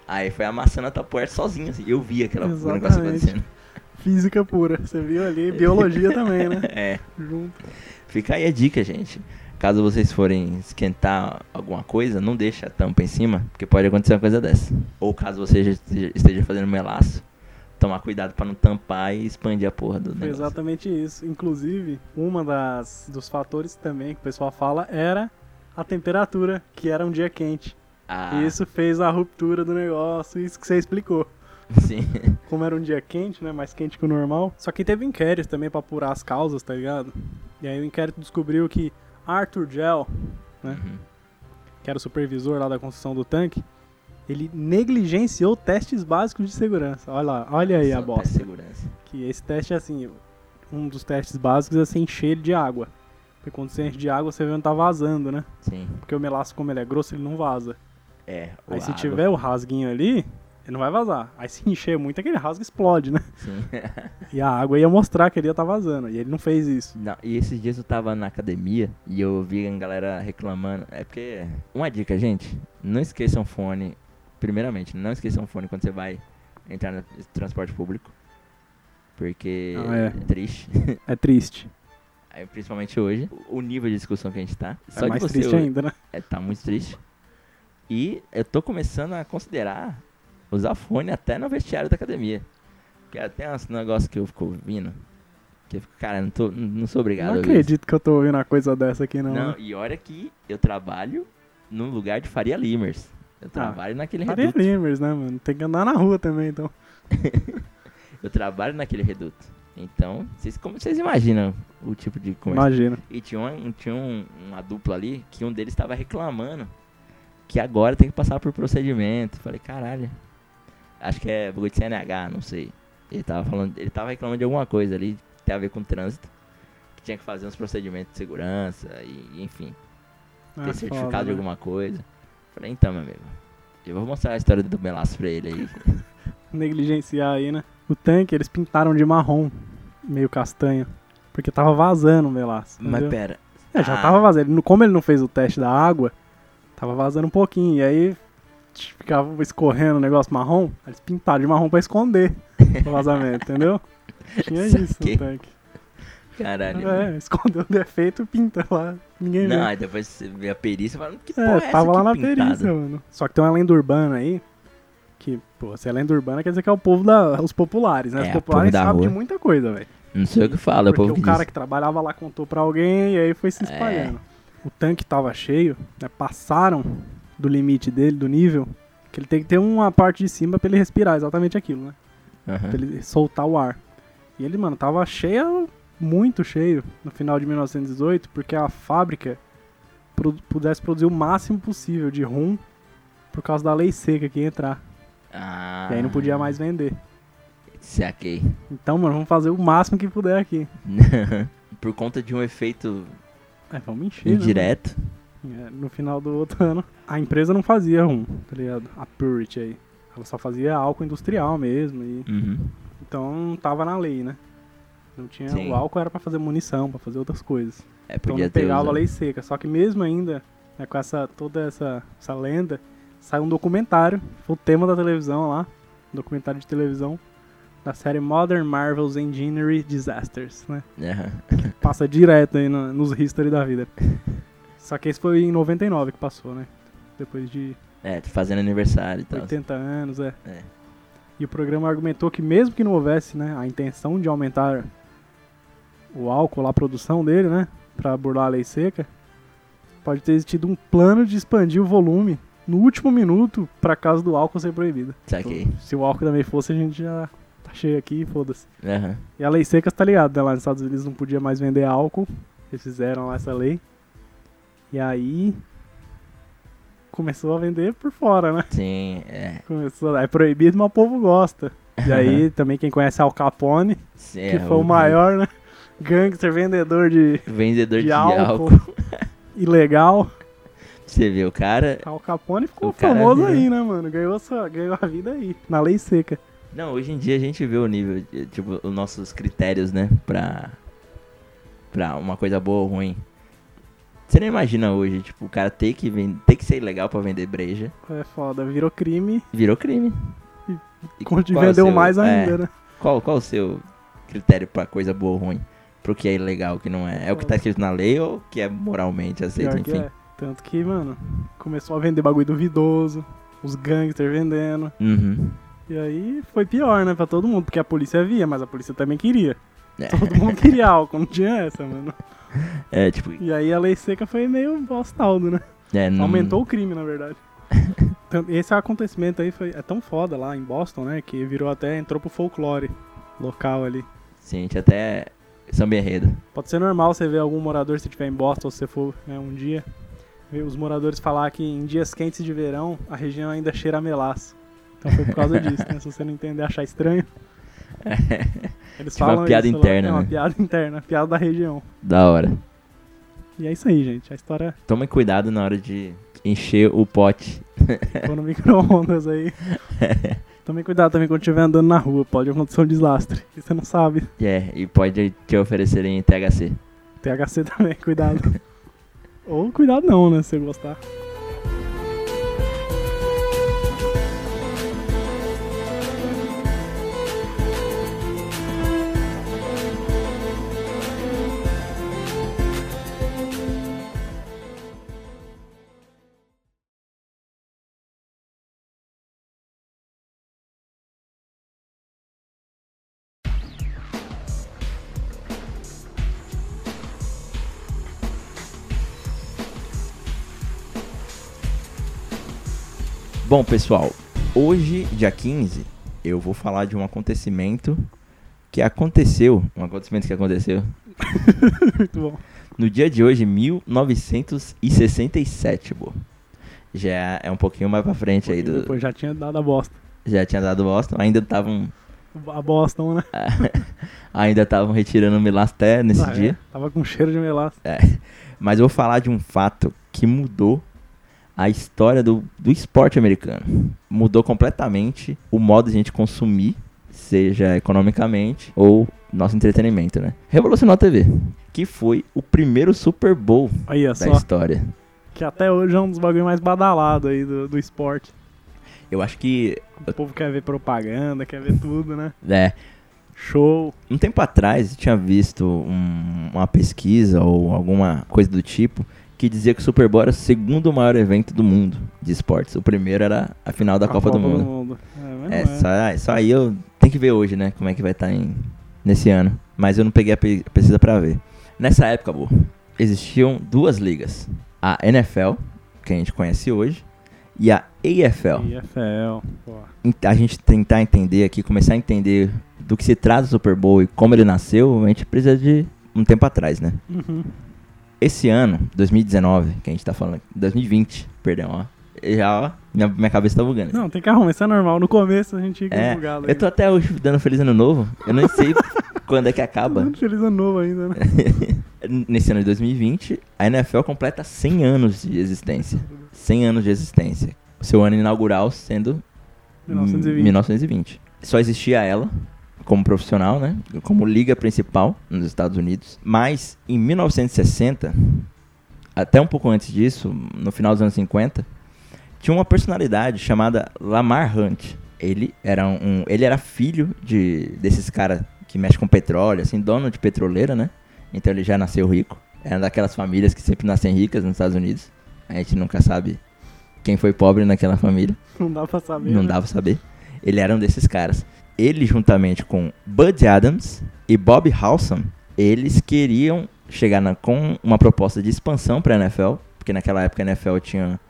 Speaker 1: Aí foi amassando a tapoer sozinho, assim. Eu vi aquela o negócio
Speaker 2: Exatamente.
Speaker 1: acontecendo.
Speaker 2: Física pura, você viu ali, biologia também, né?
Speaker 1: É.
Speaker 2: Junto.
Speaker 1: Fica aí a dica, gente. Caso vocês forem esquentar alguma coisa, não deixa a tampa em cima, porque pode acontecer uma coisa dessa. Ou caso você já esteja- esteja fazendo um melaço, tomar cuidado pra não tampar e expandir a porra do
Speaker 2: Foi
Speaker 1: negócio.
Speaker 2: exatamente isso. Inclusive, uma das dos fatores também que o pessoal fala era a temperatura, que era um dia quente.
Speaker 1: Ah,
Speaker 2: E isso fez a ruptura do negócio, isso que você explicou.
Speaker 1: sim.
Speaker 2: Como era um dia quente, né? Mais quente que o normal. Só que teve inquérito também pra apurar as causas, tá ligado? E aí o inquérito descobriu que Arthur Gell, né?
Speaker 1: Uhum.
Speaker 2: que era o supervisor lá da construção do tanque, ele negligenciou testes básicos de segurança. Olha lá, olha aí a
Speaker 1: Só pra
Speaker 2: bosta.
Speaker 1: Segurança.
Speaker 2: Que esse teste é assim, um dos testes básicos é você encher ele de água. Porque quando você enche de água, você vê que não tá vazando, né?
Speaker 1: Sim.
Speaker 2: Porque o melaço, como ele é grosso, ele não vaza.
Speaker 1: É, o
Speaker 2: Aí se
Speaker 1: água,
Speaker 2: tiver o rasguinho ali, ele não vai vazar. Aí se encher muito, aquele rasgo explode, né?
Speaker 1: sim.
Speaker 2: E a água ia mostrar que ele ia estar vazando. E ele não fez isso.
Speaker 1: Não, e esses dias eu tava na academia e eu vi a galera reclamando. É porque. Uma dica, gente. Não esqueçam fone. Primeiramente, não esqueçam fone quando você vai entrar no transporte público. Porque
Speaker 2: Ah, é.
Speaker 1: é triste.
Speaker 2: É triste.
Speaker 1: Aí, principalmente hoje. O nível de discussão que a gente tá. Só
Speaker 2: é
Speaker 1: de
Speaker 2: mais
Speaker 1: você
Speaker 2: triste
Speaker 1: hoje-
Speaker 2: ainda, né?
Speaker 1: É, tá muito triste. E eu tô começando a considerar usar fone até no vestiário da academia. Porque até uns negócios que eu fico ouvindo. Que eu fico, cara, não, tô, não sou obrigado
Speaker 2: não
Speaker 1: a ouvir isso.
Speaker 2: acredito que eu tô ouvindo uma coisa dessa aqui, não.
Speaker 1: Não,
Speaker 2: né?
Speaker 1: e olha que eu trabalho num lugar de Faria Limers. Eu trabalho naquele
Speaker 2: Ah, Faria
Speaker 1: reduto.
Speaker 2: Limers, né, mano? Tem que andar na rua também, então.
Speaker 1: Eu trabalho naquele reduto. Então, vocês, como vocês imaginam o tipo de conversa?
Speaker 2: Imagina.
Speaker 1: E tinha, um, tinha um- uma dupla ali que um deles estava reclamando que agora tem que passar por procedimento. Falei, caralho. Acho que é bagulho de CNH, não sei. Ele tava falando, ele tava reclamando de alguma coisa ali, que tem a ver com trânsito. Que tinha que fazer uns procedimentos de segurança e, enfim, ter
Speaker 2: Ah,
Speaker 1: certificado
Speaker 2: foda,
Speaker 1: de
Speaker 2: né?
Speaker 1: alguma coisa. Falei, então, meu amigo. Eu vou mostrar a história do Melaço pra ele aí.
Speaker 2: negligenciar aí, né? O tanque eles pintaram de marrom, meio castanho, porque tava vazando o melaço.
Speaker 1: Mas
Speaker 2: entendeu?
Speaker 1: pera.
Speaker 2: É, já
Speaker 1: ah.
Speaker 2: tava vazando. Ele não- Como ele não fez o teste da água, tava vazando um pouquinho. E aí tch, ficava escorrendo o negócio marrom, aí eles pintaram de marrom pra esconder o vazamento, entendeu? Tinha isso
Speaker 1: Saquei.
Speaker 2: no tanque.
Speaker 1: Caralho.
Speaker 2: É, escondeu o defeito, pinta lá. Ninguém
Speaker 1: Não,
Speaker 2: vê.
Speaker 1: aí depois você vê a perícia e fala, que porra é,
Speaker 2: É,
Speaker 1: essa
Speaker 2: tava lá
Speaker 1: aqui
Speaker 2: na
Speaker 1: pintada?
Speaker 2: perícia, mano. Só que tem uma lenda urbana aí. Que, pô, se é lenda urbana, quer dizer que é o povo da. Os populares, né?
Speaker 1: É,
Speaker 2: os
Speaker 1: o povo
Speaker 2: populares
Speaker 1: da
Speaker 2: sabem de
Speaker 1: rua.
Speaker 2: muita coisa, velho.
Speaker 1: Não sei o que fala, é o
Speaker 2: Porque
Speaker 1: povo que
Speaker 2: o cara
Speaker 1: diz. É.
Speaker 2: que trabalhava lá contou pra alguém e aí foi se espalhando. O tanque tava cheio, né, passaram do limite dele, do nível, que ele tem que ter uma parte de cima pra ele respirar, exatamente aquilo, né?
Speaker 1: Aham.
Speaker 2: Pra ele soltar o ar. E ele, mano, tava cheio, muito cheio, no final de 1918, porque a fábrica pro- pudesse produzir o máximo possível de rum por causa da lei seca que ia entrar.
Speaker 1: Ah,
Speaker 2: E aí não podia mais vender.
Speaker 1: Saquei.
Speaker 2: Então, mano, vamos fazer o máximo que puder aqui.
Speaker 1: Por conta de um efeito
Speaker 2: É, vamos encher, né? mano?
Speaker 1: indireto.
Speaker 2: É, no final do outro ano, a empresa não fazia rum, tá ligado? A Purity aí. Ela só fazia álcool industrial mesmo. E...
Speaker 1: Uhum.
Speaker 2: Então não tava na lei, né? Não tinha.
Speaker 1: Sim.
Speaker 2: O álcool era pra fazer munição, pra fazer outras coisas.
Speaker 1: É,
Speaker 2: Então
Speaker 1: podia
Speaker 2: não
Speaker 1: ter.
Speaker 2: pegava a
Speaker 1: usado.
Speaker 2: lei seca. Só que mesmo ainda, né, com essa, toda essa, essa lenda, saiu um documentário, foi o tema da televisão lá. Um documentário de televisão da série Modern Marvel's Engineering Disasters, né?
Speaker 1: Aham.
Speaker 2: passa direto aí no- nos history da vida. Só que esse foi em 99 que passou, né? Depois de
Speaker 1: É, tô fazendo aniversário e tal.
Speaker 2: 80 anos, é.
Speaker 1: É.
Speaker 2: E o programa argumentou que mesmo que não houvesse, né, a intenção de aumentar o álcool, lá, a produção dele, né, pra burlar a lei seca, pode ter existido um plano de expandir o volume no último minuto pra caso do álcool ser proibido.
Speaker 1: Saquei.
Speaker 2: Então, se o álcool também fosse, a gente já tá cheio aqui, foda-se.
Speaker 1: Aham.
Speaker 2: E a lei seca, tá ligado, né? Lá nos Estados Unidos não podia mais vender álcool. Eles fizeram lá essa lei. E aí. começou a vender por fora, né?
Speaker 1: Sim, é.
Speaker 2: Começou, é proibido, mas o povo gosta. E aí também quem conhece é Al Capone,
Speaker 1: Sim,
Speaker 2: que
Speaker 1: é,
Speaker 2: foi o maior, né? Gangster, vendedor de,
Speaker 1: Vendedor
Speaker 2: de,
Speaker 1: de,
Speaker 2: álcool.
Speaker 1: álcool.
Speaker 2: Ilegal.
Speaker 1: Você vê, o cara.
Speaker 2: Al Capone ficou
Speaker 1: É. O cara é
Speaker 2: famoso
Speaker 1: virou-
Speaker 2: aí, né, mano? Ganhou, sua, ganhou a vida aí, na lei seca.
Speaker 1: Não, hoje em dia a gente vê o nível, de- tipo, os nossos critérios, né? Pra. Pra uma coisa boa ou ruim. Você não imagina hoje, tipo, o cara ter que, ven- ter que ser ilegal pra vender breja.
Speaker 2: É foda, virou crime
Speaker 1: Virou crime.
Speaker 2: E
Speaker 1: qual
Speaker 2: onde
Speaker 1: é o
Speaker 2: vendeu
Speaker 1: seu-
Speaker 2: mais
Speaker 1: é,
Speaker 2: ainda, né?
Speaker 1: Qual, qual o seu critério pra coisa boa ou ruim? Pro que é ilegal, o que não é? É o que tá escrito na lei ou o que é moralmente aceito,
Speaker 2: Pior que
Speaker 1: enfim.
Speaker 2: é. Tanto que, mano, começou a vender bagulho duvidoso, os gangsters vendendo.
Speaker 1: Uhum.
Speaker 2: E aí foi pior, né, pra todo mundo, porque a polícia via, mas a polícia também queria.
Speaker 1: É.
Speaker 2: Todo mundo queria álcool, não tinha essa, mano.
Speaker 1: É, tipo,
Speaker 2: E aí a lei seca foi meio bostaldo, né?
Speaker 1: é, não-
Speaker 2: Aumentou o crime, na verdade. Tan- Esse acontecimento aí foi, é tão foda lá em Boston, né, que virou até, entrou pro folclore local ali.
Speaker 1: Sim, a gente até. Samba enredo.
Speaker 2: Pode ser normal você ver algum morador, se tiver em Boston, se você for né, um dia, ver os moradores falar que em dias quentes de verão a região ainda cheira a melaço. Então foi por causa disso, né? Se você não entender, achar estranho. Eles
Speaker 1: Tipo, uma
Speaker 2: falam
Speaker 1: piada
Speaker 2: isso lá.
Speaker 1: interna,
Speaker 2: É uma
Speaker 1: né?
Speaker 2: piada interna, piada da região.
Speaker 1: Da hora.
Speaker 2: E é isso aí, gente. A história
Speaker 1: Tome cuidado na hora de encher o pote.
Speaker 2: ficou no micro-ondas aí. Também cuidado também quando estiver andando na rua, pode acontecer um desastre. E você não sabe.
Speaker 1: É, e pode te oferecerem THC.
Speaker 2: THC também, cuidado. Ou cuidado não, né? Se você gostar.
Speaker 1: Bom, pessoal, hoje, dia 15, eu vou falar de um acontecimento que aconteceu. Um acontecimento que aconteceu
Speaker 2: Muito bom.
Speaker 1: no dia de hoje, 1967, pô. Já é um pouquinho mais pra frente aí do.
Speaker 2: Depois já tinha dado a bosta.
Speaker 1: Já tinha dado Boston, ainda estavam.
Speaker 2: A Boston, né?
Speaker 1: Ainda estavam retirando o Milasté nesse
Speaker 2: Ah, é.
Speaker 1: dia.
Speaker 2: Tava com cheiro de melaço.
Speaker 1: Mas eu vou falar de um fato que mudou a história do, do esporte americano. Mudou completamente o modo de a gente consumir, seja economicamente ou nosso entretenimento, né? Revolucionou a TV, que foi o primeiro Super Bowl
Speaker 2: Aí, ó,
Speaker 1: da
Speaker 2: só.
Speaker 1: história.
Speaker 2: Que até hoje é um dos bagulhos mais badalados aí do, do esporte.
Speaker 1: Eu acho que,
Speaker 2: O povo quer ver propaganda, quer ver tudo, né?
Speaker 1: né,
Speaker 2: Show.
Speaker 1: um tempo atrás eu tinha visto um- uma pesquisa ou alguma coisa do tipo que dizia que o Super Bowl era o segundo maior evento do mundo de esportes. O primeiro era a final da
Speaker 2: A
Speaker 1: Copa, do Mundo.
Speaker 2: É, mas
Speaker 1: É,
Speaker 2: não é.
Speaker 1: só, só aí eu tenho que ver hoje, né? Como é que vai estar em, nesse ano. Mas eu não peguei a pe- a pesquisa pra ver. Nessa época, Bu, existiam duas ligas. A NFL, que a gente conhece hoje, e a AFL.
Speaker 2: IFL. é Pô.
Speaker 1: Ent- A gente tentar entender aqui, começar a entender do que se trata o Super Bowl e como ele nasceu, a gente precisa de um tempo atrás, né?
Speaker 2: Uhum.
Speaker 1: Esse ano, 2019, que a gente tá falando, 2020, perdão, ó. Já, ó, minha, minha cabeça tá bugando.
Speaker 2: Não, tem que arrumar, isso é normal. No começo a gente fica
Speaker 1: É,
Speaker 2: bugado
Speaker 1: Eu tô
Speaker 2: ainda.
Speaker 1: até hoje dando feliz ano novo. Eu nem sei quando é que acaba.
Speaker 2: Muito feliz ano novo ainda, né?
Speaker 1: Nesse ano de 2020, a NFL completa 100 anos de existência. 100 anos de existência. O seu ano inaugural sendo
Speaker 2: 1920.
Speaker 1: 1920. Só existia ela como profissional, né? Como liga principal nos Estados Unidos. Mas em 1960, até um pouco antes disso, no final dos anos 50, tinha uma personalidade chamada Lamar Hunt. Ele era um, ele era filho de desses caras que mexe com petróleo, assim, dono de petroleira, né? Então ele já nasceu rico. Era daquelas famílias que sempre nascem ricas nos Estados Unidos. A gente nunca sabe quem foi pobre naquela família.
Speaker 2: Não dá pra saber.
Speaker 1: Não
Speaker 2: né?
Speaker 1: dava pra saber. Ele era um desses caras. Ele, juntamente com Bud Adams e Bob Halsam, eles queriam chegar na- com uma proposta de expansão pra NFL, porque naquela época a NFL tinha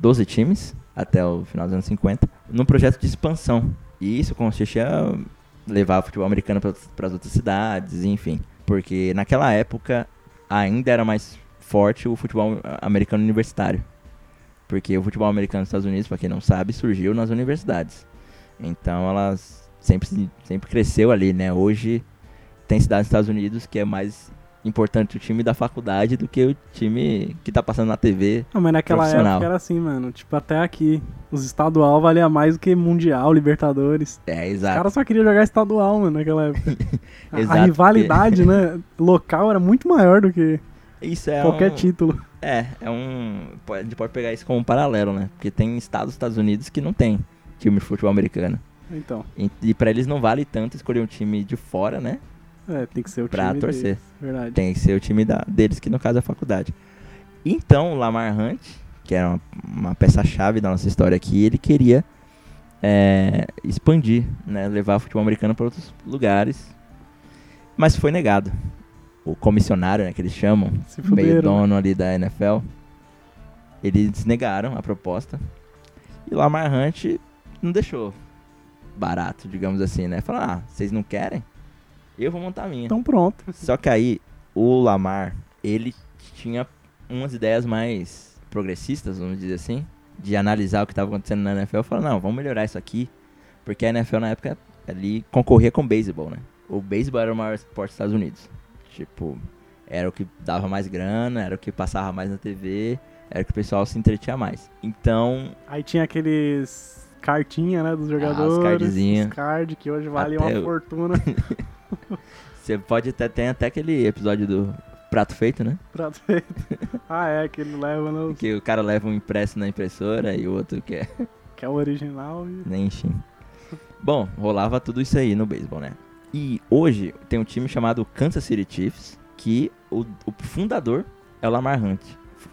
Speaker 1: 12 times, até o final dos anos 50, num projeto de expansão. E isso consistia em levar o futebol americano para as outras cidades, enfim. Porque naquela época ainda era mais forte o futebol americano universitário. Porque o futebol americano nos Estados Unidos, pra quem não sabe, surgiu nas universidades. Então elas sempre, se- sempre cresceu ali, né? Hoje tem cidades nos Estados Unidos que é mais importante o time da faculdade do que o time que tá passando na TV.
Speaker 2: Não, mas naquela
Speaker 1: Profissional.
Speaker 2: época era assim, mano. Tipo, até aqui, os estadual valia mais do que mundial, libertadores.
Speaker 1: É,
Speaker 2: O
Speaker 1: exato.
Speaker 2: cara só queria jogar estadual, mano, naquela época. A-
Speaker 1: Exato,
Speaker 2: a rivalidade, né, local era muito maior do que
Speaker 1: Isso é
Speaker 2: qualquer
Speaker 1: um-
Speaker 2: título.
Speaker 1: É, é um. pode- A gente pode pegar isso como um paralelo, né? Porque tem estados dos Estados Unidos que não tem time de futebol americano.
Speaker 2: Então,
Speaker 1: E, e pra eles não vale tanto escolher um time de fora, né?
Speaker 2: é, tem que ser o
Speaker 1: Pra
Speaker 2: time
Speaker 1: torcer.
Speaker 2: deles, verdade.
Speaker 1: Tem que ser o time da- deles, que no caso é a faculdade. Então, o Lamar Hunt, que era uma, uma peça-chave da nossa história aqui, ele queria é, expandir, né, levar o futebol americano para outros lugares. Mas foi negado. O comissionário, né, que eles chamam,
Speaker 2: Se
Speaker 1: meio
Speaker 2: fuderam. né?
Speaker 1: dono ali da NFL, eles negaram a proposta. E o Lamar Hunt não deixou barato, digamos assim, né? Falaram, ah, vocês não querem? Eu vou montar a minha.
Speaker 2: Então pronto.
Speaker 1: Só que aí, o Lamar, ele tinha umas ideias mais progressistas, vamos dizer assim, de analisar o que estava acontecendo na NFL. Falar, não, vamos melhorar isso aqui. Porque a NFL na época ali concorria com o beisebol, né? O beisebol era o maior esporte dos Estados Unidos. Tipo, era o que dava mais grana, era o que passava mais na TV, era o que o pessoal se entretinha mais. Então,
Speaker 2: Aí tinha aqueles cartinha, né, dos jogadores.
Speaker 1: Ah, cardzinho.
Speaker 2: Os card, que hoje vale
Speaker 1: Até
Speaker 2: uma
Speaker 1: o-
Speaker 2: fortuna.
Speaker 1: você pode até tem até aquele episódio do prato feito, né?
Speaker 2: pra ter. Ah, é, que ele leva no...
Speaker 1: Que o cara leva um impresso na impressora e o outro quer
Speaker 2: Que é o original e...
Speaker 1: Nem né, Enfim. Bom, rolava tudo isso aí no beisebol, né? E hoje tem um time chamado Kansas City Chiefs, que o, o fundador é o Lamar Hunt.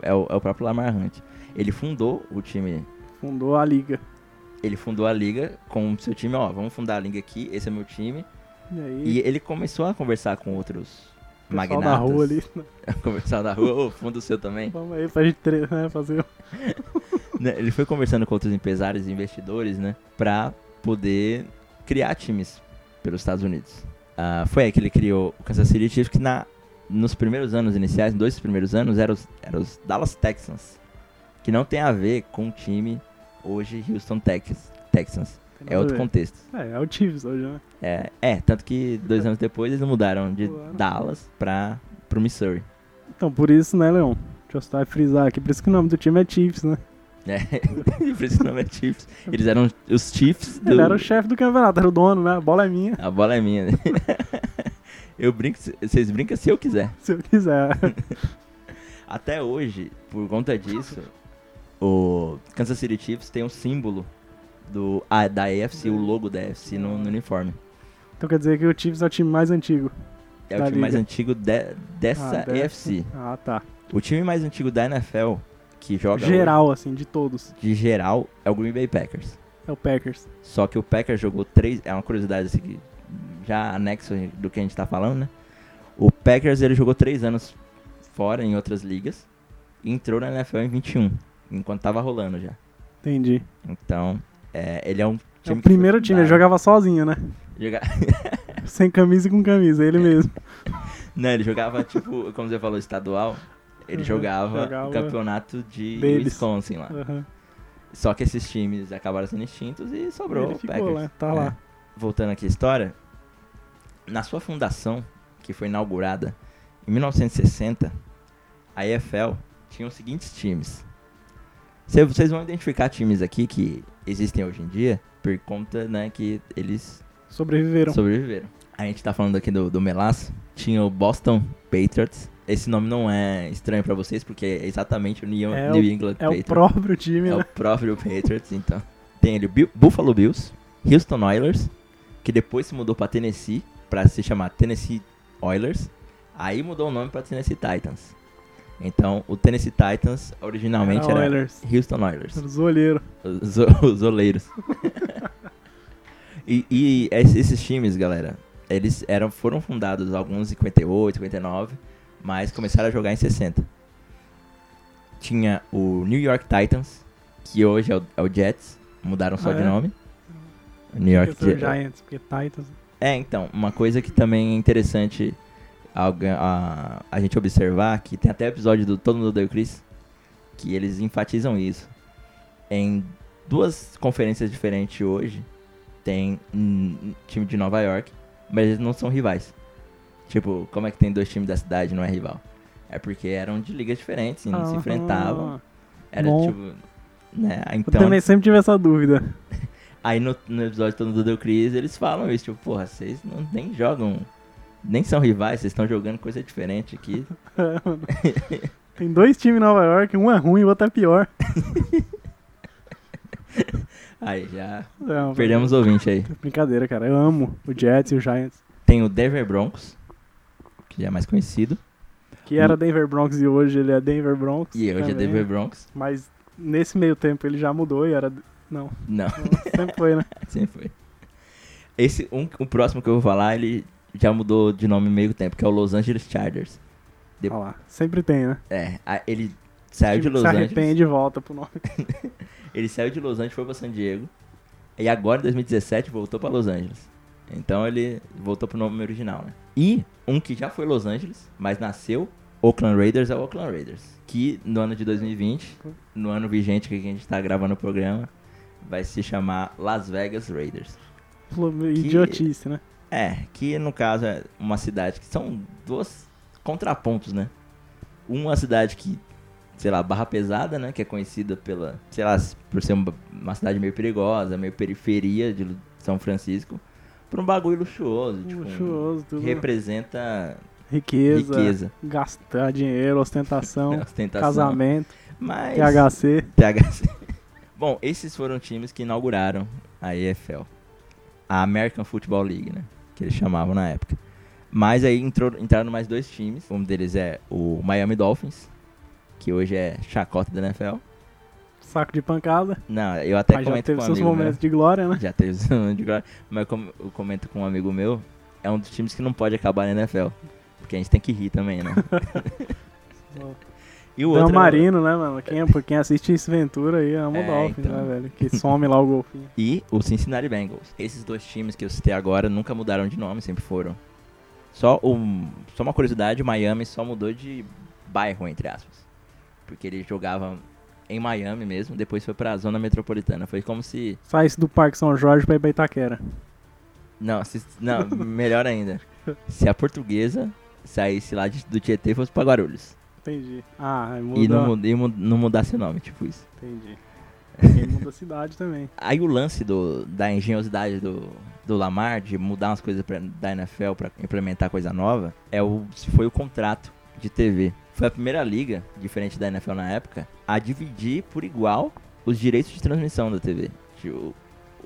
Speaker 1: É o, é o próprio Lamar Hunt. Ele fundou o time.
Speaker 2: fundou a liga.
Speaker 1: Ele fundou a liga com o seu time, ó, vamos fundar a liga aqui, esse é meu time.
Speaker 2: E aí,
Speaker 1: E ele começou a conversar com outros
Speaker 2: o pessoal
Speaker 1: magnatas.
Speaker 2: da rua ali,
Speaker 1: Conversar na rua, ô, funda o seu também.
Speaker 2: vamos aí pra gente tre- né, fazer
Speaker 1: né, ele foi conversando com outros empresários e investidores, né? Pra poder criar times pelos Estados Unidos. Ah, foi aí que ele criou o Kansas City Chiefs, que na, nos primeiros anos iniciais, nos dois primeiros anos, eram os, eram os Dallas Texans. Que não tem a ver com o time hoje Houston Tex- Texans.
Speaker 2: Tem
Speaker 1: É
Speaker 2: nada a
Speaker 1: outro
Speaker 2: ver.
Speaker 1: contexto.
Speaker 2: É, é o Chiefs hoje, né?
Speaker 1: É, é, tanto que dois anos depois eles mudaram de
Speaker 2: Claro.
Speaker 1: Dallas pra, pro Missouri.
Speaker 2: Então, por isso, né, Leon? Deixa eu só frisar aqui, por isso que o nome do time é Chiefs, né?
Speaker 1: É, por isso o nome é Chiefs. Eles eram os Chiefs do,
Speaker 2: Ele era o chefe do campeonato, era o dono, né? A bola é minha,
Speaker 1: A bola é minha, né? Eu brinco, se- vocês brincam se eu quiser.
Speaker 2: se eu quiser.
Speaker 1: Até hoje, por conta disso, o Kansas City Chiefs tem um símbolo do, a- da AFC, o logo da AFC no, no uniforme.
Speaker 2: Então quer dizer que o Chiefs é o time mais antigo.
Speaker 1: É
Speaker 2: Da
Speaker 1: o time mais
Speaker 2: liga.
Speaker 1: antigo de- dessa
Speaker 2: Ah, dessa.
Speaker 1: AFC.
Speaker 2: Ah, tá.
Speaker 1: O time mais antigo da NFL que joga
Speaker 2: Geral, assim, de todos.
Speaker 1: hoje, de geral é o Green Bay Packers.
Speaker 2: É o Packers.
Speaker 1: Só que o Packers jogou três. É uma curiosidade assim, que já anexo do que a gente tá falando, né? O Packers ele jogou três anos fora em outras ligas e entrou na NFL em 21, enquanto tava rolando já.
Speaker 2: Entendi.
Speaker 1: Então, é, ele é um
Speaker 2: É
Speaker 1: time.
Speaker 2: o primeiro time, ele jogava sozinho, né?
Speaker 1: jogava.
Speaker 2: Sem camisa e com camisa,
Speaker 1: É.
Speaker 2: ele mesmo.
Speaker 1: Não, ele jogava, tipo, como você falou, estadual. Ele
Speaker 2: Uhum,
Speaker 1: jogava,
Speaker 2: jogava
Speaker 1: o campeonato de
Speaker 2: deles. É.
Speaker 1: Wisconsin lá.
Speaker 2: Aham.
Speaker 1: Só que esses times acabaram sendo extintos e sobrou
Speaker 2: Ele
Speaker 1: o Packers.
Speaker 2: ficou lá, tá
Speaker 1: É.
Speaker 2: lá.
Speaker 1: voltando aqui à história, na sua fundação, que foi inaugurada em 1960, a EFL tinha os seguintes times. Cê- Vocês vão identificar times aqui que existem hoje em dia por conta né, que eles
Speaker 2: Sobreviveram.
Speaker 1: sobreviveram. A gente tá falando aqui do, do Melaço. Tinha o Boston Patriots. Esse nome não é estranho pra vocês, porque é exatamente o New,
Speaker 2: É
Speaker 1: New
Speaker 2: o-
Speaker 1: England
Speaker 2: É o
Speaker 1: Patriots.
Speaker 2: próprio time,
Speaker 1: É o
Speaker 2: né?
Speaker 1: próprio Patriots, então. Tem ele, o Bu- Buffalo Bills, Houston Oilers, que depois se mudou pra Tennessee, pra se chamar Tennessee Oilers. Aí mudou o nome pra Tennessee Titans. Então, o Tennessee Titans originalmente
Speaker 2: Era
Speaker 1: era,
Speaker 2: É Oilers.
Speaker 1: Houston Oilers.
Speaker 2: Era o zoleiro.
Speaker 1: Os, o- os oleiros. e, e es- esses times, galera, eles eram, foram fundados alguns em 58, 59, mas começaram a jogar em 60. Tinha o New York Titans, que hoje é o, é o Jets, mudaram só
Speaker 2: Ah,
Speaker 1: de
Speaker 2: é?
Speaker 1: nome. New York
Speaker 2: Porque são
Speaker 1: Jets.
Speaker 2: Giants, porque Titans.
Speaker 1: É, então, uma coisa que também é interessante alguém- a, a gente observar, que tem até episódio do Todo Mundo Deu Chris, que eles enfatizam isso. em duas conferências diferentes hoje tem um time de Nova York, mas eles não são rivais. Tipo, como é que tem dois times da cidade e não é rival? É porque eram de ligas diferentes, e não se
Speaker 2: Ah,
Speaker 1: enfrentavam. Era
Speaker 2: bom.
Speaker 1: tipo. Né?
Speaker 2: Eu
Speaker 1: Então,
Speaker 2: também sempre tive essa dúvida.
Speaker 1: aí no, no episódio todo do Deu Cris, eles falam isso, tipo, porra, vocês não, nem jogam. Nem são rivais, vocês estão jogando coisa diferente aqui.
Speaker 2: Tem dois times em Nova York, um é ruim e o outro é pior.
Speaker 1: Aí já
Speaker 2: Não,
Speaker 1: perdemos o ouvinte aí.
Speaker 2: É, Brincadeira, cara. Eu amo o Jets e o Giants.
Speaker 1: Tem o Denver Broncos, que já é mais conhecido.
Speaker 2: Que era Denver Broncos e hoje ele é Denver Broncos.
Speaker 1: E hoje é
Speaker 2: também.
Speaker 1: Denver Broncos.
Speaker 2: Mas nesse meio tempo ele já mudou e era. Não,
Speaker 1: Não,
Speaker 2: sempre foi, né?
Speaker 1: sempre foi. Esse, um, o próximo que eu vou falar, ele já mudou de nome meio tempo, que é o Los Angeles Chargers. De-
Speaker 2: Olha lá. Sempre tem, né?
Speaker 1: É, a- ele saiu de
Speaker 2: Time que
Speaker 1: Los
Speaker 2: se
Speaker 1: Angeles.
Speaker 2: arrepende e volta pro nome.
Speaker 1: Ele saiu de Los Angeles, foi pra San Diego. E agora, em 2017, voltou pra Los Angeles. Então ele voltou pro nome original, né? E um que já foi Los Angeles, mas nasceu, Oakland Raiders é o Oakland Raiders. Que no ano de 2020, no ano vigente que a gente tá gravando o programa, vai se chamar Las Vegas Raiders.
Speaker 2: Idiotice, né?
Speaker 1: É, que no caso é uma cidade que são dois contrapontos, né? Uma cidade que, sei lá, Barra Pesada, né? Que é conhecida pela, sei lá, por ser uma, uma cidade meio perigosa, meio periferia de São Francisco, por um bagulho luxuoso, tipo, um-
Speaker 2: Luxuoso,
Speaker 1: que
Speaker 2: tudo.
Speaker 1: representa
Speaker 2: Riqueza,
Speaker 1: riqueza, né?
Speaker 2: gastar dinheiro, ostentação,
Speaker 1: ostentação.
Speaker 2: casamento,
Speaker 1: Mas...
Speaker 2: THC.
Speaker 1: THC. Bom, esses foram times que inauguraram a EFL, a American Football League, né? Que eles chamavam na época. Mas aí entrou- entraram mais dois times. Um deles é o Miami Dolphins, que hoje é chacota da NFL.
Speaker 2: Saco de pancada.
Speaker 1: Não, eu até
Speaker 2: Mas Ah, já
Speaker 1: comento
Speaker 2: teve
Speaker 1: com um
Speaker 2: seus
Speaker 1: amigo
Speaker 2: momentos de glória, né?
Speaker 1: meu. Já teve seus momentos de glória. Mas eu com- eu comento com um amigo meu, é um dos times que não pode acabar na NFL. Porque a gente tem que rir também, né? E o
Speaker 2: Dan
Speaker 1: outro. é o-
Speaker 2: Marino, né, mano? Quem, por quem assiste esse Ventura aí ama
Speaker 1: É,
Speaker 2: o Dolphin,
Speaker 1: então.
Speaker 2: né, velho? Que some lá o golfinho.
Speaker 1: e o Cincinnati Bengals. Esses dois times que eu citei agora nunca mudaram de nome, sempre foram. Só, um, só uma curiosidade, o Miami só mudou de bairro, entre aspas. Porque ele jogava em Miami mesmo, depois foi pra zona metropolitana. Foi como se...
Speaker 2: Sai-se do Parque São Jorge pra ir pra Itaquera.
Speaker 1: Não, se- não melhor ainda. Se a portuguesa saísse lá de- do Tietê e fosse pra Guarulhos.
Speaker 2: Entendi. Ah, aí muda.
Speaker 1: E não, mu- e mu- não mudasse o nome, tipo isso.
Speaker 2: Entendi. E muda a cidade também.
Speaker 1: Aí o lance do, da engenhosidade do, do Lamar de mudar umas coisas pra, da NFL pra implementar coisa nova é o, foi o contrato de TV. Foi a primeira liga, diferente da NFL na época, a dividir por igual os direitos de transmissão da TV. De, o,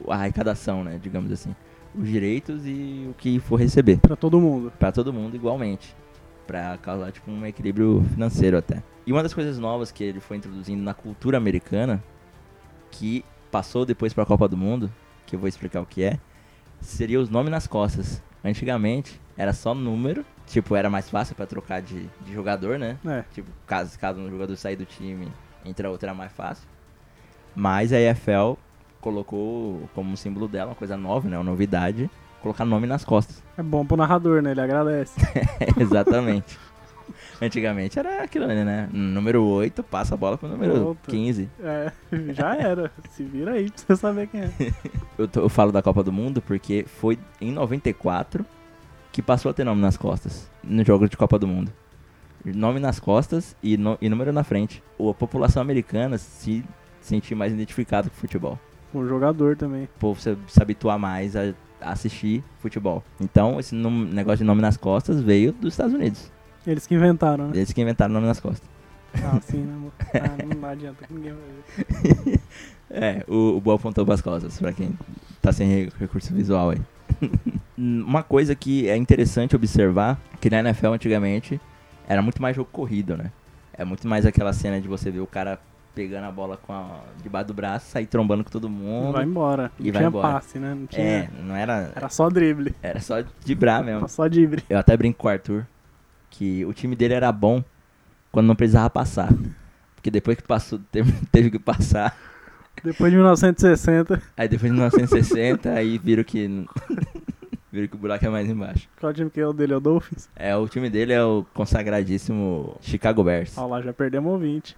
Speaker 1: a arrecadação, né? Digamos assim. Os direitos e o que for receber.
Speaker 2: Pra todo mundo.
Speaker 1: Pra todo mundo igualmente. Pra causar tipo, um equilíbrio financeiro até. E uma das coisas novas que ele foi introduzindo na cultura americana, que passou depois pra Copa do Mundo, que eu vou explicar o que é, seria os nomes nas costas. Antigamente era só número, tipo, era mais fácil pra trocar de, de jogador, né?
Speaker 2: É.
Speaker 1: Tipo, caso, caso um jogador sair do time, entra outro era mais fácil. Mas a EFL colocou como símbolo dela, uma coisa nova, né? Uma novidade, colocar nome nas costas.
Speaker 2: É bom pro narrador, né? Ele agradece.
Speaker 1: Exatamente. Antigamente era aquilo ali, né? Número 8 passa a bola pro número
Speaker 2: Volta.
Speaker 1: 15.
Speaker 2: É, já era. Se vira aí pra você saber quem é.
Speaker 1: Eu, tô- eu falo da Copa do Mundo porque foi em 94 que passou a ter nome nas costas no jogo de Copa do Mundo. Nome nas costas e, no- e número na frente. Ou a população americana se sentir mais identificada com o futebol.
Speaker 2: O Um jogador também.
Speaker 1: O povo se, se habituar mais a, a assistir futebol. Então, esse num- negócio de nome nas costas veio dos Estados Unidos.
Speaker 2: Eles que inventaram, né?
Speaker 1: Eles que inventaram nome nas costas.
Speaker 2: Ah, sim, né, amor? Ah, não adianta que ninguém vai ver.
Speaker 1: É, o, o Boa apontou pras costas, pra quem tá sem re- recurso visual aí. Uma coisa que é interessante observar, que na NFL antigamente era muito mais jogo corrido, né? É muito mais aquela cena de você ver o cara pegando a bola com a, debaixo do braço, sair trombando com todo mundo.
Speaker 2: Vai embora.
Speaker 1: E
Speaker 2: não
Speaker 1: vai
Speaker 2: tinha
Speaker 1: embora.
Speaker 2: passe, né? Não tinha.
Speaker 1: é, não era.
Speaker 2: Era só drible.
Speaker 1: Era só driblar mesmo.
Speaker 2: Era só drible.
Speaker 1: Eu até brinco com o Arthur que o time dele era bom quando não precisava passar. Porque depois que passou, teve, teve que passar.
Speaker 2: Depois de 1960,
Speaker 1: Aí depois de 1960, aí viram que. viram que o buraco é mais embaixo.
Speaker 2: qual time que é o dele? É o Dolphins?
Speaker 1: É, o time dele é o consagradíssimo Chicago Bears.
Speaker 2: Olha lá, já perdemos ouvinte.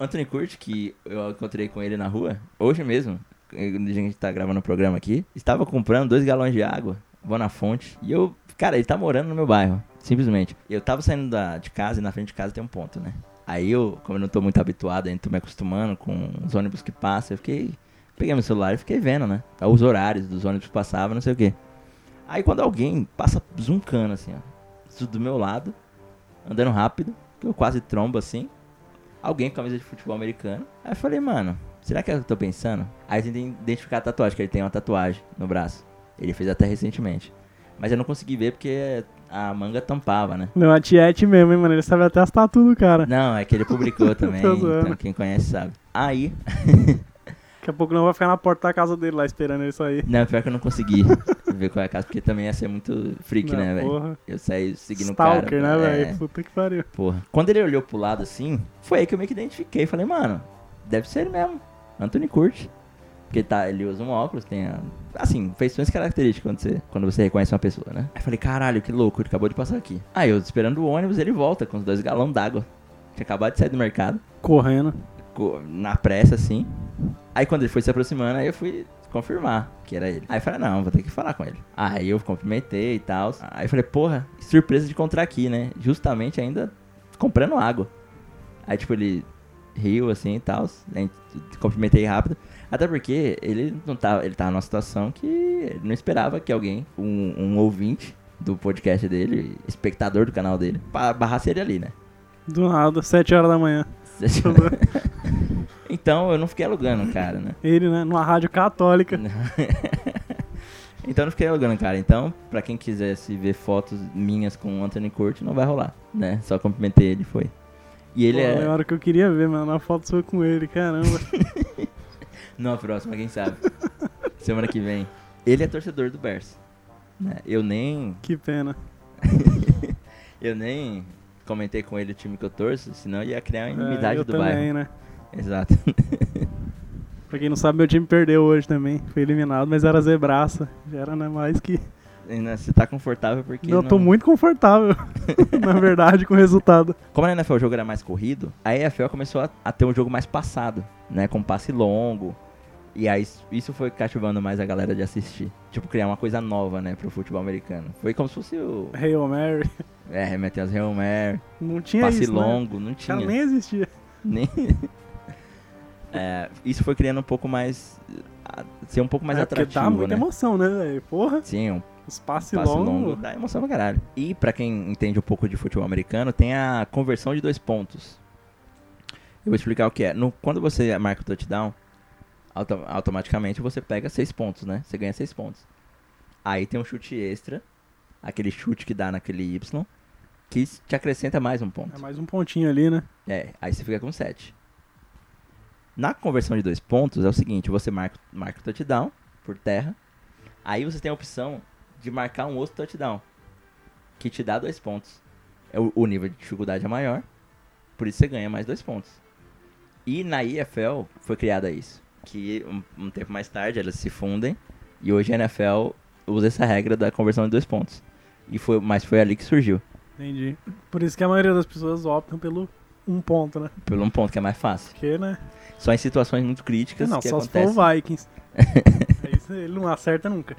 Speaker 1: Anthony Curti, que eu encontrei com ele na rua, hoje mesmo, quando a gente tá gravando o programa aqui, estava comprando dois galões de água, vou na fonte, e eu, cara, ele tá morando no meu bairro, simplesmente. Eu tava saindo da, de casa e na frente de casa tem um ponto, né? Aí eu, como eu não tô muito habituado ainda, tô me acostumando com os ônibus que passam, eu fiquei, peguei meu celular e fiquei vendo, né? Os horários dos ônibus que passavam, não sei o quê. Aí quando alguém passa zuncando assim, ó, do meu lado, andando rápido, que eu quase trombo assim, alguém com camisa de futebol americano. Aí eu falei, mano, será que é o que eu tô pensando? Aí eu tentei identificar a tatuagem, que ele tem uma tatuagem no braço. Ele fez até recentemente. Mas eu não consegui ver porque a manga tampava, né?
Speaker 2: Não, a Tiete mesmo, hein, mano? Ele sabe até as tatu do cara.
Speaker 1: Não, é que ele publicou também,
Speaker 2: Tô zoando.
Speaker 1: então quem conhece sabe. Aí,
Speaker 2: Daqui a pouco não vai ficar na porta da casa dele lá esperando ele sair.
Speaker 1: não, pior que eu não consegui ver qual é a casa, porque também ia ser muito freak,
Speaker 2: Não,
Speaker 1: né, velho?
Speaker 2: porra.
Speaker 1: Eu saí seguindo o
Speaker 2: Stalker,
Speaker 1: cara.
Speaker 2: né,
Speaker 1: é,
Speaker 2: velho? Puta que pariu.
Speaker 1: Porra. Quando ele olhou pro lado assim, foi aí que eu meio que identifiquei. Falei, mano, deve ser ele mesmo. Anthony Curti. Porque tá, ele usa um óculos, tem. a- Assim, feições características quando você, quando você reconhece uma pessoa, né? Aí falei, caralho, que louco, ele acabou de passar aqui. Aí eu esperando o ônibus, ele volta com os dois galões d'água. Tinha acabado de sair do mercado,
Speaker 2: Correndo.
Speaker 1: co- na pressa assim. Aí quando ele foi se aproximando, aí eu fui confirmar que era ele. Aí eu falei, não, vou ter que falar com ele. Aí eu cumprimentei e tal. Aí eu falei, porra, surpresa de encontrar aqui, né? Justamente ainda comprando água. Aí, tipo, ele riu assim e tal. né, Cumprimentei rápido. Até porque ele não tava. Ele tava numa situação que ele não esperava que alguém, um, um ouvinte do podcast dele, espectador do canal dele, ba- barrasse ele ali, né?
Speaker 2: Do nada, 7 horas da manhã.
Speaker 1: então eu não fiquei alugando, cara, né?
Speaker 2: Ele, né? Numa rádio católica.
Speaker 1: então eu não fiquei alugando, cara. Então, pra quem quisesse ver fotos minhas com o Anthony Curti, não vai rolar, né? Só cumprimentei ele e foi. E ele
Speaker 2: Pô,
Speaker 1: é.
Speaker 2: é a hora que eu queria ver, mano. Uma foto sua com ele, caramba.
Speaker 1: Numa próxima, quem sabe? Semana que vem. Ele é torcedor do Bears. né? Eu nem.
Speaker 2: que pena.
Speaker 1: eu nem comentei com ele o time que eu torço, senão ia criar uma
Speaker 2: É,
Speaker 1: inimizade
Speaker 2: eu
Speaker 1: do
Speaker 2: também,
Speaker 1: bairro.
Speaker 2: né?
Speaker 1: Exato.
Speaker 2: Pra quem não sabe, meu time perdeu hoje também. Foi eliminado, mas era zebraça. Já era né, mais que.
Speaker 1: Ainda Você tá confortável porque.
Speaker 2: eu
Speaker 1: não...
Speaker 2: tô muito confortável, na verdade, com o resultado.
Speaker 1: Como na NFL o jogo era mais corrido, a EFL começou a, a ter um jogo mais passado, né? Com passe longo. E aí isso- isso foi cativando mais a galera de assistir. Tipo, criar uma coisa nova, né, pro futebol americano. Foi como se fosse o.
Speaker 2: Hail Mary.
Speaker 1: É, remeter as Hail Mary,
Speaker 2: Não tinha
Speaker 1: passe
Speaker 2: isso. né?
Speaker 1: longo, não
Speaker 2: O
Speaker 1: tinha.
Speaker 2: cara nem existia.
Speaker 1: Nem- É, isso foi criando um pouco mais. a- Ser um pouco mais
Speaker 2: é porque
Speaker 1: atrativo,
Speaker 2: dá muita
Speaker 1: né?
Speaker 2: emoção, né, velho? Porra,
Speaker 1: Sim, um
Speaker 2: os passes
Speaker 1: passe
Speaker 2: longos.
Speaker 1: longo dá emoção pra caralho. E pra quem entende um pouco de futebol americano, tem a conversão de dois pontos. Eu vou explicar o que é. No- quando você marca o touchdown, auto- automaticamente você pega seis pontos, né? Você ganha seis pontos. Aí tem um chute extra, aquele chute que dá naquele Y, que te acrescenta mais um ponto.
Speaker 2: É mais um pontinho ali, né?
Speaker 1: É, aí você fica com 7. Na conversão de dois pontos é o seguinte, você marca, marca o touchdown por terra, aí você tem a opção de marcar um outro touchdown, que te dá dois pontos. É o, o nível de dificuldade é maior, por isso você ganha mais dois pontos. E na IFL foi criada isso, que um, um tempo mais tarde elas se fundem, e hoje a NFL usa essa regra da conversão de dois pontos. E foi, mas foi ali que surgiu,
Speaker 2: Entendi. Por isso que a maioria das pessoas optam pelo um ponto, né?
Speaker 1: pelo um ponto que é mais fácil.
Speaker 2: Porque, né?
Speaker 1: Só em situações muito críticas
Speaker 2: não,
Speaker 1: que
Speaker 2: só
Speaker 1: acontecem.
Speaker 2: se for o Vikings. Aí você- ele não acerta nunca.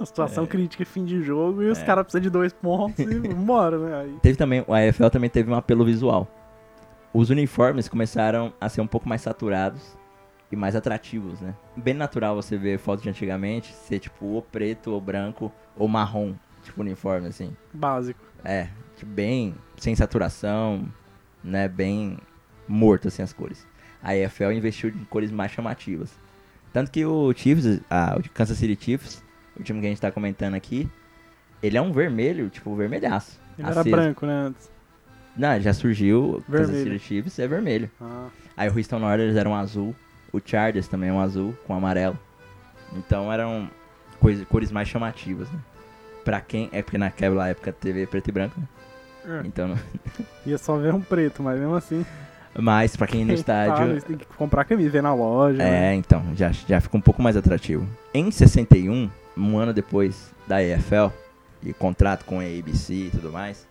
Speaker 2: A situação crítica, fim de jogo, e os
Speaker 1: É.
Speaker 2: caras precisam de dois pontos e vambora, né? Aí,
Speaker 1: Teve também, a AFL também teve um apelo visual. Os uniformes começaram a ser um pouco mais saturados e mais atrativos, né? Bem natural você ver fotos de antigamente ser tipo ou preto, ou branco, ou marrom, tipo uniforme assim.
Speaker 2: básico.
Speaker 1: É, tipo, bem sem saturação, né? Bem morto assim as cores. A EFL investiu em cores mais chamativas. Tanto que o Chiefs, ah, o Kansas City Chiefs, o time que a gente tá comentando aqui, ele é um vermelho, tipo vermelhaço.
Speaker 2: Ele era
Speaker 1: aceso.
Speaker 2: branco, né? Antes.
Speaker 1: Não, já surgiu o Kansas
Speaker 2: Vermelho.
Speaker 1: City Chiefs, é vermelho.
Speaker 2: Ah,
Speaker 1: Aí o Houston Oilers era um azul, o Chargers também é um azul com amarelo. Então eram coisa- cores mais chamativas, né? Pra quem... É porque naquela época teve preto e branco, né?
Speaker 2: é.
Speaker 1: Então...
Speaker 2: Ia só ver um preto, mas mesmo assim.
Speaker 1: Mas pra quem ir no
Speaker 2: Claro,
Speaker 1: estádio.
Speaker 2: eles têm que comprar camisa, ver na loja. né?
Speaker 1: É, então, já, já fica um pouco mais atrativo. Em 61, um ano depois da EFL, e contrato com a ABC e tudo mais,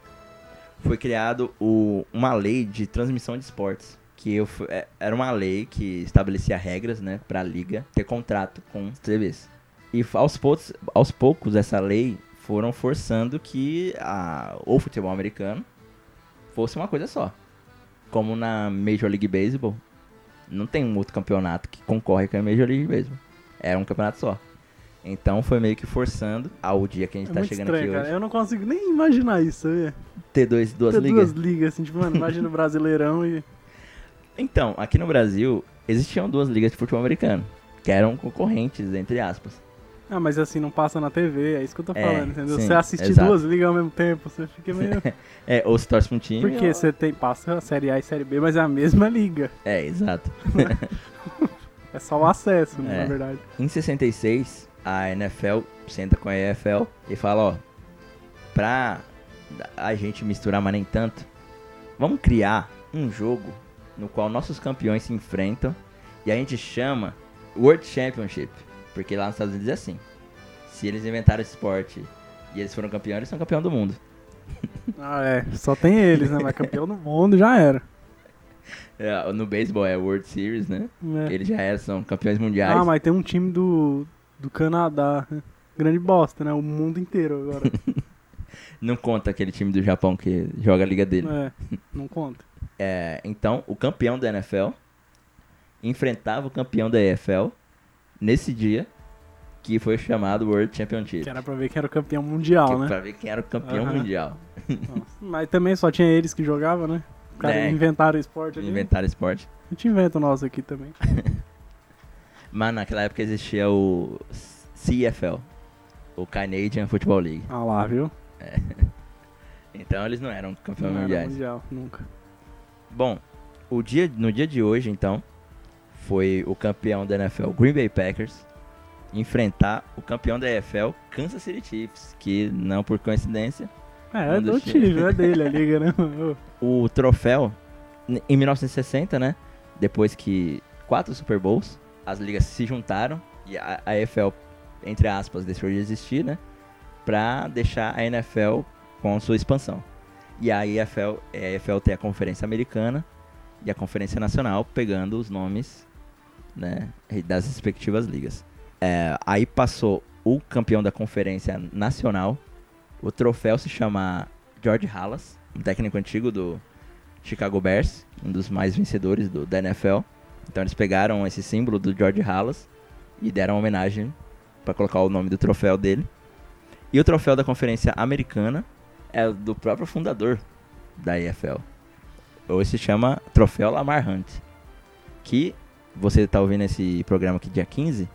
Speaker 1: foi criado o, uma lei de transmissão de esportes. que eu fu- é, era uma lei que estabelecia regras, né, pra liga ter contrato com os TVs. E f- aos poucos, aos poucos essa lei foram forçando que a, o futebol americano fosse uma coisa só. Como na Major League Baseball, não tem um outro campeonato que concorre com a Major League Baseball. Era um campeonato só. Então foi meio que forçando ao dia que a gente
Speaker 2: É
Speaker 1: tá
Speaker 2: muito
Speaker 1: chegando
Speaker 2: estranho,
Speaker 1: aqui
Speaker 2: cara.
Speaker 1: hoje.
Speaker 2: Eu não consigo nem imaginar isso, sabia?
Speaker 1: Ter dois, duas
Speaker 2: Ter
Speaker 1: ligas.
Speaker 2: duas ligas, assim, tipo, mano, imagina o Brasileirão e...
Speaker 1: Então, aqui no Brasil, existiam duas ligas de futebol americano, que eram concorrentes, entre aspas.
Speaker 2: Ah, mas assim, não passa na TV, é isso que eu tô
Speaker 1: É,
Speaker 2: falando, entendeu?
Speaker 1: sim,
Speaker 2: você assistir
Speaker 1: exato.
Speaker 2: duas ligas ao mesmo tempo, você fica meio...
Speaker 1: É, ou se torce pra um time.
Speaker 2: Porque
Speaker 1: ou-
Speaker 2: você tem, passa a Série A e Série B, mas é a mesma liga.
Speaker 1: É, exato.
Speaker 2: É só o acesso, né,
Speaker 1: É.
Speaker 2: na verdade.
Speaker 1: Em 66, a NFL senta com a EFL e fala, ó, pra a gente misturar, mas nem tanto, vamos criar um jogo no qual nossos campeões se enfrentam e a gente chama World Championship, porque lá nos Estados Unidos é assim. Se eles inventaram esse esporte e eles foram campeões, eles são campeão do mundo.
Speaker 2: Ah, é. Só tem eles, né? Mas campeão do mundo já era.
Speaker 1: É, no beisebol é World Series, né?
Speaker 2: É.
Speaker 1: Eles já eram, são campeões mundiais.
Speaker 2: Ah, mas tem um time do, do Canadá. né? Grande bosta, né? O mundo inteiro agora.
Speaker 1: Não conta aquele time do Japão que joga a liga dele.
Speaker 2: é, não conta.
Speaker 1: É, então, o campeão da NFL enfrentava o campeão da EFL nesse dia que foi chamado World Championship.
Speaker 2: Que era pra ver que era o campeão mundial,
Speaker 1: Que-
Speaker 2: né?
Speaker 1: Pra ver quem era o campeão
Speaker 2: Aham.
Speaker 1: mundial.
Speaker 2: Nossa. Mas também só tinha eles que jogavam, né? Os caras
Speaker 1: É.
Speaker 2: inventaram o esporte ali.
Speaker 1: Inventaram esporte.
Speaker 2: A gente inventa o nosso aqui também.
Speaker 1: Mas naquela época existia o CFL, o Canadian Football League. É.
Speaker 2: Ah lá, viu?
Speaker 1: Então eles não eram campeões
Speaker 2: Não era
Speaker 1: mundiais.
Speaker 2: mundial, nunca.
Speaker 1: Bom, o dia, no dia de hoje, então, foi o campeão da NFL, Green Bay Packers, enfrentar o campeão da NFL, Kansas City Chiefs, que não por coincidência,
Speaker 2: É, é
Speaker 1: Não
Speaker 2: do
Speaker 1: deixei.
Speaker 2: time, é dele a liga, né? mano?
Speaker 1: o troféu n- em 1960, né? Depois que quatro Super Bowls, as ligas se juntaram e a, a NFL, entre aspas, deixou de existir, né? Pra deixar a NFL com sua expansão. E a EFL, é, a EFL tem a Conferência Americana e a Conferência Nacional, pegando os nomes né, das respectivas ligas. É, aí passou o campeão da Conferência Nacional, o troféu se chama George Halas, um técnico antigo do Chicago Bears, um dos mais vencedores do, da NFL. Então eles pegaram esse símbolo do George Halas e deram uma homenagem para colocar o nome do troféu dele. E o troféu da Conferência Americana é do próprio fundador da EFL. Hoje se chama Troféu Lamar Hunt. Que você está ouvindo esse programa aqui dia 15.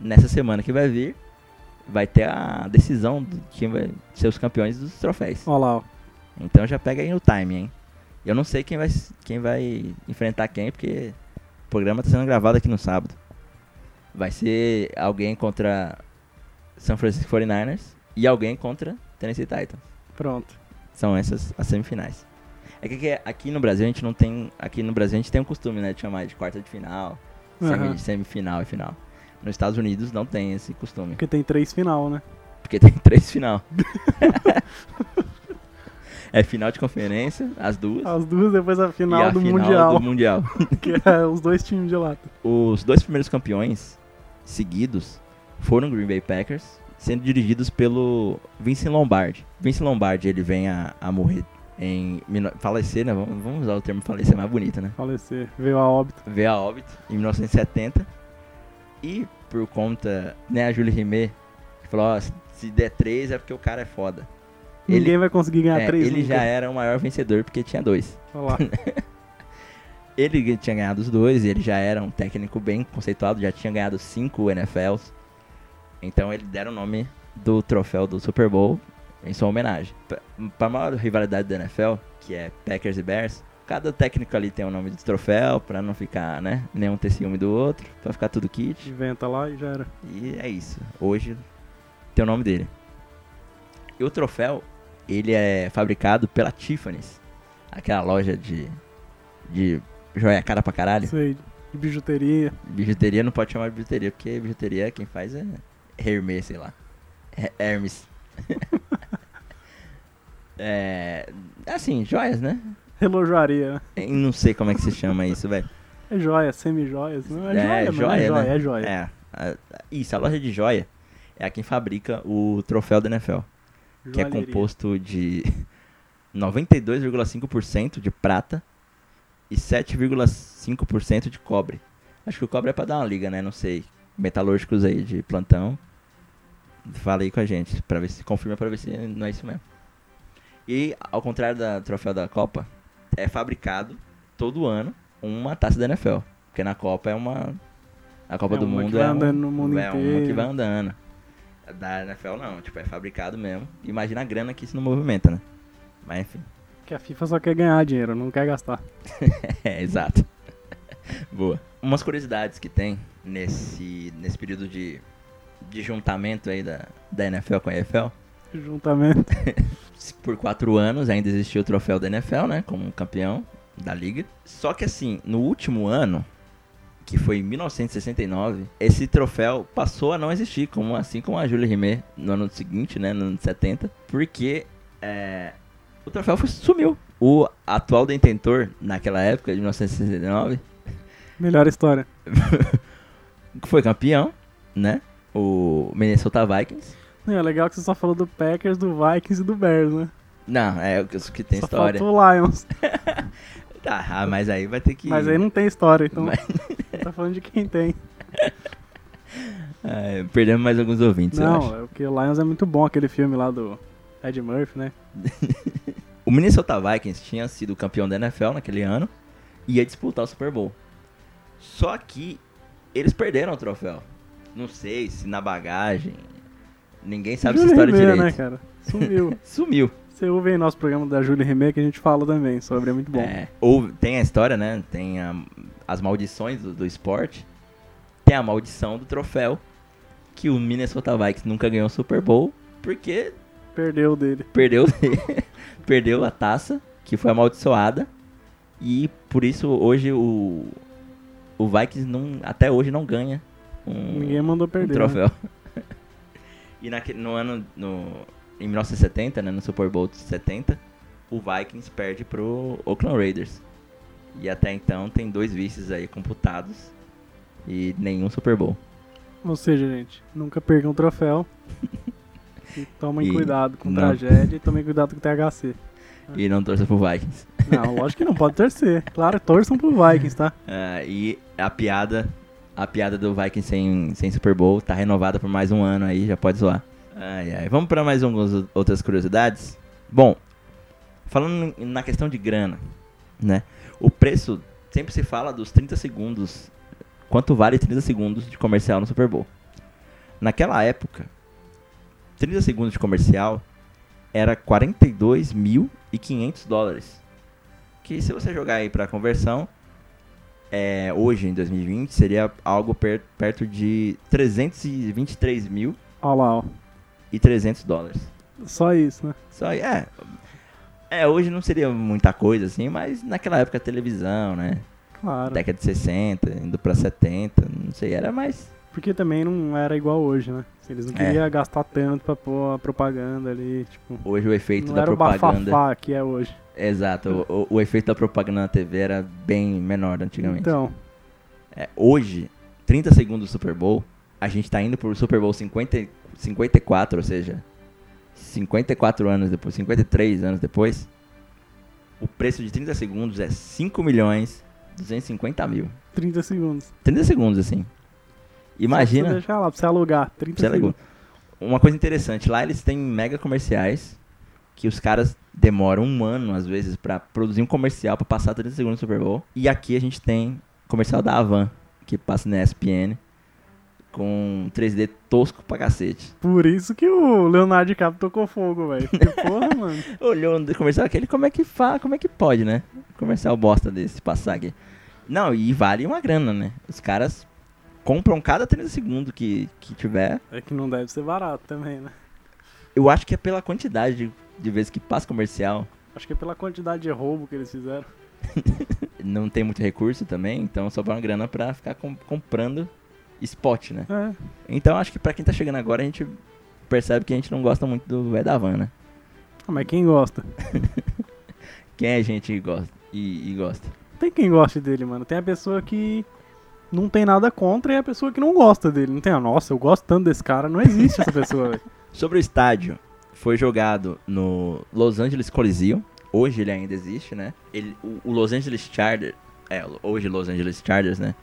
Speaker 1: Nessa semana que vai vir, vai ter a decisão de quem vai ser os campeões dos troféus.
Speaker 2: Ó lá, ó.
Speaker 1: Então já pega aí o time, hein? Eu não sei quem vai, quem vai enfrentar quem, porque o programa tá sendo gravado aqui no sábado. Vai ser alguém contra São Francisco 49ers e alguém contra Tennessee Titans.
Speaker 2: Pronto.
Speaker 1: São essas as semifinais. É que que aqui no Brasil a gente não tem. Aqui no Brasil a gente tem o costume, né, de chamar de quarta de final, semi-
Speaker 2: Aham.
Speaker 1: semifinal e final. Nos Estados Unidos não tem esse costume.
Speaker 2: Porque tem três final, né?
Speaker 1: Porque tem três final. é final de conferência, as duas.
Speaker 2: As duas depois a final
Speaker 1: e a
Speaker 2: do
Speaker 1: final
Speaker 2: Mundial.
Speaker 1: do Mundial.
Speaker 2: Que é os dois times de lá.
Speaker 1: Os dois primeiros campeões seguidos foram o Green Bay Packers, sendo dirigidos pelo Vincent Lombardi. Vincent Lombardi, ele vem a, a morrer em... mil- Falecer, né? Vamos, vamos usar o termo falecer mais bonito, né?
Speaker 2: Falecer. Veio a óbito.
Speaker 1: veio a óbito em 1970. E por conta, né, a Julie Rimet que falou, ó, se der três é porque o cara é foda. Ele,
Speaker 2: Ninguém vai conseguir ganhar
Speaker 1: é,
Speaker 2: três.
Speaker 1: ele
Speaker 2: nunca.
Speaker 1: já era o maior vencedor porque tinha dois.
Speaker 2: Ó lá.
Speaker 1: Ele que tinha ganhado os dois, ele já era um técnico bem conceituado, já tinha ganhado cinco NFLs. Então ele deram o nome do troféu do Super Bowl em sua homenagem. Pra- Pra maior rivalidade da NFL, que é Packers e Bears, cada técnico ali tem o nome do troféu, pra não ficar, né, nenhum ter ciúme do outro, pra ficar tudo kit.
Speaker 2: Inventa lá e já era.
Speaker 1: E é isso. Hoje tem o nome dele. E o troféu, ele é fabricado pela Tiffany's, aquela loja de, de joia cara pra caralho.
Speaker 2: Isso aí. De bijuteria.
Speaker 1: Bijuteria não pode chamar de bijuteria, porque bijuteria quem faz é Hermes, sei lá. Her- Hermes. é, assim, joias, né?
Speaker 2: Relojoaria. né?
Speaker 1: Eu não sei como é que se chama isso, velho.
Speaker 2: É joia, semi-joias. Não é,
Speaker 1: É,
Speaker 2: joia, mano.
Speaker 1: joia, né?
Speaker 2: É joia, é joia.
Speaker 1: É. a- a- Isso, a loja de joia é a quem fabrica o troféu da NFL, que é
Speaker 2: Joalheria.
Speaker 1: composto de 92,5% de prata e 7,5% de cobre. Acho que o cobre é pra dar uma liga, né? Não sei. Metalúrgicos aí de plantão. Fala aí com a gente, pra ver se confirma, pra ver se não é isso mesmo. E, ao contrário da troféu da Copa, é fabricado todo ano uma taça da NFL. Porque na Copa é uma. A Copa
Speaker 2: É
Speaker 1: do
Speaker 2: uma que
Speaker 1: Mundo
Speaker 2: vai
Speaker 1: é. um-
Speaker 2: andando no mundo
Speaker 1: é uma que
Speaker 2: inteiro.
Speaker 1: vai andando. A Da NFL não, tipo, é fabricado mesmo. Imagina a grana que isso não movimenta, né? Mas enfim.
Speaker 2: Que a FIFA só quer ganhar dinheiro, não quer gastar.
Speaker 1: É, exato. Boa. Umas curiosidades que tem nesse, nesse período de, de juntamento aí da, da NFL com a EFL.
Speaker 2: Juntamente.
Speaker 1: Por quatro anos ainda existiu o troféu da NFL, né? Como campeão da liga. Só que assim, no último ano, que foi em 1969, esse troféu passou a não existir, como, assim como a Júlia Rimet no ano seguinte, né? No ano de 70. Porque é, o troféu foi- sumiu. O atual detentor, naquela época, de 1969,
Speaker 2: Melhor história.
Speaker 1: que foi campeão, né? O Minnesota Vikings.
Speaker 2: Não, é legal que você só falou do Packers, do Vikings e do Bears, né?
Speaker 1: Não, é o que os que tem
Speaker 2: só
Speaker 1: história.
Speaker 2: faltou o Lions.
Speaker 1: Tá, ah, mas aí vai ter que.
Speaker 2: Mas aí não tem história, então
Speaker 1: Mas-
Speaker 2: tá falando de quem tem.
Speaker 1: É, perdemos mais alguns ouvintes, eu acho.
Speaker 2: Não, é porque o Lions é muito bom, aquele filme lá do Ed Murphy, né?
Speaker 1: O Minnesota Vikings tinha sido campeão da NFL naquele ano e ia disputar o Super Bowl. Só que eles perderam o troféu. Não sei se na bagagem. Ninguém sabe essa
Speaker 2: Júlio
Speaker 1: história
Speaker 2: Ribeiro,
Speaker 1: direito.
Speaker 2: né, cara? Sumiu.
Speaker 1: Sumiu.
Speaker 2: Você ouve aí nosso programa da Júlia Rimet que a gente fala também sobre, é muito bom.
Speaker 1: É, ou tem a história, né? Tem a- as maldições do, do esporte. Tem a maldição do troféu. Que o Minnesota Vikings nunca ganhou o Super Bowl. Porque
Speaker 2: Perdeu o dele.
Speaker 1: perdeu, perdeu a taça, que foi amaldiçoada. E por isso hoje o, o Vikings não, até hoje não ganha um,
Speaker 2: Ninguém mandou
Speaker 1: um
Speaker 2: perder. né?
Speaker 1: troféu. e naquele, no ano. No, em 1970, né, no Super Bowl de 70, o Vikings perde pro Oakland Raiders. E até então tem dois vices aí computados e nenhum Super Bowl.
Speaker 2: Ou seja, gente, nunca perca um troféu. E tomem
Speaker 1: E
Speaker 2: cuidado com
Speaker 1: não.
Speaker 2: tragédia e tomem cuidado com THC.
Speaker 1: E não torce pro Vikings.
Speaker 2: Não, lógico que não pode torcer. Claro, torçam pro Vikings, tá?
Speaker 1: Ah, e a piada, a piada do Vikings sem, sem Super Bowl tá renovada por mais um ano aí, já pode zoar. Ai, ai. Vamos para mais algumas o- outras curiosidades? Bom, falando em- na questão de grana, né? O preço, sempre se fala dos 30 segundos, quanto vale 30 segundos de comercial no Super Bowl. Naquela época, 30 segundos de comercial era 42.500 dólares. Que se você jogar aí para conversão, é, hoje, em 2020, seria algo per- perto de 323 mil
Speaker 2: Ó lá, ó.
Speaker 1: e 300 dólares.
Speaker 2: Só isso, né?
Speaker 1: Só aí, é. É, hoje não seria muita coisa assim, mas naquela época a televisão, né?
Speaker 2: Claro.
Speaker 1: Década de 60, indo pra 70, não sei, era mais.
Speaker 2: Porque também não era igual hoje, né? Eles não
Speaker 1: É.
Speaker 2: queriam gastar tanto pra pôr a propaganda ali, tipo.
Speaker 1: Hoje o efeito
Speaker 2: não
Speaker 1: da
Speaker 2: era o
Speaker 1: propaganda.
Speaker 2: bafafá que é hoje.
Speaker 1: Exato, o, o- o efeito da propaganda na TV era bem menor antigamente.
Speaker 2: Então,
Speaker 1: É, hoje, 30 segundos do Super Bowl, a gente tá indo pro Super Bowl 50, e- 54, ou seja, 54 anos depois, 53 anos depois, o preço de 30 segundos é 5 milhões 250 mil.
Speaker 2: 30 segundos.
Speaker 1: 30 segundos, assim.
Speaker 2: Só pra
Speaker 1: Imagina,
Speaker 2: você deixar lá, pra você alugar. 30
Speaker 1: você é
Speaker 2: segundos.
Speaker 1: alegou. uma coisa interessante, lá eles têm mega comerciais que os caras demoram um ano, às vezes, pra produzir um comercial pra passar 30 segundos no Super Bowl. E aqui a gente tem comercial da Avan, que passa na ESPN, com 3D tosco pra cacete.
Speaker 2: Por isso que o Leonardo DiCaprio tocou fogo, velho. Porque, porra, mano.
Speaker 1: olhou no comercial aquele, como é que fala, como é que pode, né? Comercial bosta desse passar aqui. Não, e vale uma grana, né? Os caras compram cada 30 segundos que, que tiver.
Speaker 2: É que não deve ser barato também, né?
Speaker 1: Eu acho que é pela quantidade de, de vezes que passa comercial.
Speaker 2: Acho que é pela quantidade de roubo que eles fizeram.
Speaker 1: Não tem muito recurso também, então sobra uma grana pra ficar com- comprando spot, né?
Speaker 2: É.
Speaker 1: Então acho que pra quem tá chegando agora, a gente percebe que a gente não gosta muito do Vedavan, né?
Speaker 2: Ah, Mas quem gosta?
Speaker 1: Quem é gente que gosta? E, e gosta.
Speaker 2: Tem quem goste dele, mano. Tem a pessoa que não tem nada contra e a pessoa que não gosta dele. Não tem a, nossa, eu gosto tanto desse cara. Não existe essa pessoa, velho.
Speaker 1: Sobre o estádio, foi jogado no Los Angeles Coliseum. Hoje ele ainda existe, né? Ele, o, o Los Angeles Chargers, é, hoje Los Angeles Chargers, né?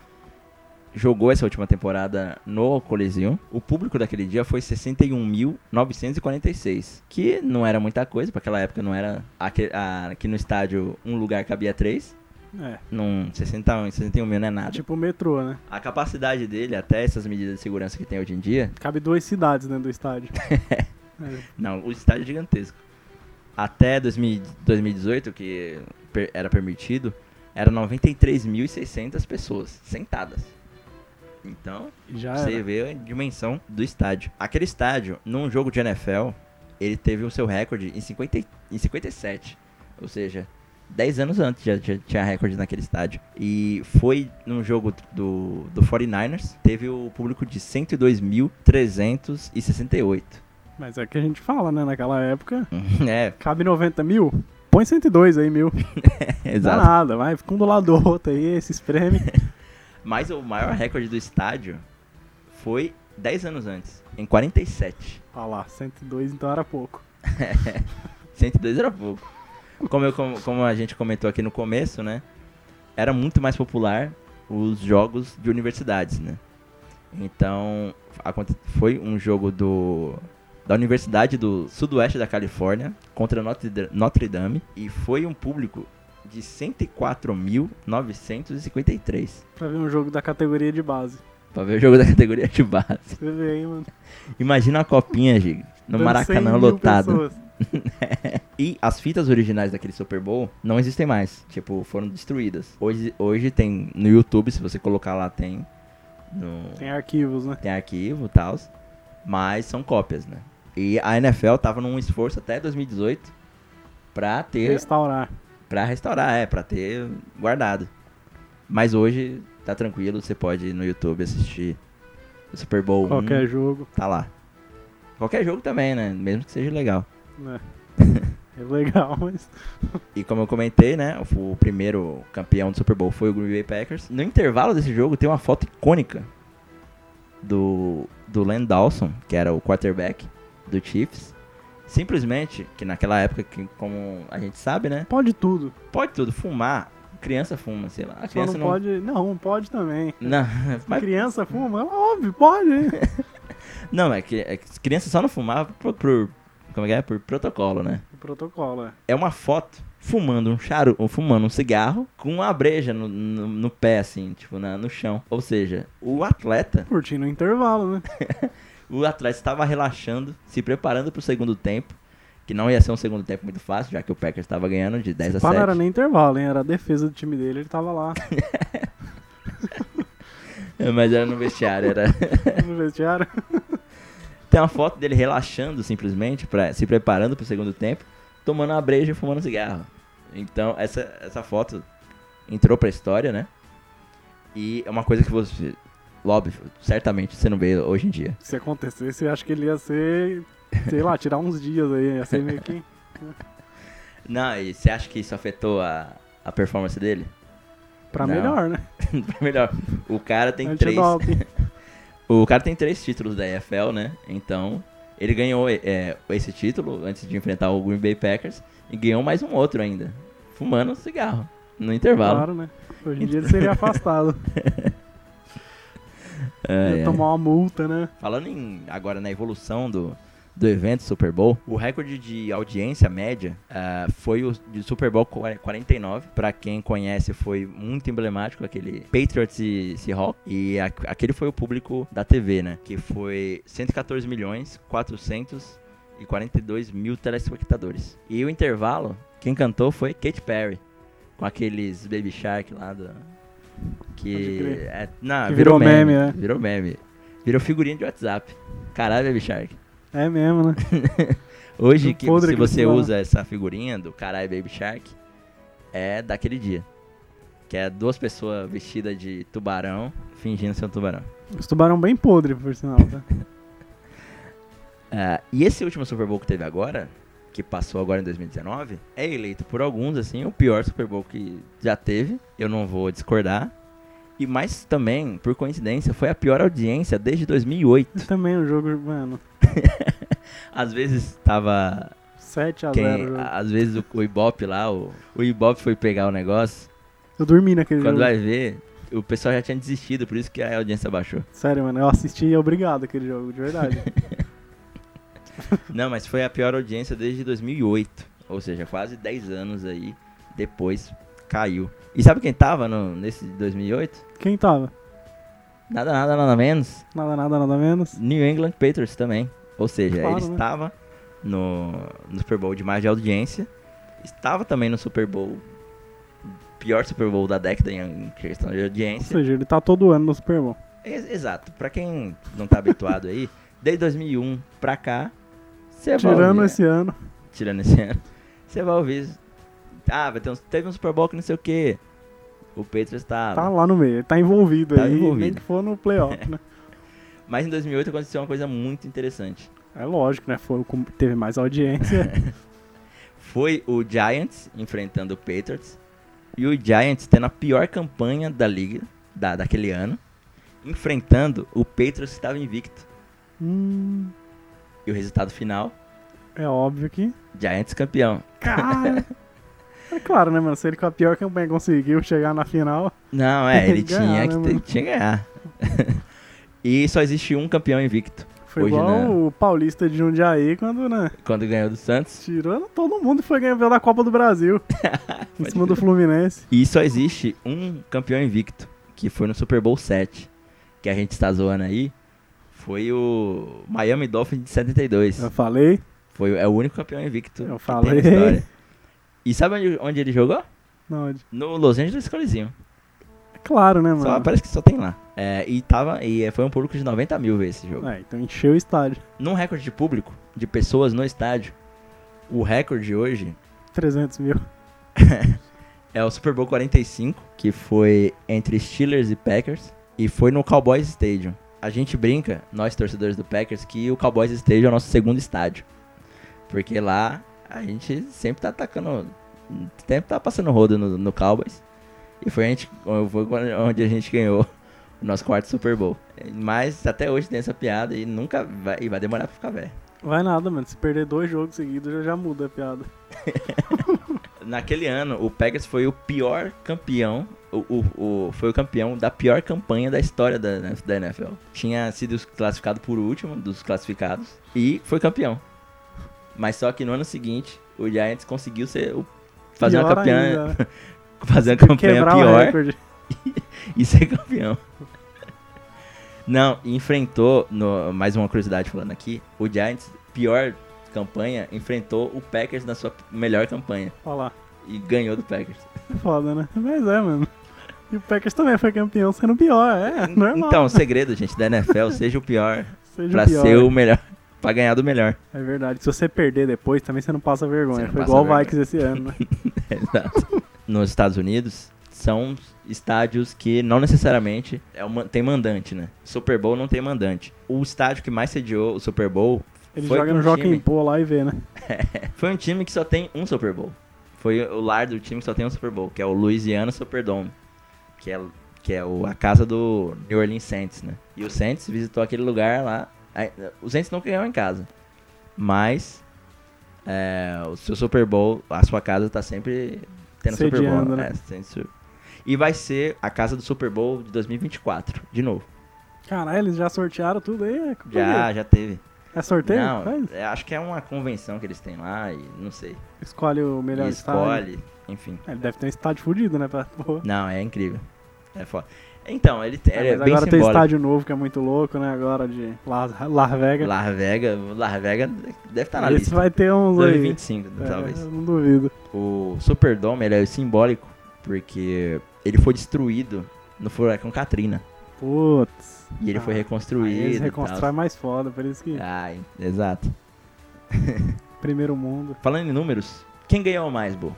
Speaker 1: Jogou essa última temporada no Coliseum. O público daquele dia foi 61.946, que não era muita coisa, para aquela época não era. Aqui, a- aqui no estádio um lugar cabia três.
Speaker 2: É,
Speaker 1: Num 60, 61 mil não é nada.
Speaker 2: tipo o metrô, né?
Speaker 1: A capacidade dele, até essas medidas de segurança que tem hoje em dia,
Speaker 2: Cabe duas cidades dentro do estádio. É,
Speaker 1: Não, o estádio é gigantesco. Até 2000 2018, que per- era permitido, eram 93.600 pessoas sentadas. Então,
Speaker 2: já
Speaker 1: você
Speaker 2: era.
Speaker 1: vê a dimensão do estádio. Aquele estádio, num jogo de NFL, ele teve o seu recorde em, 50, e- em 57. Ou seja, 10 anos antes já, já tinha recorde naquele estádio. E foi num jogo do, do 49ers, teve o público de 102.368.
Speaker 2: Mas é o que a gente fala, né? Naquela época,
Speaker 1: é,
Speaker 2: cabe 90 mil, põe 102 aí mil. Dá
Speaker 1: Exato.
Speaker 2: nada, vai, fica um do lado do outro aí, se espreme.
Speaker 1: Mas o maior recorde do estádio foi 10 anos antes, em 47.
Speaker 2: Olha lá, 102 então era pouco.
Speaker 1: 102 era pouco. Como, eu- como- como a gente comentou aqui no começo, né? Era muito mais popular os jogos de universidades, né? Então, aconte- foi um jogo do da Universidade do Sudoeste da Califórnia contra Notre, Da- Notre Dame e foi um público de 104.953
Speaker 2: Pra ver um jogo da categoria de base.
Speaker 1: para ver o jogo da categoria de base.
Speaker 2: Você vê aí, mano.
Speaker 1: Imagina a copinha, Giga, no
Speaker 2: dando 100
Speaker 1: Maracanã
Speaker 2: mil
Speaker 1: lotado.
Speaker 2: pessoas.
Speaker 1: E as fitas originais daquele Super Bowl não existem mais. Tipo, foram destruídas. Hoje, hoje tem no YouTube, se você colocar lá, tem. No,
Speaker 2: Tem arquivos, né?
Speaker 1: tem arquivo e tal. Mas são cópias, né? E a NFL tava num esforço até 2018 pra ter.
Speaker 2: Restaurar.
Speaker 1: Pra restaurar, é, pra ter guardado. Mas hoje tá tranquilo, você pode ir no YouTube assistir o Super Bowl. 1,
Speaker 2: Qualquer jogo.
Speaker 1: Tá lá. Qualquer jogo também, né? Mesmo que seja legal.
Speaker 2: né? É legal, mas.
Speaker 1: E como eu comentei, né? O o primeiro campeão do Super Bowl foi o Green Bay Packers. No intervalo desse jogo tem uma foto icônica do, do Len Dawson, que era o quarterback do Chiefs. Simplesmente, que naquela época, que, como a gente sabe, né?
Speaker 2: Pode tudo.
Speaker 1: Pode tudo, fumar. Criança fuma, sei lá. A
Speaker 2: Ah, Só
Speaker 1: criança
Speaker 2: não, pode. Não, pode também.
Speaker 1: Não, mas,
Speaker 2: Criança fuma? É Óbvio, pode. né?
Speaker 1: não é, que, é que criança só não fumava por, por- como é que é? por protocolo, né?
Speaker 2: O protocolo, é.
Speaker 1: é uma foto fumando um charu, ou fumando um cigarro com uma breja no, no, no pé, assim, tipo, na, no chão. Ou seja, o atleta,
Speaker 2: Curtindo o intervalo, né?
Speaker 1: o atleta estava relaxando, se preparando para o segundo tempo, que não ia ser um segundo tempo muito fácil, já que o Packers estava ganhando de 10 a
Speaker 2: Pá, não era
Speaker 1: 7.
Speaker 2: nem intervalo, hein? Era a defesa do time dele, ele tava lá
Speaker 1: Mas era no vestiário, era...
Speaker 2: no vestiário.
Speaker 1: Tem uma foto dele relaxando simplesmente, pra, se preparando pro segundo tempo, tomando uma breja e fumando cigarro. Então, essa, essa foto entrou pra história, né? E é uma coisa que você. Lobby, certamente você não vê hoje em dia.
Speaker 2: Se acontecesse, eu acho que ele ia ser. Sei lá, tirar uns dias aí. Ia ser meio que.
Speaker 1: Não, e você acha que isso afetou a, a performance dele?
Speaker 2: Pra
Speaker 1: Não.
Speaker 2: melhor, né?
Speaker 1: Pra Melhor, o cara tem
Speaker 2: Antes
Speaker 1: três.
Speaker 2: da Alpi.
Speaker 1: O cara tem três títulos da EFL, né? Então, ele ganhou é, esse título antes de enfrentar o Green Bay Packers e ganhou mais um outro ainda, fumando cigarro no intervalo.
Speaker 2: Claro, né? Hoje em dia ele seria afastado.
Speaker 1: É,
Speaker 2: ia
Speaker 1: é.
Speaker 2: tomar uma multa, né?
Speaker 1: Falando em- agora na evolução do, do evento Super Bowl, o recorde de audiência média ah, foi o de Super Bowl 49. Pra quem conhece, foi muito emblemático aquele Patriots e Seahawks. E a- aquele foi o público da TV, né? Que foi 114 milhões 442 mil telespectadores. E o intervalo, quem cantou foi Katy Perry. Com aqueles Baby Shark lá do...
Speaker 2: Pode
Speaker 1: Que...
Speaker 2: crer.
Speaker 1: É, não,
Speaker 2: Que
Speaker 1: virou,
Speaker 2: virou
Speaker 1: meme,
Speaker 2: meme, né?
Speaker 1: Virou meme. Virou figurinha de WhatsApp. Caralho, Baby Shark.
Speaker 2: É mesmo, né?
Speaker 1: Hoje,
Speaker 2: Do
Speaker 1: que,
Speaker 2: podre
Speaker 1: se
Speaker 2: que
Speaker 1: você
Speaker 2: eles falam.
Speaker 1: usa essa figurinha do caralho, Baby Shark, é daquele dia. Que é duas pessoas vestidas de tubarão, fingindo ser um tubarão.
Speaker 2: Os tubarão bem podre, por sinal, tá?
Speaker 1: Ah, e esse último Super Bowl que teve agora que passou agora em 2019, é eleito por alguns, assim, o pior Super Bowl que já teve. Eu não vou discordar. E mais também, por coincidência, foi a pior audiência desde 2008.
Speaker 2: Também um jogo, mano,
Speaker 1: Às vezes tava
Speaker 2: 7x0.
Speaker 1: quem,
Speaker 2: jogo.
Speaker 1: às vezes o, o Ibope lá, o, o Ibope foi pegar o negócio,
Speaker 2: Eu dormi naquele
Speaker 1: quando
Speaker 2: jogo.
Speaker 1: vai ver, o pessoal já tinha desistido, por isso que a audiência baixou.
Speaker 2: Sério, mano, eu assisti e é obrigado aquele jogo, de verdade.
Speaker 1: Não, mas foi a pior audiência desde 2008. Ou seja, quase 10 anos aí depois caiu. E sabe quem tava no, nesse 2008?
Speaker 2: Quem tava?
Speaker 1: Nada, nada, nada menos.
Speaker 2: Nada, nada, nada menos.
Speaker 1: New England Patriots também. Ou seja,
Speaker 2: Claro,
Speaker 1: ele
Speaker 2: né?
Speaker 1: estava no, no Super Bowl de mais de audiência. Estava também no Super Bowl. Pior Super Bowl da década em em questão de
Speaker 2: Ou
Speaker 1: audiência.
Speaker 2: seja, ele tá todo ano no Super Bowl.
Speaker 1: Ex- Exato. Pra quem não tá habituado aí, desde 2001 pra cá, você
Speaker 2: Tirando
Speaker 1: vai- né?
Speaker 2: esse ano.
Speaker 1: tirando esse ano, você vai ouvir. Ah, vai ter um, teve um Super Bowl que não sei o que. O Patriots tá.
Speaker 2: Tá lá no meio, ele tá envolvido
Speaker 1: Tá
Speaker 2: aí, nem
Speaker 1: envolvido.
Speaker 2: que for no playoff, né?
Speaker 1: Mas em 2008 aconteceu uma coisa muito interessante.
Speaker 2: É lógico, né? Foi o que teve mais audiência.
Speaker 1: É. Foi o Giants enfrentando o Patriots. E o Giants tendo a pior campanha da liga, da, daquele ano. Enfrentando o Patriots que estava invicto.
Speaker 2: hum,
Speaker 1: E o resultado final:
Speaker 2: é óbvio que.
Speaker 1: Giants campeão.
Speaker 2: Cara! É claro, né, mano? Se ele com a pior campanha conseguiu chegar na final,
Speaker 1: Não, é, ele
Speaker 2: Ganhar,
Speaker 1: tinha
Speaker 2: né,
Speaker 1: que ter-
Speaker 2: mano?
Speaker 1: tinha que ganhar. e só existe um campeão invicto.
Speaker 2: foi
Speaker 1: Hoje,
Speaker 2: igual
Speaker 1: né?
Speaker 2: o Paulista de Jundiaí quando, né?
Speaker 1: Quando ganhou do Santos.
Speaker 2: Tirando todo mundo e foi ganhando da Copa do Brasil. em cima do Fluminense.
Speaker 1: E só existe um campeão invicto, que foi no Super Bowl 7, que a gente está zoando aí. Foi o Miami Dolphins de 72.
Speaker 2: Eu falei.
Speaker 1: Foi, é o único campeão invicto
Speaker 2: Eu
Speaker 1: que tem na
Speaker 2: falei.
Speaker 1: história. E sabe onde, onde ele jogou?
Speaker 2: Não, é
Speaker 1: No Los Angeles Coliseum.
Speaker 2: claro, né,
Speaker 1: Só-
Speaker 2: mano?
Speaker 1: parece que só tem lá. É, e, tava, e foi um público de 90 mil ver esse jogo.
Speaker 2: É, então encheu o estádio.
Speaker 1: Num recorde de público, de pessoas no estádio, o recorde hoje
Speaker 2: 300 mil.
Speaker 1: É o Super Bowl 45, que foi entre Steelers e Packers, e foi no Cowboys Stadium. A gente brinca, nós torcedores do Packers, que o Cowboys Stadium é o nosso segundo estádio. Porque lá a gente sempre tá atacando, sempre tá passando rodo no, no Cowboys. E foi, a gente, foi quando- onde a gente ganhou o nosso quarto Super Bowl. Mas até hoje tem essa piada e nunca vai, e vai demorar pra ficar velho.
Speaker 2: Vai nada, mano. Se perder dois jogos seguidos, já, já muda a piada.
Speaker 1: Naquele ano, o Packers foi o pior campeão. O, o- o- foi o campeão da pior campanha da história da, né, da NFL. Tinha sido classificado por último dos classificados e foi campeão. Mas só que no ano seguinte, o Giants conseguiu ser o, fazer, uma
Speaker 2: Pior
Speaker 1: campeã,
Speaker 2: ainda. né?
Speaker 1: fazer uma campanha
Speaker 2: Quebrar o
Speaker 1: pior
Speaker 2: recorde.
Speaker 1: e ser campeão. Não, e enfrentou, no- mais uma curiosidade falando aqui, o Giants, pior campanha, enfrentou o Packers na sua melhor campanha
Speaker 2: Olha lá.
Speaker 1: e ganhou do Packers.
Speaker 2: Foda, né? Mas é, mano. E o Packers também foi campeão sendo pior. É, normal.
Speaker 1: Então, o segredo, gente, da NFL, seja o pior
Speaker 2: Seja
Speaker 1: pra
Speaker 2: pior.
Speaker 1: ser o melhor, pra ganhar do melhor.
Speaker 2: É verdade. Se você perder depois, também você não passa vergonha.
Speaker 1: Você não
Speaker 2: Foi
Speaker 1: passa
Speaker 2: igual o
Speaker 1: vergonha. É,
Speaker 2: Vikes esse ano, né?
Speaker 1: Exato. Nos Estados Unidos, são estádios que não necessariamente é uma, tem mandante, né? Super Bowl não tem mandante. O estádio que mais sediou o Super Bowl
Speaker 2: Ele
Speaker 1: Foi
Speaker 2: joga
Speaker 1: com
Speaker 2: no
Speaker 1: o
Speaker 2: Jockey
Speaker 1: time.
Speaker 2: Pô lá e vê, né?
Speaker 1: foi um time que só tem um Super Bowl. Foi o lar do time que só tem um Super Bowl, que é o Louisiana Superdome, que é, que é o, a casa do New Orleans Saints, né? E o Saints visitou aquele lugar lá. Aí, O Saints não ganhou em casa, mas é, o seu Super Bowl, a sua casa tá sempre tendo Super
Speaker 2: Sediando,
Speaker 1: Bowl.
Speaker 2: né?
Speaker 1: É, tem su- e vai ser a casa do Super Bowl de 2024, de novo.
Speaker 2: Caralho, eles já sortearam tudo aí? É, culpa
Speaker 1: Já, já teve.
Speaker 2: dele. É sorteio?
Speaker 1: Não,
Speaker 2: Faz.
Speaker 1: é, acho que é uma convenção que eles têm lá e não sei.
Speaker 2: Escolhe o melhor
Speaker 1: E
Speaker 2: estádio.
Speaker 1: escolhe, enfim.
Speaker 2: É, Ele deve ter um estádio fudido, né? Pra... Pô.
Speaker 1: Não, é incrível. É foda. Então, ele tem,
Speaker 2: É,
Speaker 1: ele é
Speaker 2: mas
Speaker 1: bem
Speaker 2: agora tem
Speaker 1: simbólico.
Speaker 2: estádio novo que é muito louco, né? Agora de Las, Las Vegas.
Speaker 1: Las Vegas, Las Vegas deve estar tá na
Speaker 2: Esse
Speaker 1: lista.
Speaker 2: vai ter uns aí.
Speaker 1: 2025,
Speaker 2: É,
Speaker 1: talvez.
Speaker 2: Não duvido.
Speaker 1: O Superdome, ele é simbólico porque ele foi destruído no furacão Katrina.
Speaker 2: Putz.
Speaker 1: E ele
Speaker 2: Ah,
Speaker 1: foi reconstruído.
Speaker 2: Aí eles
Speaker 1: e tal. É.
Speaker 2: reconstrói mais foda, por isso que
Speaker 1: Ai, exato.
Speaker 2: primeiro mundo.
Speaker 1: Falando em números, quem ganhou mais, Bo?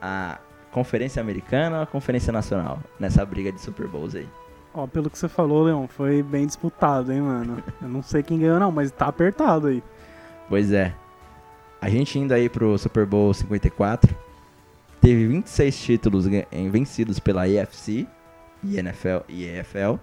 Speaker 1: A Conferência Americana ou a Conferência Nacional? Nessa briga de Super Bowls aí.
Speaker 2: Ó, pelo que você falou, Leon, foi bem disputado, hein, mano. Eu não sei quem ganhou não, mas tá apertado aí.
Speaker 1: Pois é. A gente indo aí pro Super Bowl 54, teve 26 títulos gan- em- vencidos pela AFC e NFL e EFL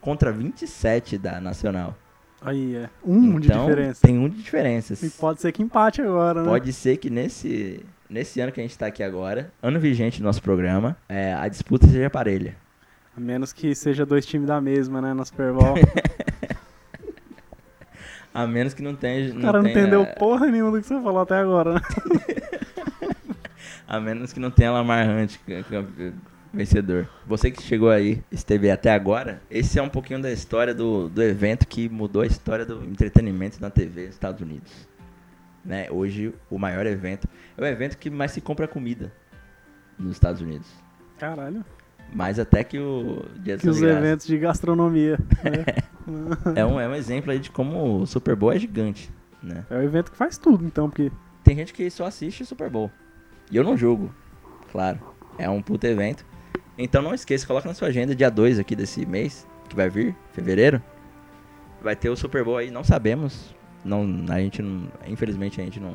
Speaker 1: contra 27 da Nacional.
Speaker 2: Aí é. Um de
Speaker 1: Então,
Speaker 2: diferença.
Speaker 1: Tem um de diferença.
Speaker 2: E pode ser que empate agora, né?
Speaker 1: Pode ser que nesse, nesse ano que a gente tá aqui agora, ano vigente do nosso programa, é, a disputa seja parelha.
Speaker 2: A menos que seja dois times da mesma, né? Na Super Bowl.
Speaker 1: A menos que não é. tenha.
Speaker 2: O cara não
Speaker 1: tenha-
Speaker 2: entendeu porra nenhuma do que você falou até agora, né?
Speaker 1: A menos que não tenha Lamar Hunt c- c- vencedor. Você que chegou aí, esteve até agora, esse é um pouquinho da história do, do evento que mudou a história do entretenimento na TV nos Estados Unidos. Né? Hoje, o maior evento é o evento que mais se compra comida nos Estados Unidos.
Speaker 2: Caralho.
Speaker 1: Mais até que o Dia das
Speaker 2: Que os
Speaker 1: Graças.
Speaker 2: eventos de gastronomia. Né?
Speaker 1: É um, é um exemplo aí de como o Super Bowl é gigante, né?
Speaker 2: é o evento que faz tudo, então, porque
Speaker 1: Tem gente que só assiste Super Bowl. E eu não julgo, claro. É um puto evento. Então não esqueça, coloca na sua agenda dia 2 aqui desse mês, que vai vir, fevereiro. Vai ter o Super Bowl aí, não sabemos. Não, a gente não, infelizmente a gente não.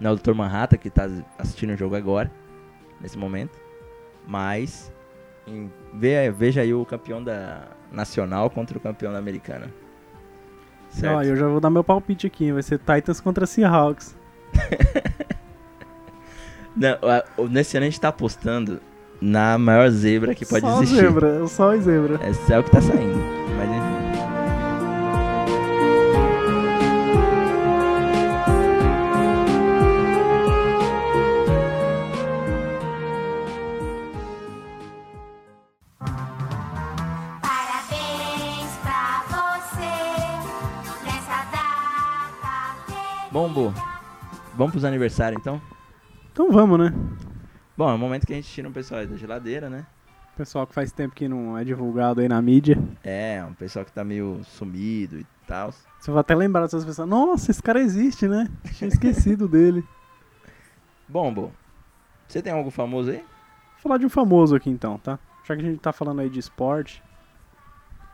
Speaker 1: Não é o Dr. Manhattan que tá assistindo o jogo agora, nesse momento. Mas em- vê- veja aí o campeão da nacional contra o campeão da americana. Certo?
Speaker 2: Ó, eu já vou dar meu palpite aqui, vai ser Titans contra Seahawks.
Speaker 1: Não, a- o- nesse ano a gente tá apostando na maior zebra que pode
Speaker 2: só
Speaker 1: existir.
Speaker 2: zebra, só zebra.
Speaker 1: Esse é o que tá saindo. Mas enfim.
Speaker 4: Parabéns pra você nessa data feliz.
Speaker 1: Bom, Bu, vamos pros aniversários então?
Speaker 2: Então vamos, né?
Speaker 1: Bom, é o momento que a gente tira um pessoal aí da geladeira, né?
Speaker 2: Pessoal que faz tempo que não é divulgado aí na mídia.
Speaker 1: É, um pessoal que tá meio sumido e tal.
Speaker 2: Você vai até lembrar dessas pessoas. Nossa, esse cara existe, né? Tinha esquecido dele.
Speaker 1: Bom, Bu, você tem algo famoso aí?
Speaker 2: Vou falar de um famoso aqui então, tá? Já que a gente tá falando aí de esporte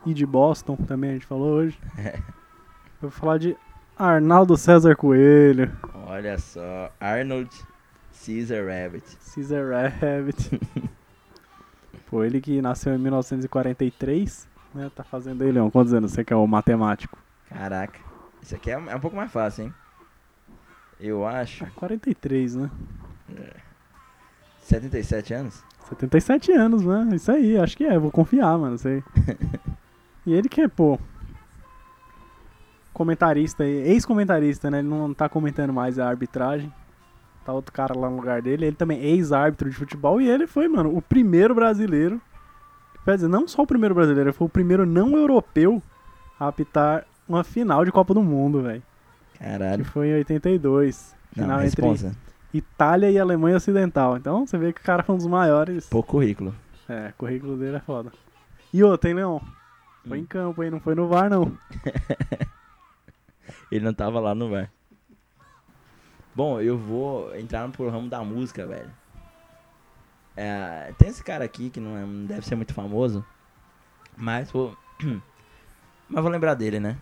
Speaker 2: e de Boston também a gente falou hoje. Eu vou falar de Arnaldo César Coelho,
Speaker 1: Olha só, Arnold Caesar Rabbit.
Speaker 2: Caesar Rabbit. Pô, ele que nasceu em 1943, né? Tá fazendo aí, Leon, quantos anos você que é o matemático?
Speaker 1: Caraca, isso aqui é, é um pouco mais fácil, hein? Eu acho.
Speaker 2: Ah, 43, né?
Speaker 1: 77 anos?
Speaker 2: 77 anos, né? Isso aí, acho que é, vou confiar, mano, isso aí. e ele que é, pô, comentarista, aí, ex-comentarista, né? Ele não tá comentando mais a arbitragem. Tá outro cara lá no lugar dele. Ele também é ex-árbitro de futebol e ele foi, mano, o primeiro brasileiro. Quer dizer, não só o primeiro brasileiro, ele foi o primeiro não europeu a apitar uma final de Copa do Mundo, velho. Que
Speaker 1: Caralho.
Speaker 2: foi em 82.
Speaker 1: Não,
Speaker 2: Final entre
Speaker 1: responsa.
Speaker 2: Itália e Alemanha Ocidental. Então você vê que o cara foi um dos maiores.
Speaker 1: Pouco currículo.
Speaker 2: É, currículo dele é foda. E outra, hein, Leon? Foi
Speaker 1: Hum.
Speaker 2: em campo, hein? Não foi no VAR, não.
Speaker 1: Ele não tava lá no bar. Bom, eu vou entrar pro ramo da música, velho. É, tem esse cara aqui que não, é- não deve ser muito famoso, mas vou, mas vou lembrar dele, né?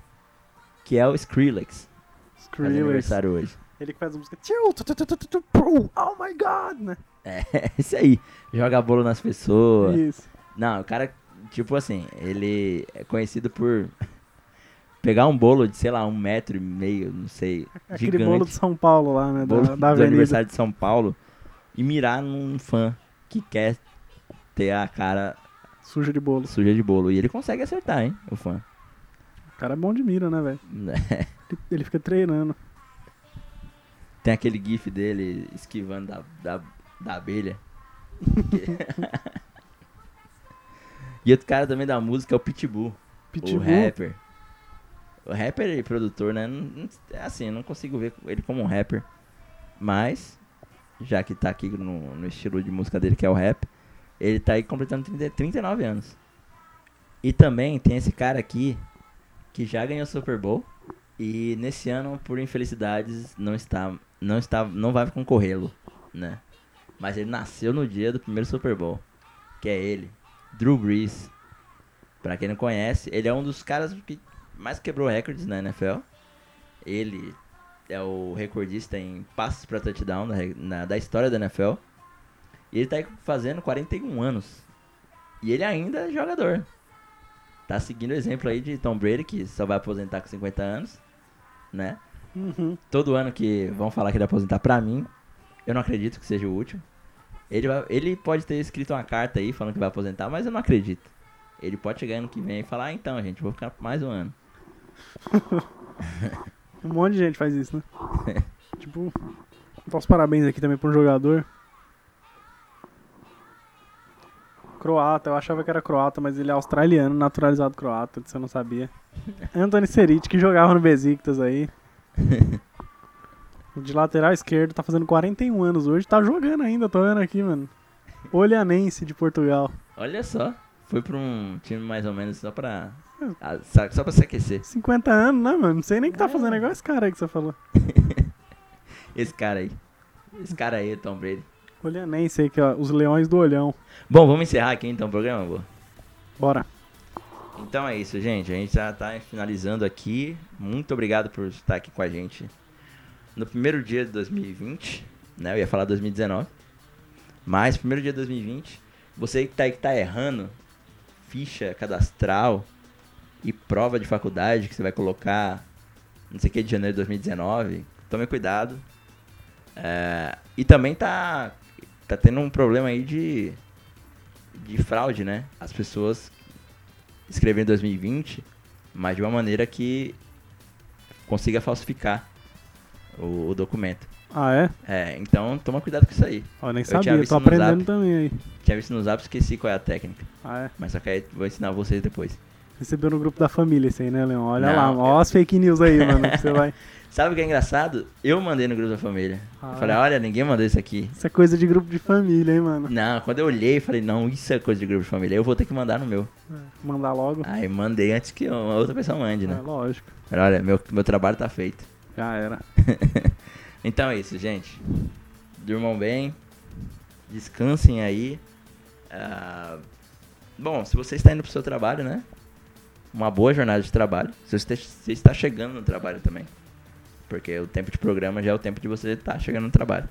Speaker 1: Que é o Skrillex. Faz
Speaker 2: Skrillex.
Speaker 1: aniversário hoje.
Speaker 2: Ele que faz a música. Tchau, tu, tu, tu, tu, tu, tu, pum, Oh my god, né?
Speaker 1: É, isso aí. Joga bolo nas pessoas.
Speaker 2: Isso.
Speaker 1: Não, o cara, tipo assim, ele é conhecido por pegar um bolo de, sei lá, um metro e meio, não sei.
Speaker 2: É Aquele
Speaker 1: gigante.
Speaker 2: bolo de São Paulo lá, né?
Speaker 1: bolo
Speaker 2: Da, da
Speaker 1: do
Speaker 2: avenida.
Speaker 1: aniversário de São Paulo e mirar num fã que quer ter a cara
Speaker 2: Sujo de bolo.
Speaker 1: suja de bolo. E ele consegue acertar, hein, o fã.
Speaker 2: O cara é bom de mira, né, velho? Ele, ele fica treinando.
Speaker 1: Tem aquele gif dele esquivando da, da, da abelha. e outro cara também da música é o Pitbull, o
Speaker 2: Pitbull.
Speaker 1: rapper. O rapper e produtor, né? não- não- é assim, eu não consigo ver ele como um rapper. Mas, já que tá aqui no, no estilo de música dele, que é o rap, ele tá aí completando 30, 39 anos. E também tem esse cara aqui que já ganhou o Super Bowl e nesse ano, por infelicidades, não está não está não vai concorrê-lo, né? Mas ele nasceu no dia do primeiro Super Bowl, que é ele, Drew Brees. Pra quem não conhece, ele é um dos caras que mais quebrou recordes na NFL. Ele é o recordista em passes pra touchdown da, re- na- da história da NFL. E ele tá aí fazendo 41 anos. E ele ainda é jogador. Tá seguindo o exemplo aí de Tom Brady, que só vai aposentar com 50 anos, né?
Speaker 2: Uhum.
Speaker 1: Todo ano que vão falar que ele vai aposentar pra mim, eu não acredito que seja o último. Ele, vai- ele pode ter escrito uma carta aí falando que vai aposentar, mas eu não acredito. Ele pode chegar ano que vem e falar, ah, então, gente, vou ficar mais um ano.
Speaker 2: Um monte de gente faz isso, né? tipo, dá os parabéns aqui também pra um jogador. Croata, eu achava que era croata, mas ele é australiano, naturalizado croata, você não sabia. Anthony Seric, que jogava no Besiktas aí. De lateral esquerdo, tá fazendo 41 anos hoje, tá jogando ainda, tô vendo aqui, mano. Olhanense de Portugal.
Speaker 1: Olha só, foi pra um time mais ou menos só pra. ah, sa- Só pra se aquecer.
Speaker 2: 50 anos, né, mano? Não sei nem o que tá fazendo, é igual esse cara aí que você falou.
Speaker 1: Esse cara aí. Esse cara aí, Tom Brady.
Speaker 2: Olhanense aí, que ó, os leões do olhão.
Speaker 1: Bom, vamos encerrar aqui então o programa, boa.
Speaker 2: Bora.
Speaker 1: Então é isso, gente. A gente já tá finalizando aqui. Muito obrigado por estar aqui com a gente no primeiro dia de 2020. Né? Eu ia falar 2019. Mas primeiro dia de 2020. Você que tá aí que tá errando ficha cadastral e prova de faculdade que você vai colocar não sei o que de janeiro de 2019, tome cuidado. É, e também tá, tá tendo um problema aí de, de fraude, né? As pessoas escrever em 2020, mas de uma maneira que consiga falsificar o, o documento.
Speaker 2: Ah, é?
Speaker 1: É, então toma cuidado com isso aí.
Speaker 2: Ó, nem
Speaker 1: Eu tinha
Speaker 2: sabia,
Speaker 1: visto
Speaker 2: tô
Speaker 1: no Zap.
Speaker 2: aprendendo também aí.
Speaker 1: Tinha visto no zap, esqueci qual é a técnica.
Speaker 2: Ah, é.
Speaker 1: Mas só que aí vou ensinar vocês depois.
Speaker 2: Recebeu no grupo da família esse aí, né, Leon? Olha
Speaker 1: Não,
Speaker 2: lá,
Speaker 1: eu-
Speaker 2: ó as fake news aí, mano. que Você vai.
Speaker 1: Sabe o que é engraçado? Eu mandei no grupo da família.
Speaker 2: Ah,
Speaker 1: eu falei,
Speaker 2: é?
Speaker 1: olha, ninguém mandou isso aqui.
Speaker 2: Isso é coisa de grupo de família, hein, mano.
Speaker 1: Não, quando eu olhei, eu falei, não, isso é coisa de grupo de família. Eu vou ter que mandar no meu.
Speaker 2: É, Mandar logo.
Speaker 1: Aí mandei antes que uma outra pessoa mande,
Speaker 2: É,
Speaker 1: né?
Speaker 2: lógico.
Speaker 1: Falei, olha, meu, meu trabalho tá feito.
Speaker 2: Já era.
Speaker 1: Então é isso, gente. Durmam bem. Descansem aí. Ah, bom, se você está indo pro seu trabalho, né? Uma boa jornada de trabalho. Se você, você está chegando no trabalho também. Porque o tempo de programa já é o tempo de você estar chegando no trabalho,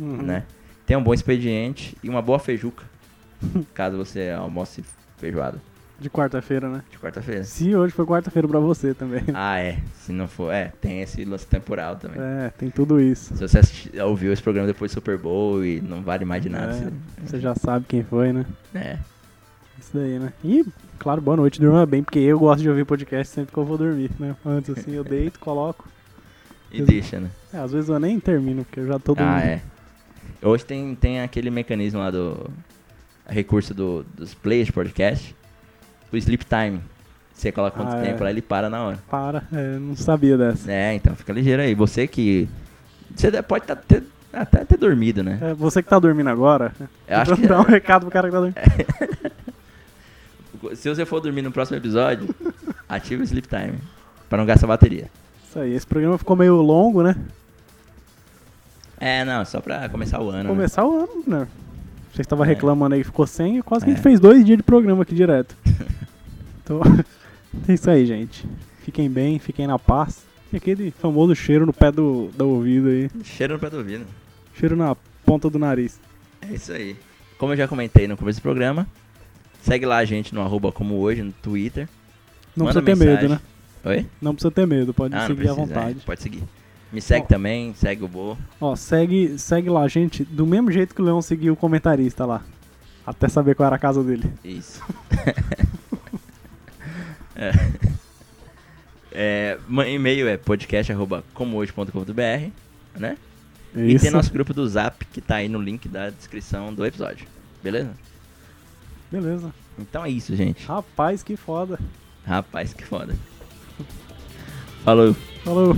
Speaker 2: Uhum.
Speaker 1: né? Tenha um bom expediente e uma boa feijuca. caso você almoce feijoada
Speaker 2: De quarta-feira, né?
Speaker 1: de quarta-feira.
Speaker 2: Se hoje foi quarta-feira pra você também.
Speaker 1: Ah, é. Se não for... É, tem esse lance temporal também.
Speaker 2: É, tem tudo isso.
Speaker 1: Se você assisti- ouviu esse programa depois do Super Bowl e não vale mais de nada.
Speaker 2: É, você já sabe quem foi, né?
Speaker 1: você- É.
Speaker 2: Isso daí, né? E, claro, boa noite, durma bem, porque eu gosto de ouvir podcast sempre que eu vou dormir, né? Antes, assim, eu deito, coloco.
Speaker 1: E deixa, né?
Speaker 2: É, às vezes eu nem termino, porque eu já tô dormindo.
Speaker 1: Ah, é. Hoje tem, tem aquele mecanismo lá do. Recurso do, dos players de podcast. O sleep time. Você coloca quanto
Speaker 2: Ah, é.
Speaker 1: tempo lá, ele para na hora.
Speaker 2: Para, é, não sabia dessa.
Speaker 1: É, então fica ligeiro aí. Você que. Você de- pode tá ter- até ter dormido, né?
Speaker 2: É, você que tá dormindo agora,
Speaker 1: Eu acho que- é.
Speaker 2: dá um recado pro cara que tá dormindo.
Speaker 1: Se você for dormir no próximo episódio, ativa o sleep time. Pra não gastar bateria.
Speaker 2: Isso aí, esse programa ficou meio longo, né?
Speaker 1: É, não, só pra começar o ano. né?
Speaker 2: Começar o ano, né? Você estava
Speaker 1: É.
Speaker 2: reclamando aí que ficou sem, quase que a gente
Speaker 1: É.
Speaker 2: fez dois dias de programa aqui direto. então, é isso aí, gente. Fiquem bem, fiquem na paz. E aquele famoso cheiro no pé do, do ouvido aí.
Speaker 1: Cheiro no pé do ouvido.
Speaker 2: Cheiro na ponta do nariz.
Speaker 1: É isso aí. Como eu já comentei no começo do programa, segue lá a gente no arroba como hoje, no Twitter.
Speaker 2: Não
Speaker 1: Manda
Speaker 2: precisa ter medo,
Speaker 1: mensagem.
Speaker 2: né?
Speaker 1: Oi?
Speaker 2: Não precisa ter medo, pode
Speaker 1: Ah, não
Speaker 2: seguir à
Speaker 1: precisa, é,
Speaker 2: vontade.
Speaker 1: pode seguir. Me segue
Speaker 2: Ó.
Speaker 1: também, segue o Bo.
Speaker 2: Ó, segue, segue lá, gente, do mesmo jeito que o Leão seguiu o comentarista lá. Até saber qual era a casa dele.
Speaker 1: Isso. é. É, ma- e-mail é podcast arroba comohoje.com.br, né? E
Speaker 2: É Isso.
Speaker 1: tem nosso grupo do Zap que tá aí no link da descrição do episódio. Beleza?
Speaker 2: Beleza.
Speaker 1: Então é isso, gente.
Speaker 2: Ah. Rapaz, que foda.
Speaker 1: Rapaz, que foda. Falou.
Speaker 2: Falou.